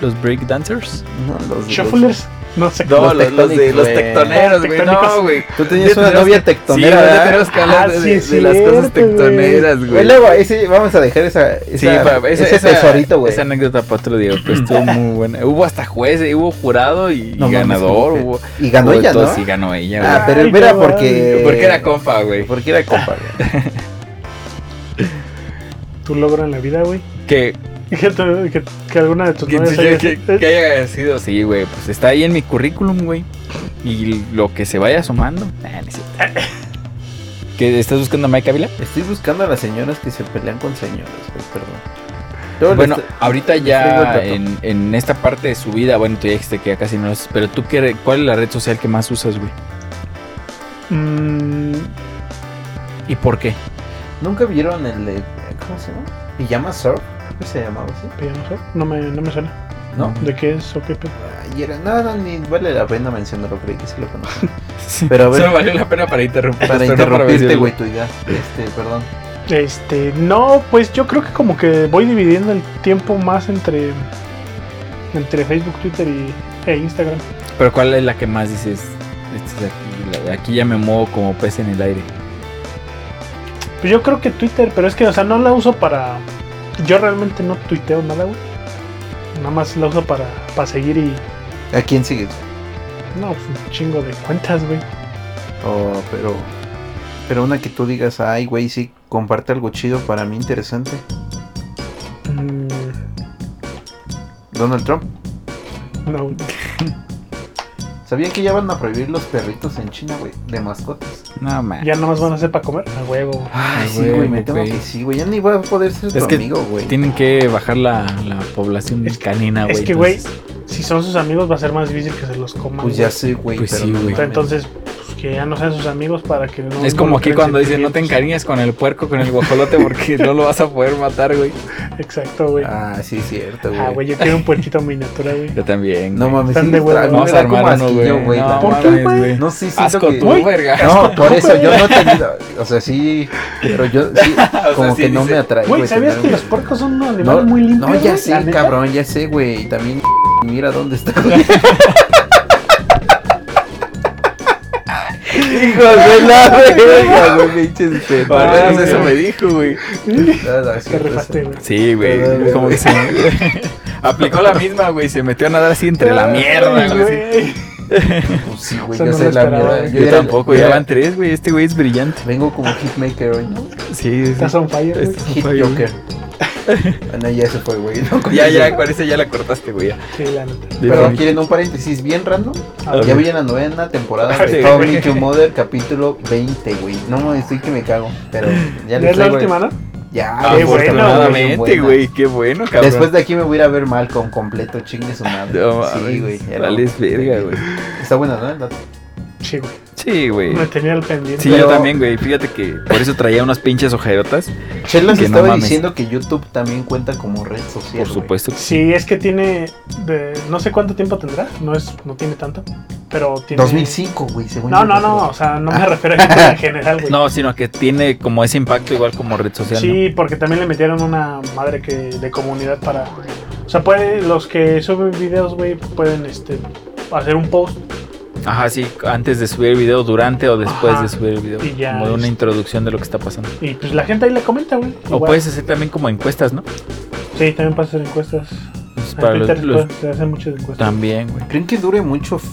Speaker 1: Los breakdancers.
Speaker 3: No, los. los-
Speaker 2: Shufflers, no sé.
Speaker 1: No, los,
Speaker 3: Los
Speaker 1: los de
Speaker 3: tectónicos,
Speaker 1: los
Speaker 3: güey.
Speaker 1: tectoneros, güey. No,
Speaker 2: Tectónicos.
Speaker 1: güey.
Speaker 3: Tú tenías
Speaker 1: Ya
Speaker 3: una
Speaker 1: tenemos
Speaker 3: novia
Speaker 1: que-
Speaker 3: tectonera,
Speaker 1: sí,
Speaker 3: ¿verdad?
Speaker 1: ya tenemos que hablar
Speaker 2: Ah,
Speaker 1: de,
Speaker 2: sí, es
Speaker 1: de las cosas
Speaker 2: cierto, güey.
Speaker 1: tectoneras,
Speaker 3: Güey,
Speaker 1: güey.
Speaker 3: luego, ese, vamos a dejar esa,
Speaker 1: Sí,
Speaker 3: esa-
Speaker 1: pa- esa-
Speaker 3: ese
Speaker 1: esa-
Speaker 3: tesorito, güey.
Speaker 1: Esa anécdota para otro día, pero estuvo muy buena. Hubo hasta juez, eh, hubo jurado y,
Speaker 3: No
Speaker 1: y
Speaker 3: mames,
Speaker 1: ganador.
Speaker 3: güey.
Speaker 1: hubo-
Speaker 3: Y ganó
Speaker 1: hubo
Speaker 3: ella,
Speaker 1: todo,
Speaker 3: ¿no?
Speaker 1: Sí, ganó ella, güey.
Speaker 3: Ah, Pues, pero
Speaker 2: Ay,
Speaker 3: era
Speaker 2: qué
Speaker 3: porque.
Speaker 1: Porque era compa, güey.
Speaker 3: Porque era compa, güey.
Speaker 2: Tu logro en la vida, güey.
Speaker 1: Que,
Speaker 2: Que, tu- que, que alguna de
Speaker 3: pues,
Speaker 2: tus
Speaker 1: que,
Speaker 2: novias
Speaker 1: que-
Speaker 2: haya-
Speaker 1: que- que haya sido. Sí, güey. Pues está ahí en mi currículum, güey. Y lo que se vaya sumando. Nah, no es cierto. ¿Que estás buscando a Mike Avila?
Speaker 3: Estoy buscando a las señoras que se pelean con señoras, güey, perdón. Luego
Speaker 1: Bueno,
Speaker 3: les-
Speaker 1: ahorita
Speaker 3: traigo el
Speaker 1: ya
Speaker 3: dato.
Speaker 1: en, en esta parte de su vida, bueno, tú ya dijiste que ya casi no lo haces, pero tú, qué, re- ¿cuál es la red social que más usas, güey?
Speaker 2: Mm,
Speaker 1: ¿Y por qué?
Speaker 3: ¿Nunca vieron el de. ¿Cómo se llama? ¿Pijama Surf? Creo que se llamaba así.
Speaker 2: pero no sé, no me, no me suena.
Speaker 3: ¿No?
Speaker 2: ¿De qué es o qué pedo?
Speaker 3: Ay, era- no, no, ni vale la pena mencionarlo, creí que sí lo conocen. Pero a ver.
Speaker 1: Solo valió la pena para interrumpir.
Speaker 3: Para interrumpirte, güey, tu idea. Este, perdón.
Speaker 2: Este, no, pues yo creo que como que voy dividiendo el tiempo más entre entre Facebook, Twitter y, e Instagram.
Speaker 1: Pero ¿cuál es la que más dices? Esta es aquí, la- aquí ya me muevo como pez en el aire.
Speaker 2: Pues yo creo que Twitter, pero es que, o sea, no la uso para. Yo realmente no tuiteo nada, güey. Nada más la uso para, para seguir y.
Speaker 3: ¿A quién sigues?
Speaker 2: No, pues, un chingo de cuentas, güey.
Speaker 3: Oh, pero. Pero una que tú digas, ay, güey, sí, comparte algo chido para mí interesante.
Speaker 2: Mm,
Speaker 3: Donald Trump.
Speaker 2: no, güey.
Speaker 3: ¿Sabían que ya van a prohibir los perritos en China, güey? De mascotas.
Speaker 1: No, man.
Speaker 2: ya nada más van a hacer para comer. A huevo.
Speaker 3: Ay,
Speaker 1: Ay,
Speaker 3: sí, güey,
Speaker 1: güey,
Speaker 3: me temo
Speaker 1: güey.
Speaker 3: que sí, güey. Ya ni voy a poder ser tu
Speaker 1: Es que
Speaker 3: amigo, güey.
Speaker 1: Tienen que bajar la, la población
Speaker 2: Es-
Speaker 1: canina, güey.
Speaker 2: es que, güey,
Speaker 1: entonces-
Speaker 2: Si son sus amigos, va a ser más difícil que se los coman.
Speaker 3: Pues ya sé, güey.
Speaker 1: Pues
Speaker 3: pero
Speaker 1: sí,
Speaker 3: no
Speaker 1: güey.
Speaker 2: güey.
Speaker 3: mames.
Speaker 2: Entonces, pues, que ya no sean sus amigos para que no.
Speaker 1: Es como aquí
Speaker 2: involucren
Speaker 1: cuando dicen, no te
Speaker 2: sentimientos".
Speaker 1: encariñas con el puerco, con el guajolote, porque no lo vas a poder matar, güey.
Speaker 2: Exacto, güey.
Speaker 3: Ah, sí, cierto, güey.
Speaker 2: Ah, güey, yo quiero un puerquito miniatura, güey.
Speaker 1: Yo también.
Speaker 3: No
Speaker 1: güey.
Speaker 3: mames,
Speaker 2: Están
Speaker 3: sí,
Speaker 2: de huevo.
Speaker 3: a mí me
Speaker 1: Vamos a
Speaker 3: da como
Speaker 1: armar uno,
Speaker 3: asquillo,
Speaker 1: güey.
Speaker 3: güey.
Speaker 1: No,
Speaker 3: la
Speaker 2: ¿Por
Speaker 3: neta.
Speaker 2: qué,
Speaker 1: mames,
Speaker 2: güey?
Speaker 1: güey.
Speaker 3: No, sí, siento
Speaker 1: Asco
Speaker 3: que...
Speaker 1: tú,
Speaker 2: Uy.
Speaker 1: verga.
Speaker 3: No, por eso, yo
Speaker 2: güey.
Speaker 3: no he tenido... O sea, sí, pero yo sí, como
Speaker 1: sí
Speaker 3: que no
Speaker 1: dice-
Speaker 3: me atrae,
Speaker 2: Güey,
Speaker 3: güey,
Speaker 2: ¿sabías
Speaker 3: tener
Speaker 2: que
Speaker 3: un-
Speaker 2: los puercos son unos
Speaker 3: No,
Speaker 2: animales muy limpios?
Speaker 3: no, ya
Speaker 2: güey? La
Speaker 3: sé,
Speaker 2: neta.
Speaker 3: cabrón, ya sé, güey. y También mira dónde está. güey. Hijo de la verga, güey, pinches perros.
Speaker 1: Al menos
Speaker 2: Ay,
Speaker 1: eso
Speaker 2: güey.
Speaker 1: me dijo, güey.
Speaker 3: No, no, es
Speaker 2: Te
Speaker 3: cierto,
Speaker 2: rifaste, güey.
Speaker 1: Sí, güey.
Speaker 3: Perdón,
Speaker 1: Como que
Speaker 3: güey.
Speaker 1: se... Aplicó la misma, güey. Se metió a nadar así entre la mierda,
Speaker 2: Ay,
Speaker 1: güey.
Speaker 3: Pues sí, güey,
Speaker 2: Eso
Speaker 3: yo
Speaker 2: no
Speaker 3: sé
Speaker 2: lo
Speaker 3: la
Speaker 2: esperaba,
Speaker 3: mierda.
Speaker 2: güey.
Speaker 1: Yo,
Speaker 3: era-
Speaker 1: tampoco,
Speaker 3: yo
Speaker 1: ya
Speaker 3: era-
Speaker 1: van tres, güey. Este güey es brillante.
Speaker 3: Vengo como hitmaker hoy, ¿no?
Speaker 1: Sí, sí.
Speaker 2: Estás on fire, güey.
Speaker 1: Este-
Speaker 3: Hit
Speaker 1: Ay, güey.
Speaker 3: Joker. Bueno, ya se fue, güey. ¿no?
Speaker 1: Ya, ya, parece ya la cortaste, güey. ya.
Speaker 2: Sí, la neta.
Speaker 3: Pero quieren un paréntesis bien random.
Speaker 2: A ver.
Speaker 3: Ya vi la novena temporada
Speaker 1: Sí,
Speaker 3: de How I
Speaker 1: güey.
Speaker 3: Met Your Mother, capítulo 20, güey. No, no, estoy que me cago. Pero ya
Speaker 2: ¿Ya
Speaker 3: les
Speaker 2: es la
Speaker 3: traigo-
Speaker 2: última, Ah, ¿no?
Speaker 3: Ya,
Speaker 2: Qué bueno,
Speaker 1: Afortunadamente,
Speaker 3: buena.
Speaker 1: güey. Qué bueno, cabrón.
Speaker 3: Después de aquí me voy a ir a ver Malcolm completo, chingue su madre.
Speaker 1: No,
Speaker 3: sí,
Speaker 1: mames,
Speaker 3: güey. ya
Speaker 1: vales
Speaker 3: lo-
Speaker 1: verga, güey.
Speaker 3: Está buena, ¿no? El dato.
Speaker 2: Sí, güey.
Speaker 1: Sí, güey.
Speaker 2: Me tenía el pendiente.
Speaker 1: Sí,
Speaker 3: Pero-
Speaker 1: yo también, güey. Fíjate que por eso traía unas pinches ojerotas.
Speaker 3: Chelas
Speaker 1: Que no
Speaker 3: estaba
Speaker 1: mames.
Speaker 3: diciendo que YouTube también cuenta como red social.
Speaker 1: Por
Speaker 3: güey.
Speaker 1: supuesto.
Speaker 2: Sí, es que tiene. de- no sé cuánto tiempo tendrá. No es, no tiene tanto. Pero tiene.
Speaker 3: 2005, güey, según
Speaker 2: No,
Speaker 3: yo,
Speaker 2: no, no. O sea, no me refiero a YouTube en general, güey.
Speaker 1: Ah. No, sino que tiene como ese impacto igual como red social. ¿no?
Speaker 2: Sí, porque también le metieron una madre que de comunidad para. O sea, puede, los que suben videos, güey, pueden este, hacer un post
Speaker 1: Ajá, sí, antes de subir el video, durante o después
Speaker 2: Ajá,
Speaker 1: de subir el video.
Speaker 2: y ya,
Speaker 1: como una
Speaker 2: este.
Speaker 1: introducción de lo que está pasando.
Speaker 2: y pues la gente ahí le comenta, güey.
Speaker 1: O
Speaker 2: Igual.
Speaker 1: puedes hacer también como encuestas, ¿no?
Speaker 2: Sí, también puedes hacer encuestas.
Speaker 1: Pues
Speaker 2: En
Speaker 1: para los-
Speaker 2: Twitter
Speaker 1: los-
Speaker 2: puedes- se hacen muchas encuestas.
Speaker 1: también, güey.
Speaker 3: ¿Creen que dure mucho f-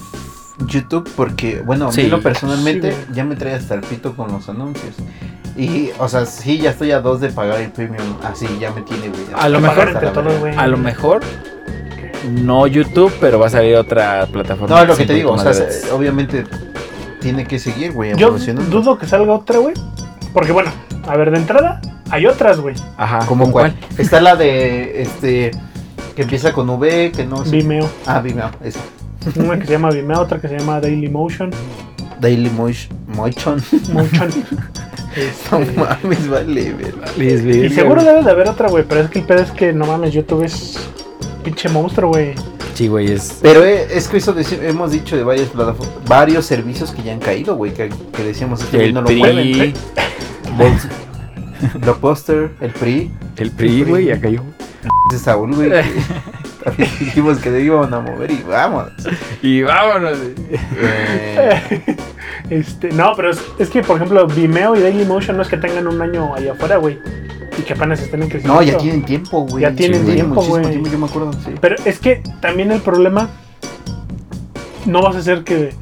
Speaker 3: YouTube? Porque, bueno, a
Speaker 1: Sí.
Speaker 3: mí lo personalmente
Speaker 2: Sí, güey.
Speaker 3: ya me trae hasta el pito con los anuncios. Y, o sea, sí, ya estoy a dos de pagar el premium. Así ya me tiene, güey.
Speaker 1: A lo
Speaker 2: Te
Speaker 1: mejor
Speaker 2: pagan
Speaker 3: Hasta
Speaker 2: entre
Speaker 3: la
Speaker 2: todos,
Speaker 3: verga.
Speaker 2: güey.
Speaker 1: A lo mejor no YouTube, pero va a salir otra plataforma.
Speaker 3: No, es lo que
Speaker 1: sea
Speaker 3: te
Speaker 1: un
Speaker 3: digo, o
Speaker 1: poquito
Speaker 3: sea,
Speaker 1: más gratis.
Speaker 3: se- obviamente tiene que seguir, güey,
Speaker 2: Yo
Speaker 3: evolucionando.
Speaker 2: dudo que salga otra, güey. Porque bueno, a ver, de entrada hay otras, güey.
Speaker 1: Ajá.
Speaker 3: Ah, ¿Cómo cuál? Está la de, este, que empieza con V, que no sé.
Speaker 2: Vimeo.
Speaker 3: Ah, Vimeo, eso.
Speaker 2: Una que se llama Vimeo, otra que se llama Daily Motion.
Speaker 3: Daily Moish- Motion.
Speaker 2: Motion.
Speaker 3: No
Speaker 2: Este,
Speaker 3: mames, vale, verga.
Speaker 1: Les
Speaker 2: Y
Speaker 1: verga,
Speaker 2: seguro
Speaker 1: güey.
Speaker 2: debe de haber otra, güey, pero es que el pedo es que no mames, YouTube es pinche monstruo, güey.
Speaker 1: Sí, güey, es.
Speaker 3: Pero eh, es que eso deci- hemos dicho de varias plataformas, varios servicios que ya han caído, güey, que, que decíamos este güey
Speaker 1: El
Speaker 3: no lo mueven.
Speaker 1: PRI.
Speaker 3: Box- Blockbuster, el PRI,
Speaker 1: El PRI, güey, acá yo.
Speaker 3: de Saúl, güey. que también dijimos que le iban a mover y vamos.
Speaker 1: Y vámonos.
Speaker 3: Eh,
Speaker 2: Este, no, pero es, es que por ejemplo, Vimeo y Dailymotion no es que tengan un año allá afuera, güey. Y que apenas estén en crecimiento.
Speaker 3: No, ya tienen tiempo, güey.
Speaker 2: Ya tienen
Speaker 3: Sí,
Speaker 2: tiempo,
Speaker 3: muchísimo
Speaker 2: güey.
Speaker 3: tiempo, yo me acuerdo, sí.
Speaker 2: Pero es que también el problema no vas a hacer que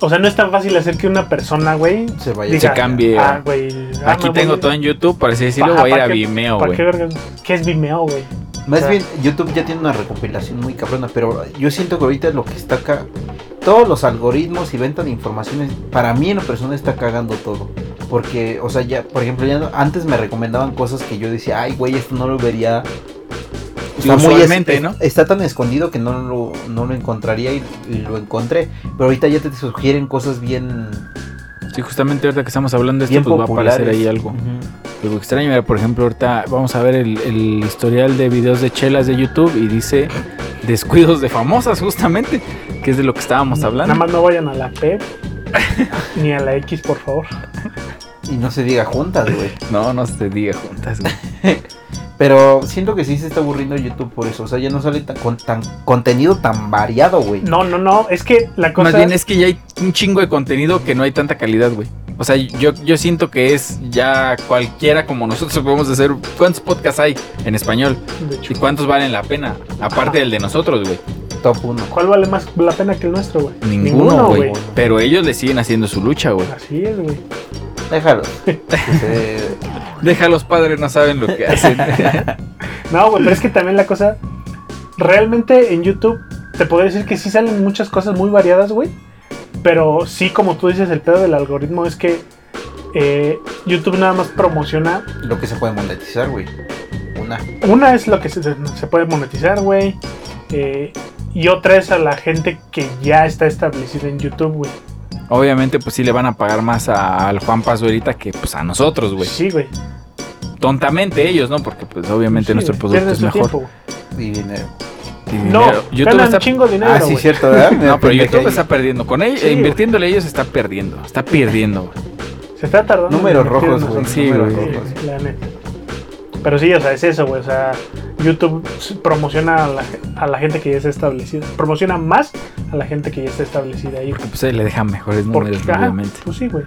Speaker 2: o sea, no es tan fácil hacer que una persona, güey,
Speaker 3: Se vaya.
Speaker 2: Diga,
Speaker 1: Se cambie.
Speaker 2: ah, güey, ah,
Speaker 1: Aquí
Speaker 2: me
Speaker 1: tengo
Speaker 2: voy-
Speaker 1: todo en YouTube, por así decirlo,
Speaker 2: Ajá,
Speaker 1: voy a ir
Speaker 2: ¿para
Speaker 1: a
Speaker 2: qué-
Speaker 1: Vimeo,
Speaker 2: ¿Para qué
Speaker 1: güey.
Speaker 2: vergas? ¿Qué es Vimeo, güey?
Speaker 3: Más
Speaker 2: O sea-
Speaker 3: bien, YouTube ya tiene una recopilación muy cabrona, pero yo siento que ahorita lo que está acá, todos los algoritmos y venta de informaciones, para mí en la persona está cagando todo. Porque, o sea, ya, por ejemplo, ya no- antes me recomendaban cosas que yo decía, ay, güey, esto no lo vería
Speaker 1: Está muy este.
Speaker 3: usualmente
Speaker 1: es-
Speaker 3: es- Está tan escondido que no lo, no lo encontraría y, y lo encontré. Pero ahorita ya te sugieren cosas bien.
Speaker 1: Sí, justamente ahorita que estamos hablando de esto,
Speaker 3: bien
Speaker 1: pues va a
Speaker 3: populares.
Speaker 1: aparecer ahí algo.
Speaker 3: Ujú.
Speaker 1: Algo extraño. Mira, por ejemplo, ahorita vamos a ver el, el historial de videos de chelas de YouTube y dice descuidos de famosas, justamente, que es de lo que estábamos hablando.
Speaker 2: Nada más no vayan a la P ni a la X, por favor.
Speaker 3: Y no se diga juntas, güey.
Speaker 1: No, no se diga juntas, güey.
Speaker 3: Pero siento que sí se está aburriendo YouTube por eso. O sea, ya no sale tan, con, tan contenido tan variado, güey.
Speaker 2: No, no, no. Es que la cosa
Speaker 1: Más bien es que ya hay un chingo de contenido que no hay tanta calidad, güey. O sea, yo, yo siento que es ya cualquiera como nosotros podemos hacer. ¿Cuántos podcasts hay en español?
Speaker 2: de hecho,
Speaker 1: ¿Y cuántos valen la pena? Aparte del de nosotros, güey.
Speaker 3: Top 1.
Speaker 2: ¿Cuál vale más la pena que el nuestro, güey?
Speaker 1: Ninguno, güey.
Speaker 3: güey.
Speaker 1: Pero ellos le siguen haciendo su lucha, güey.
Speaker 2: Así es, güey.
Speaker 3: Déjalo. Que se-
Speaker 1: Deja a los padres, no saben lo que hacen.
Speaker 2: No, güey, pero es que también la cosa. Realmente en YouTube te puedo decir que sí salen muchas cosas muy variadas, güey. Pero sí, como tú dices, el pedo del algoritmo es que eh, YouTube nada más promociona.
Speaker 3: lo que se puede monetizar, güey. Una.
Speaker 2: Una es lo que se, se puede monetizar, güey. eh, y otra es a la gente que ya está establecida en YouTube, güey.
Speaker 1: Obviamente, pues sí le van a pagar más a- al Juan Pazuelita que pues a nosotros, güey.
Speaker 2: Sí, güey.
Speaker 1: Tontamente ellos, ¿no? Porque pues obviamente
Speaker 2: Sí,
Speaker 1: nuestro
Speaker 2: güey,
Speaker 1: producto
Speaker 2: pierden
Speaker 1: es
Speaker 2: su
Speaker 1: mejor.
Speaker 2: tiempo, güey.
Speaker 3: Y dinero.
Speaker 1: Y
Speaker 2: no,
Speaker 1: dinero. YouTube
Speaker 2: ganan
Speaker 1: está-
Speaker 2: chingo de dinero,
Speaker 3: ah, sí,
Speaker 2: güey.
Speaker 3: cierto, ¿verdad? Me
Speaker 1: No, pero
Speaker 3: pendejé
Speaker 1: YouTube
Speaker 3: ahí.
Speaker 1: está perdiendo. Con ellos,
Speaker 2: Sí, güey.
Speaker 1: invirtiéndole ellos está perdiendo. Está perdiendo, güey.
Speaker 2: Se está tardando. en
Speaker 3: Números
Speaker 2: invertir en
Speaker 3: rojos, güey.
Speaker 2: nosotros.
Speaker 1: Sí,
Speaker 3: números
Speaker 1: güey.
Speaker 3: rojos.
Speaker 2: La neta. Pero sí, o sea, es eso, güey. O sea, YouTube s- promociona a la, a la gente que ya está establecida. Promociona más a la gente que ya está establecida ahí. güey.
Speaker 1: Porque pues ahí le dejan mejores
Speaker 2: Porque,
Speaker 1: números,
Speaker 2: ajá,
Speaker 1: obviamente.
Speaker 2: pues sí, güey.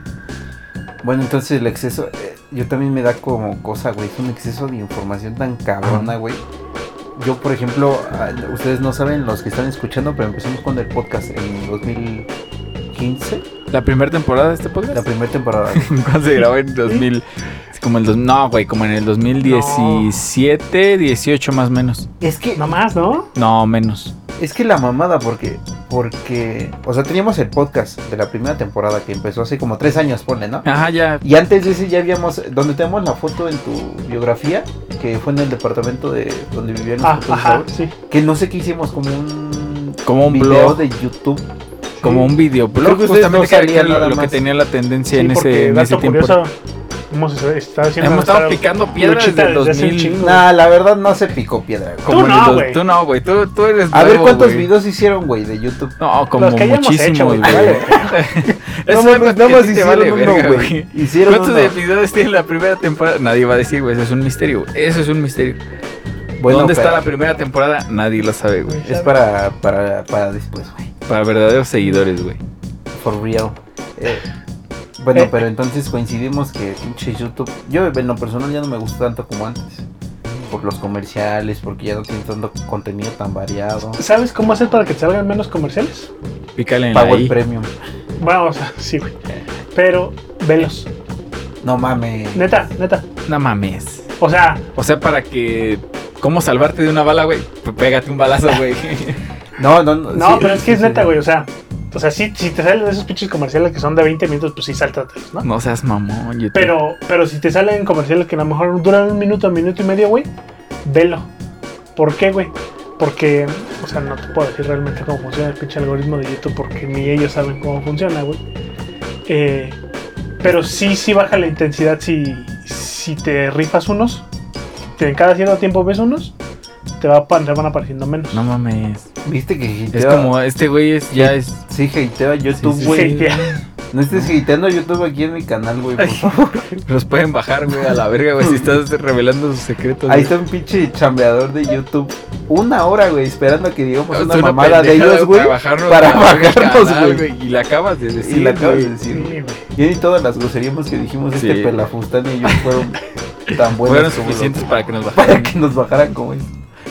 Speaker 3: Bueno, entonces el exceso, eh, yo también me da como cosa, güey, es un exceso de información tan cabrona, güey. Yo, por ejemplo, ah, ustedes no saben los que están escuchando, pero empezamos con el podcast en 2015,
Speaker 1: La primera temporada de este
Speaker 3: la
Speaker 1: podcast.
Speaker 3: primera temporada.
Speaker 1: Cuando se grabó en 2000. es Como el dos- no, güey, como en el 2017, 18 más menos.
Speaker 3: es que,
Speaker 2: Nomás, ¿no?
Speaker 1: No, menos.
Speaker 3: es que la mamada, porque, porque, o sea, teníamos el podcast de la primera temporada que empezó hace como tres años, ponle, ¿no?
Speaker 1: Ajá, ya.
Speaker 3: Y antes de ese ya habíamos, donde tenemos la foto en tu biografía, que fue en el departamento de donde vivían los
Speaker 2: Ah,
Speaker 1: Pues,
Speaker 3: putos
Speaker 2: ajá,
Speaker 3: sabores,
Speaker 2: sí.
Speaker 3: que no sé qué hicimos, como un
Speaker 1: Como un
Speaker 3: video
Speaker 1: blog.
Speaker 3: de YouTube.
Speaker 1: Como un
Speaker 3: Creo
Speaker 1: videoblog.
Speaker 3: que ustedes
Speaker 1: Justamente
Speaker 3: no
Speaker 1: que era
Speaker 3: sabían
Speaker 1: que lo,
Speaker 3: nada
Speaker 1: lo que
Speaker 3: más.
Speaker 1: tenía la tendencia
Speaker 2: Sí,
Speaker 1: en
Speaker 2: porque,
Speaker 1: ese, en ese
Speaker 2: dato
Speaker 1: tiempo.
Speaker 2: curioso, hemos estado haciendo
Speaker 1: Hemos estado
Speaker 2: nuestra
Speaker 1: picando piedras
Speaker 2: luchita
Speaker 1: desde el
Speaker 2: desde hace un
Speaker 1: 2000.
Speaker 2: chingo.
Speaker 3: Nah, la verdad no se picó piedra, güey.
Speaker 1: como en el
Speaker 2: no,
Speaker 1: dos-
Speaker 2: güey.
Speaker 1: Tú no, güey. Tú, tú eres
Speaker 3: A ver
Speaker 1: nuevo,
Speaker 3: cuántos
Speaker 1: güey.
Speaker 3: videos hicieron, güey, de YouTube.
Speaker 1: No, como
Speaker 2: que hayamos
Speaker 1: muchísimos,
Speaker 2: hecho, güey,
Speaker 1: güey.
Speaker 2: vale.
Speaker 1: Eso
Speaker 3: No
Speaker 1: es algo
Speaker 3: mames, nada
Speaker 1: que a
Speaker 3: más
Speaker 1: ti te vale
Speaker 3: hicieron
Speaker 1: verga,
Speaker 3: uno,
Speaker 1: güey.
Speaker 3: güey. Hicieron
Speaker 1: ¿Cuántos
Speaker 3: uno.
Speaker 1: episodios tiene la primera temporada? Nadie va a decir, güey. Eso es un misterio. güey. Eso es un misterio.
Speaker 3: Bueno,
Speaker 1: ¿Dónde está
Speaker 3: pero
Speaker 1: la primera temporada? Nadie lo sabe, güey.
Speaker 3: Es para, para, para después, güey.
Speaker 1: Para verdaderos seguidores, güey.
Speaker 3: For real. Eh, bueno,
Speaker 2: Eh.
Speaker 3: pero entonces coincidimos que pinche YouTube. Yo en lo personal ya no me gusta tanto como antes. Por los comerciales, porque ya no tiene tanto contenido tan variado.
Speaker 2: ¿Sabes cómo hacer para que te salgan menos comerciales?
Speaker 1: Pícale en la
Speaker 3: Pago el
Speaker 1: I.
Speaker 3: premium.
Speaker 2: Bueno, o sea, sí, güey. Pero, velos.
Speaker 3: No mames.
Speaker 2: Neta, neta.
Speaker 1: No mames.
Speaker 2: O sea,
Speaker 1: O sea, para que. ¿Cómo salvarte de una bala, güey? P- Pégate un balazo, güey.
Speaker 3: No, no, no.
Speaker 2: No,
Speaker 3: sí,
Speaker 2: pero es que
Speaker 3: sí,
Speaker 2: es
Speaker 3: sí,
Speaker 2: neta,
Speaker 3: sí.
Speaker 2: güey. O sea, o sea, sí, si te salen de esos pinches comerciales que son de 20 minutos, pues sí, sáltatelos, ¿no?
Speaker 1: No seas mamón, YouTube.
Speaker 2: Pero, pero si te salen comerciales que a lo mejor duran un minuto, minuto y medio, güey, velo. ¿Por qué, güey? Porque, o sea, no te puedo decir realmente cómo funciona el pinche algoritmo de YouTube porque ni ellos saben cómo funciona, güey. Eh, pero sí, sí baja la intensidad si, si te rifas unos. que en cada cierto tiempo ves unos, te, va, a pa- te van apareciendo menos.
Speaker 1: No mames.
Speaker 3: Viste que
Speaker 1: Es
Speaker 3: hateaba-
Speaker 1: como, este güey es, ya es.
Speaker 3: Sí, hateaba YouTube,
Speaker 1: Sí, sí,
Speaker 3: güey.
Speaker 2: Sí, ya.
Speaker 3: No estés hateando a YouTube aquí en mi canal, güey, por favor.
Speaker 1: Los pueden bajar, güey, a la verga, güey, si estás revelando sus secretos. güey.
Speaker 3: Ahí está un pinche chambeador de YouTube. Una hora, güey, esperando que digamos
Speaker 1: Es
Speaker 3: una mamada de
Speaker 1: pendejada
Speaker 3: ellos, güey.
Speaker 1: Para bajarnos,
Speaker 3: para
Speaker 1: la verga el
Speaker 3: bajarnos,
Speaker 1: canal,
Speaker 3: güey.
Speaker 1: Y la acabas de decir.
Speaker 3: Y la acabas de
Speaker 1: güey.
Speaker 2: Sí,
Speaker 3: decir, güey.
Speaker 2: güey.
Speaker 3: Y ni todas las groserías que dijimos
Speaker 1: Sí.
Speaker 3: este pelafustán y yo fueron tan buenas
Speaker 1: Fueron
Speaker 3: como
Speaker 1: suficientes
Speaker 3: lo-
Speaker 1: para que nos bajaran.
Speaker 3: para que nos bajaran como es.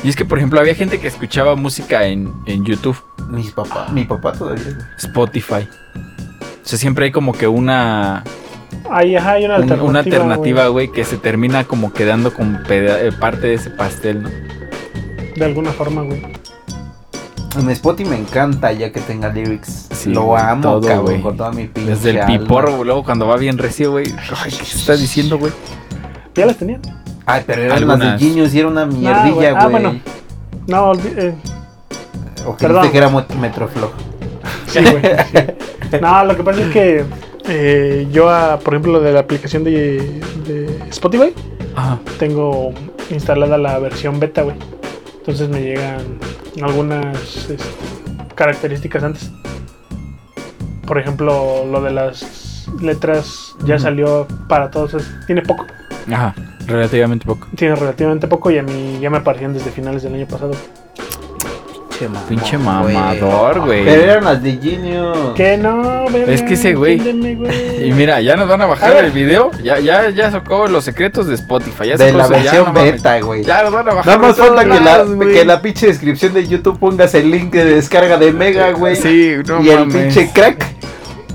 Speaker 1: Y es que, por ejemplo, había gente que escuchaba música en, en YouTube,
Speaker 3: Mis papá, mi papá todavía. güey.
Speaker 1: Spotify. O sea, siempre hay como que una,
Speaker 2: Ahí, ajá, hay una
Speaker 1: un-
Speaker 2: alternativa.
Speaker 1: una
Speaker 2: güey.
Speaker 1: alternativa, güey, que se termina como quedando con peda- eh, parte de ese pastel, ¿no?
Speaker 2: De alguna forma, güey.
Speaker 3: En Spotify me encanta ya que tenga lyrics.
Speaker 1: Sí,
Speaker 3: lo
Speaker 1: güey,
Speaker 3: amo,
Speaker 1: todo,
Speaker 3: cabrón,
Speaker 1: güey.
Speaker 3: con toda mi pinche
Speaker 1: Desde el
Speaker 3: alma.
Speaker 1: piporro, güey, luego cuando va bien recio, güey. Ay, ¿qué se está diciendo, güey?
Speaker 2: ¿Ya las tenía?
Speaker 3: Ay, pero eran las
Speaker 1: Algunas.
Speaker 3: de Genius y era una
Speaker 2: güey.
Speaker 3: mierdilla,
Speaker 2: Ah,
Speaker 3: güey.
Speaker 2: bueno. No, olvi- eh,
Speaker 3: O que
Speaker 2: Perdón.
Speaker 3: dijiste que era mot- Metroflog.
Speaker 2: sí, güey. sí. No, lo que pasa es que eh, yo, ah, por ejemplo, de la aplicación de, de Spotify,
Speaker 1: Ajá.
Speaker 2: tengo instalada la versión beta, güey. Entonces me llegan algunas este, características antes. Por ejemplo, lo de las letras ya
Speaker 1: Ujú.
Speaker 2: salió para todos. es- Tiene poco,
Speaker 1: Ajá. Relativamente poco.
Speaker 2: tiene relativamente poco y a mí ya me aparecían desde finales del año pasado.
Speaker 1: Pinche mamador, güey.
Speaker 3: Pero eran las de Genius.
Speaker 2: Que no, verga,
Speaker 1: Es que ese güey-
Speaker 2: entiéndeme, güey.
Speaker 1: Y mira, ya nos van a bajar
Speaker 2: A ver.
Speaker 1: el video. Ya, ya, ya sacó los secretos de Spotify. Ya
Speaker 3: de
Speaker 1: sacó
Speaker 3: la
Speaker 1: su- ya,
Speaker 3: versión
Speaker 1: no mames.
Speaker 3: beta, güey.
Speaker 1: Ya nos van a bajar.
Speaker 3: Nada más
Speaker 1: de todos
Speaker 3: falta que la,
Speaker 1: lados, güey.
Speaker 3: que la pinche descripción de YouTube pongas el link de descarga de Mega, güey.
Speaker 1: Sí, no
Speaker 3: y el
Speaker 1: mames.
Speaker 3: pinche crack.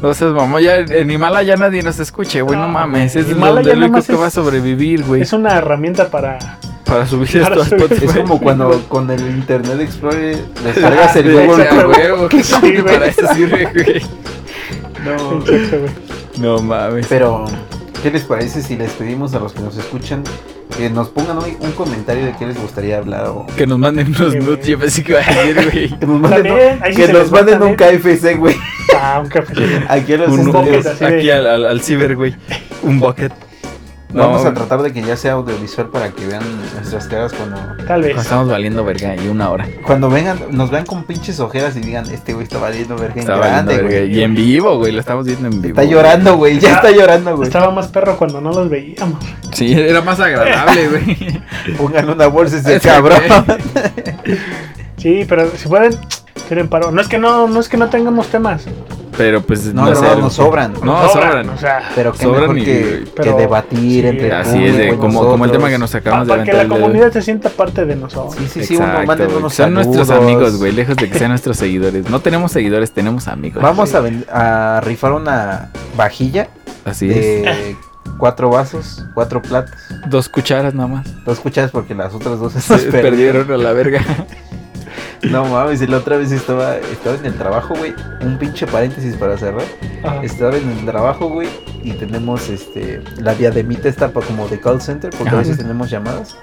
Speaker 1: No seas mamón, ya en Himala ya nadie nos escuche, güey, no,
Speaker 2: No,
Speaker 1: mames.
Speaker 2: güey,
Speaker 1: Es
Speaker 2: Himala
Speaker 1: lo
Speaker 2: ya
Speaker 1: del
Speaker 2: nada
Speaker 1: único
Speaker 2: más
Speaker 1: que
Speaker 2: es-
Speaker 1: va a sobrevivir, güey.
Speaker 2: Es una herramienta para.
Speaker 1: Para subir
Speaker 2: para
Speaker 1: esto a
Speaker 2: subir-
Speaker 1: Spotify.
Speaker 3: Es como cuando con el Internet Explorer descargas el
Speaker 1: Sí,
Speaker 3: Google.
Speaker 1: a
Speaker 3: Chrome.
Speaker 1: huevo, que
Speaker 2: Sí, Ah, güey.
Speaker 1: para eso sirve, güey.
Speaker 2: Ah.
Speaker 3: No.
Speaker 2: Exacto, güey.
Speaker 1: No mames.
Speaker 3: Pero, ¿qué les parece si les pedimos a los que nos escuchan que nos pongan hoy un comentario de qué les gustaría hablar o
Speaker 1: Que nos manden unos
Speaker 2: Sí, güey.
Speaker 1: nudes, yo pensé que iba a decir, güey.
Speaker 3: que nos manden,
Speaker 2: También, ahí sí
Speaker 3: que
Speaker 2: se
Speaker 3: nos
Speaker 2: les
Speaker 3: manden
Speaker 2: va
Speaker 3: un KFC, güey?
Speaker 2: Ah, un café.
Speaker 3: Aquí a los
Speaker 1: Un
Speaker 3: estudios.
Speaker 1: bucket,
Speaker 2: así de-
Speaker 1: aquí al, al, al ciber, güey. Un bucket. No,
Speaker 3: Vamos a tratar de que ya sea audiovisual para que vean nuestras caras cuando
Speaker 2: Tal vez.
Speaker 1: nos estamos valiendo verga y una hora.
Speaker 3: Cuando vengan, nos vean con pinches ojeras y digan, este güey está valiendo verga en
Speaker 1: Está valiendo
Speaker 3: grande,
Speaker 1: verga.
Speaker 3: güey.
Speaker 1: Y en vivo, güey, lo estamos viendo en vivo.
Speaker 3: Está llorando, güey, ya está llorando, güey.
Speaker 2: Estaba más perro cuando no los veíamos.
Speaker 1: Sí, era más agradable, güey.
Speaker 3: Pónganle una bolsa a ese
Speaker 1: Ese
Speaker 3: cabrón.
Speaker 1: güey.
Speaker 2: Sí, pero si pueden, tienen paro. No es que no, no es que no tengamos temas.
Speaker 1: Pero pues
Speaker 3: No,
Speaker 1: no,
Speaker 3: no,
Speaker 1: sé.
Speaker 3: no sobran.
Speaker 1: No, sobran.
Speaker 2: O sea,
Speaker 3: Pero qué
Speaker 1: Sobran
Speaker 3: mejor
Speaker 1: y-
Speaker 3: que,
Speaker 1: y-
Speaker 3: que
Speaker 2: pero-
Speaker 3: debatir
Speaker 2: sí,
Speaker 3: entre
Speaker 1: Así es, de,
Speaker 3: público,
Speaker 1: como, como el
Speaker 3: nosotros.
Speaker 1: tema que nos
Speaker 2: pa-
Speaker 1: acabamos de
Speaker 2: para que
Speaker 1: aventar.
Speaker 2: la
Speaker 1: el dedo.
Speaker 2: comunidad se sienta parte de nosotros.
Speaker 3: Sí, sí, sí, uno,
Speaker 1: Exacto,
Speaker 3: manden
Speaker 1: güey,
Speaker 3: unos
Speaker 1: Son nuestros
Speaker 3: saludos.
Speaker 1: amigos, güey, lejos de que sean nuestros seguidores. No tenemos seguidores, tenemos amigos.
Speaker 3: Vamos
Speaker 2: Sí.
Speaker 3: a, ven- a rifar una vajilla
Speaker 1: Así es.
Speaker 3: de cuatro vasos, cuatro platos.
Speaker 1: Dos cucharas nada más.
Speaker 3: Dos escuchas porque las otras dos
Speaker 1: Se
Speaker 3: están perdidas.
Speaker 1: perdieron a la verga.
Speaker 3: No mames, y la otra vez estaba, estaba en el trabajo, güey. Un pinche paréntesis para cerrar.
Speaker 2: Ajá.
Speaker 3: Estaba en el trabajo, güey, y tenemos este la diademita esta pa- como de call center, porque
Speaker 1: Ajá.
Speaker 3: a veces tenemos llamadas.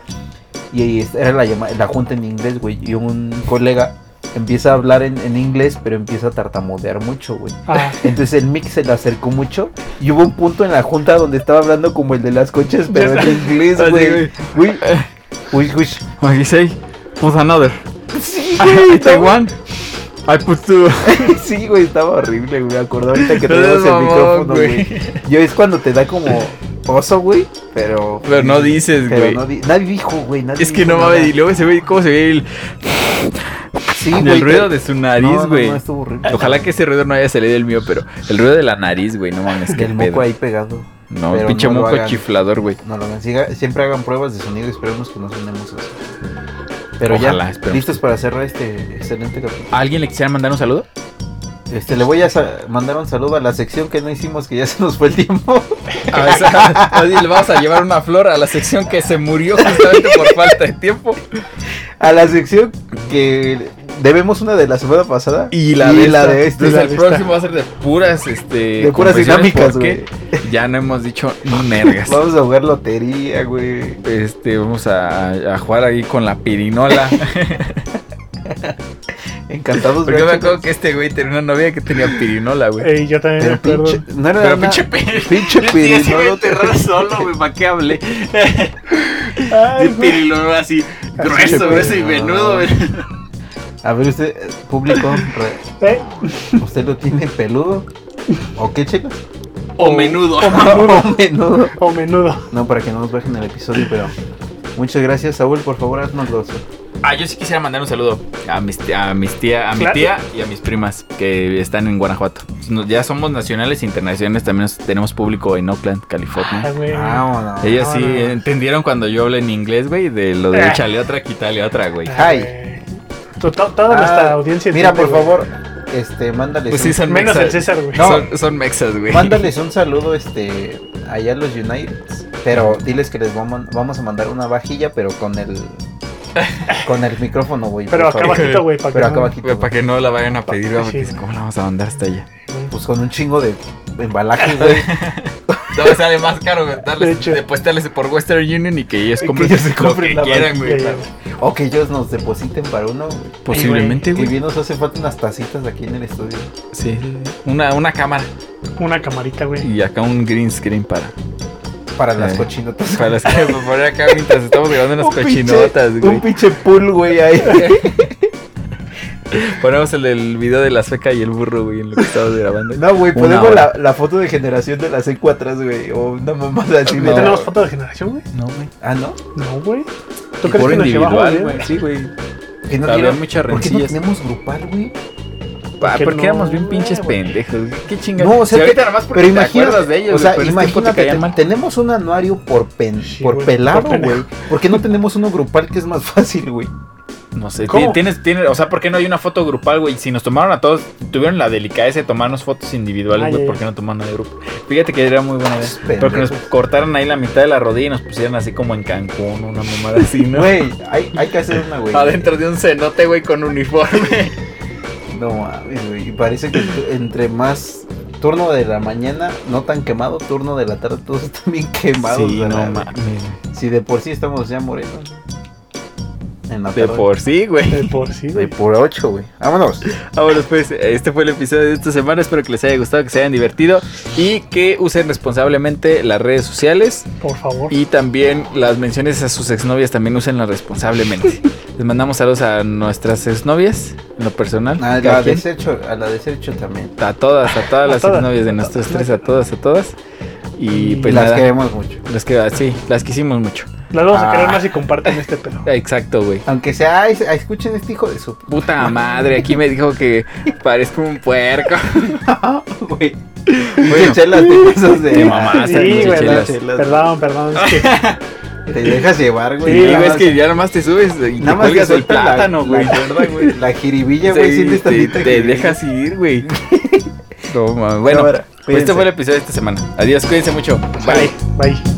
Speaker 3: Y ahí es- era la, llama- la junta en inglés, güey, y un colega empieza a hablar en, en inglés, pero empieza a tartamudear mucho, güey.
Speaker 2: Ah,
Speaker 3: Entonces el mix se le acercó mucho y hubo un punto en la junta donde estaba hablando como el de las coches, pero
Speaker 2: Ya
Speaker 3: en inglés, güey. Güey, güey, güey.
Speaker 1: What you say? Put another.
Speaker 3: Sí,
Speaker 1: I
Speaker 3: güey,
Speaker 1: take
Speaker 3: estaba-
Speaker 1: one. I put two.
Speaker 3: sí, güey, estaba horrible, güey. Me acordé ahorita que
Speaker 1: No seas
Speaker 3: tenemos el
Speaker 1: mamón,
Speaker 3: micrófono,
Speaker 1: güey.
Speaker 3: güey. Yo es cuando te da como oso, güey, pero...
Speaker 1: Pero no dices,
Speaker 3: pero
Speaker 1: güey.
Speaker 3: no di- nadie dijo, güey, nadie
Speaker 1: Es que
Speaker 3: dijo
Speaker 1: no mames,
Speaker 3: nada.
Speaker 1: y luego se ve cómo se ve el,
Speaker 3: Sí,
Speaker 1: el
Speaker 3: güey,
Speaker 1: ruido
Speaker 3: te-
Speaker 1: de su
Speaker 3: No,
Speaker 1: nariz,
Speaker 3: no,
Speaker 1: güey.
Speaker 3: no, estuvo horrible.
Speaker 1: Ojalá que ese ruido no haya salido del mío, pero el ruido de la nariz, güey, no mames,
Speaker 3: Que
Speaker 1: qué
Speaker 3: el moco
Speaker 1: pedo.
Speaker 3: ahí pegado.
Speaker 1: No,
Speaker 3: pero
Speaker 1: pinche
Speaker 3: no lo
Speaker 1: moco
Speaker 3: hagan.
Speaker 1: chiflador, güey.
Speaker 3: No lo hagan. Siga- siempre hagan pruebas de sonido y esperemos que no sonemos así. Pero
Speaker 1: Ojalá,
Speaker 3: ya,
Speaker 1: esperemos.
Speaker 3: listos para cerrar este excelente capítulo.
Speaker 1: ¿A alguien le quisiera mandar un saludo?
Speaker 3: Este, le voy a sa- mandar un saludo a la sección que no hicimos, que ya se nos fue el tiempo.
Speaker 1: A ver, más bien le vamos a llevar una flor a la sección que se murió justamente por falta de tiempo.
Speaker 3: a la sección que debemos una de la semana pasada
Speaker 1: Y la de,
Speaker 3: de,
Speaker 1: esta.
Speaker 3: este.
Speaker 1: Entonces,
Speaker 2: la
Speaker 1: el
Speaker 2: de esta.
Speaker 1: próximo va a ser de puras, este.
Speaker 3: de puras
Speaker 1: confesiones,
Speaker 3: dinámicas,
Speaker 1: porque
Speaker 3: güey.
Speaker 1: Ya no hemos dicho ni mergas.
Speaker 3: Vamos a jugar lotería, güey.
Speaker 1: Este, vamos a, a jugar ahí con la pirinola.
Speaker 3: Encantados,
Speaker 1: Porque me acuerdo que este güey tenía una novia que tenía pirinola, güey.
Speaker 2: eh, yo también me
Speaker 3: Pero
Speaker 2: acuerdo.
Speaker 3: pinche, no era
Speaker 1: Pero
Speaker 3: una-
Speaker 1: pinche pirinola.
Speaker 3: pinche pirinola.
Speaker 1: solo, güey, ¿para qué hablé?
Speaker 2: Ay, güey.
Speaker 1: pirinola así,
Speaker 3: grueso, le grueso y pegó. menudo, güey. A ver, usted, eh, público, re-
Speaker 2: Eh,
Speaker 3: ¿usted lo tiene peludo? ¿O qué, chicos?
Speaker 1: O menudo.
Speaker 3: O menudo.
Speaker 2: o menudo.
Speaker 3: No, para que no nos bajen el episodio, pero. Muchas gracias, Saúl. Por favor, haznos los.
Speaker 1: Ah, yo sí quisiera mandar un saludo a mis, a mis tía, a mi
Speaker 2: Claro.
Speaker 1: tía y a mis primas que están en Guanajuato. Nos- Ya somos nacionales e internacionales, también nos- tenemos público en Oakland,
Speaker 2: Ah,
Speaker 1: California.
Speaker 2: güey.
Speaker 3: Vámonos.
Speaker 1: Ellas sí
Speaker 2: Vámonos.
Speaker 1: entendieron cuando yo hablé en inglés, güey, de lo de
Speaker 2: Ah.
Speaker 1: échale otra, quítale otra, güey.
Speaker 2: Ah,
Speaker 3: Ay.
Speaker 2: güey. To- to- Toda nuestra
Speaker 3: Ah,
Speaker 2: audiencia.
Speaker 3: Mira,
Speaker 2: entiende,
Speaker 3: por
Speaker 2: güey.
Speaker 3: favor, este, mándales.
Speaker 1: Pues
Speaker 3: un-
Speaker 1: sí, son
Speaker 2: Menos el
Speaker 1: mexas.
Speaker 2: César, güey.
Speaker 3: No.
Speaker 1: Son, son mexas, güey.
Speaker 3: Mándales un saludo este allá a los Unites, pero diles que les vamos, vamos a mandar una vajilla, pero con el con el micrófono, güey.
Speaker 2: Pero
Speaker 3: por
Speaker 2: acá
Speaker 3: favor.
Speaker 2: abajito, güey. para que
Speaker 3: Pero acá
Speaker 2: no-
Speaker 3: abajito.
Speaker 1: Güey, Para que no la vayan a pedir, güey,
Speaker 2: Sí.
Speaker 1: porque ¿cómo la vamos a mandar hasta allá?
Speaker 3: güey. Pues con un chingo de embalaje, güey.
Speaker 1: No, sale más caro darles-
Speaker 2: De hecho.
Speaker 1: depositarles por Western Union y que ellos
Speaker 3: Que
Speaker 1: compren
Speaker 3: ellos se
Speaker 1: lo
Speaker 3: compren
Speaker 1: que
Speaker 3: la
Speaker 1: quieran, güey.
Speaker 2: banquilla.
Speaker 3: O que ellos nos depositen para uno, güey.
Speaker 1: Posiblemente,
Speaker 3: Y
Speaker 1: güey.
Speaker 3: bien nos hace falta unas tacitas aquí en el estudio.
Speaker 1: Sí, sí, sí. una, una cámara
Speaker 2: Una camarita, güey.
Speaker 1: y acá un green screen para,
Speaker 3: Para las
Speaker 1: Eh.
Speaker 3: cochinotas.
Speaker 1: para las que para poner acá mientras estamos grabando unas cochinotas,
Speaker 3: pinche,
Speaker 1: güey.
Speaker 3: un pinche pool, güey, ahí.
Speaker 1: Ponemos el, el video de la sueca y el burro, güey, en lo que estamos grabando.
Speaker 3: No, güey,
Speaker 1: Una
Speaker 3: ponemos
Speaker 1: hora.
Speaker 3: la, la foto de generación de la secu atrás, güey. O una mamada así.
Speaker 1: No.
Speaker 2: ¿No
Speaker 3: neta.
Speaker 2: tenemos foto de generación, güey?
Speaker 1: No, güey.
Speaker 3: Ah, ¿no?
Speaker 2: No, güey.
Speaker 1: Y
Speaker 2: ¿Tú crees
Speaker 1: por
Speaker 2: que nos llevamos
Speaker 1: individual,
Speaker 2: bien?
Speaker 1: güey. Sí, güey.
Speaker 3: Que no
Speaker 1: Había
Speaker 3: dieron-
Speaker 1: muchas
Speaker 3: ¿Por qué no
Speaker 1: rencillas.
Speaker 3: tenemos grupal, güey?
Speaker 1: Pa,
Speaker 2: Porque
Speaker 1: porque
Speaker 2: no,
Speaker 1: éramos bien pinches
Speaker 2: güey.
Speaker 1: pendejos. güey. Qué chingada.
Speaker 3: No, o sea,
Speaker 1: Si
Speaker 3: que-
Speaker 1: ahorita nomás porque
Speaker 3: pero
Speaker 1: te
Speaker 3: imagínate,
Speaker 1: acuerdas de ellos,
Speaker 3: o sea,
Speaker 1: güey, pero en ese tiempo te
Speaker 3: imagínate,
Speaker 1: caían
Speaker 3: te-
Speaker 1: mal.
Speaker 3: tenemos un anuario por pen,
Speaker 2: Sí,
Speaker 3: por
Speaker 2: güey,
Speaker 3: pelado,
Speaker 2: por pendejo.
Speaker 3: güey. ¿Por qué no tenemos uno grupal que es más fácil, güey?
Speaker 1: No sé,
Speaker 2: ¿Cómo?
Speaker 1: ti- tienes, tienes, o sea, ¿por qué no hay una foto grupal, güey? Si nos tomaron a todos, tuvieron la delicadeza de tomarnos fotos individuales,
Speaker 2: Ay,
Speaker 1: güey,
Speaker 2: ay,
Speaker 1: ¿por
Speaker 2: ay.
Speaker 1: qué no tomaron la de grupo? Fíjate que era muy buena idea.
Speaker 3: Esos
Speaker 1: Pero que nos
Speaker 3: pendejos.
Speaker 1: cortaran ahí la mitad de la rodilla y nos pusieran así como en Cancún, una mamada así, ¿no?
Speaker 3: Güey, hay, hay que hacer una, güey.
Speaker 1: Adentro de un cenote, güey, con uniforme.
Speaker 3: No mames, güey. Y parece que tu- entre más turno de la mañana, no tan quemado, turno de la tarde, todos están bien quemados.
Speaker 1: sí, no
Speaker 3: ¿verdad?
Speaker 1: mames.
Speaker 3: Si de por sí estamos ya morenos. En la
Speaker 1: De
Speaker 3: tarde.
Speaker 1: por sí, güey.
Speaker 2: De por sí,
Speaker 3: De
Speaker 2: güey.
Speaker 3: por ocho, güey. Vámonos.
Speaker 1: Vámonos pues, este fue el episodio de esta semana, espero que les haya gustado, que se hayan divertido y que usen responsablemente las redes sociales
Speaker 2: Por favor.
Speaker 1: y también las menciones a sus exnovias también úsenlas responsablemente. Les mandamos saludos a nuestras exnovias, en lo personal,
Speaker 3: A
Speaker 1: cada
Speaker 3: la
Speaker 1: quien.
Speaker 3: desecho, a la desecho también.
Speaker 1: a todas, a todas
Speaker 2: A
Speaker 1: las
Speaker 2: todas.
Speaker 1: exnovias de nuestros tres, a todas, a todas. Y
Speaker 2: Y
Speaker 1: pues
Speaker 3: las
Speaker 1: nada,
Speaker 3: queremos mucho.
Speaker 1: las que sí, las quisimos mucho.
Speaker 2: Las vamos a querer
Speaker 3: Ah.
Speaker 2: más si comparten este pelo.
Speaker 1: Exacto, güey.
Speaker 3: Aunque sea, ay, ay, escuchen este hijo de su
Speaker 1: Puta madre, aquí me dijo que parezco un puerco.
Speaker 3: güey. Bueno, chelas te pasas de.
Speaker 1: Te mamaste,
Speaker 2: Sí, güey,
Speaker 1: muchas chelas.
Speaker 2: Perdón, perdón. Es que
Speaker 3: Te dejas llevar, güey.
Speaker 1: Y
Speaker 2: Sí,
Speaker 3: Nada
Speaker 1: ves
Speaker 3: más-
Speaker 1: que ya nomás te subes y te
Speaker 3: nada más
Speaker 1: cuelgas
Speaker 3: que
Speaker 1: el
Speaker 3: suelta la-
Speaker 1: plátano, güey.
Speaker 3: La,
Speaker 1: ¿verdad, güey?
Speaker 3: la jiribilla, güey,
Speaker 1: Sí,
Speaker 3: sientes
Speaker 1: te,
Speaker 3: tantita
Speaker 1: te
Speaker 3: jiribilla.
Speaker 1: dejas ir, güey. No, mames. Bueno,
Speaker 3: Cámara,
Speaker 1: pues este
Speaker 3: cuídense.
Speaker 1: fue el episodio de esta semana. Adiós, cuídense mucho. Ah, Bye.
Speaker 2: Bye.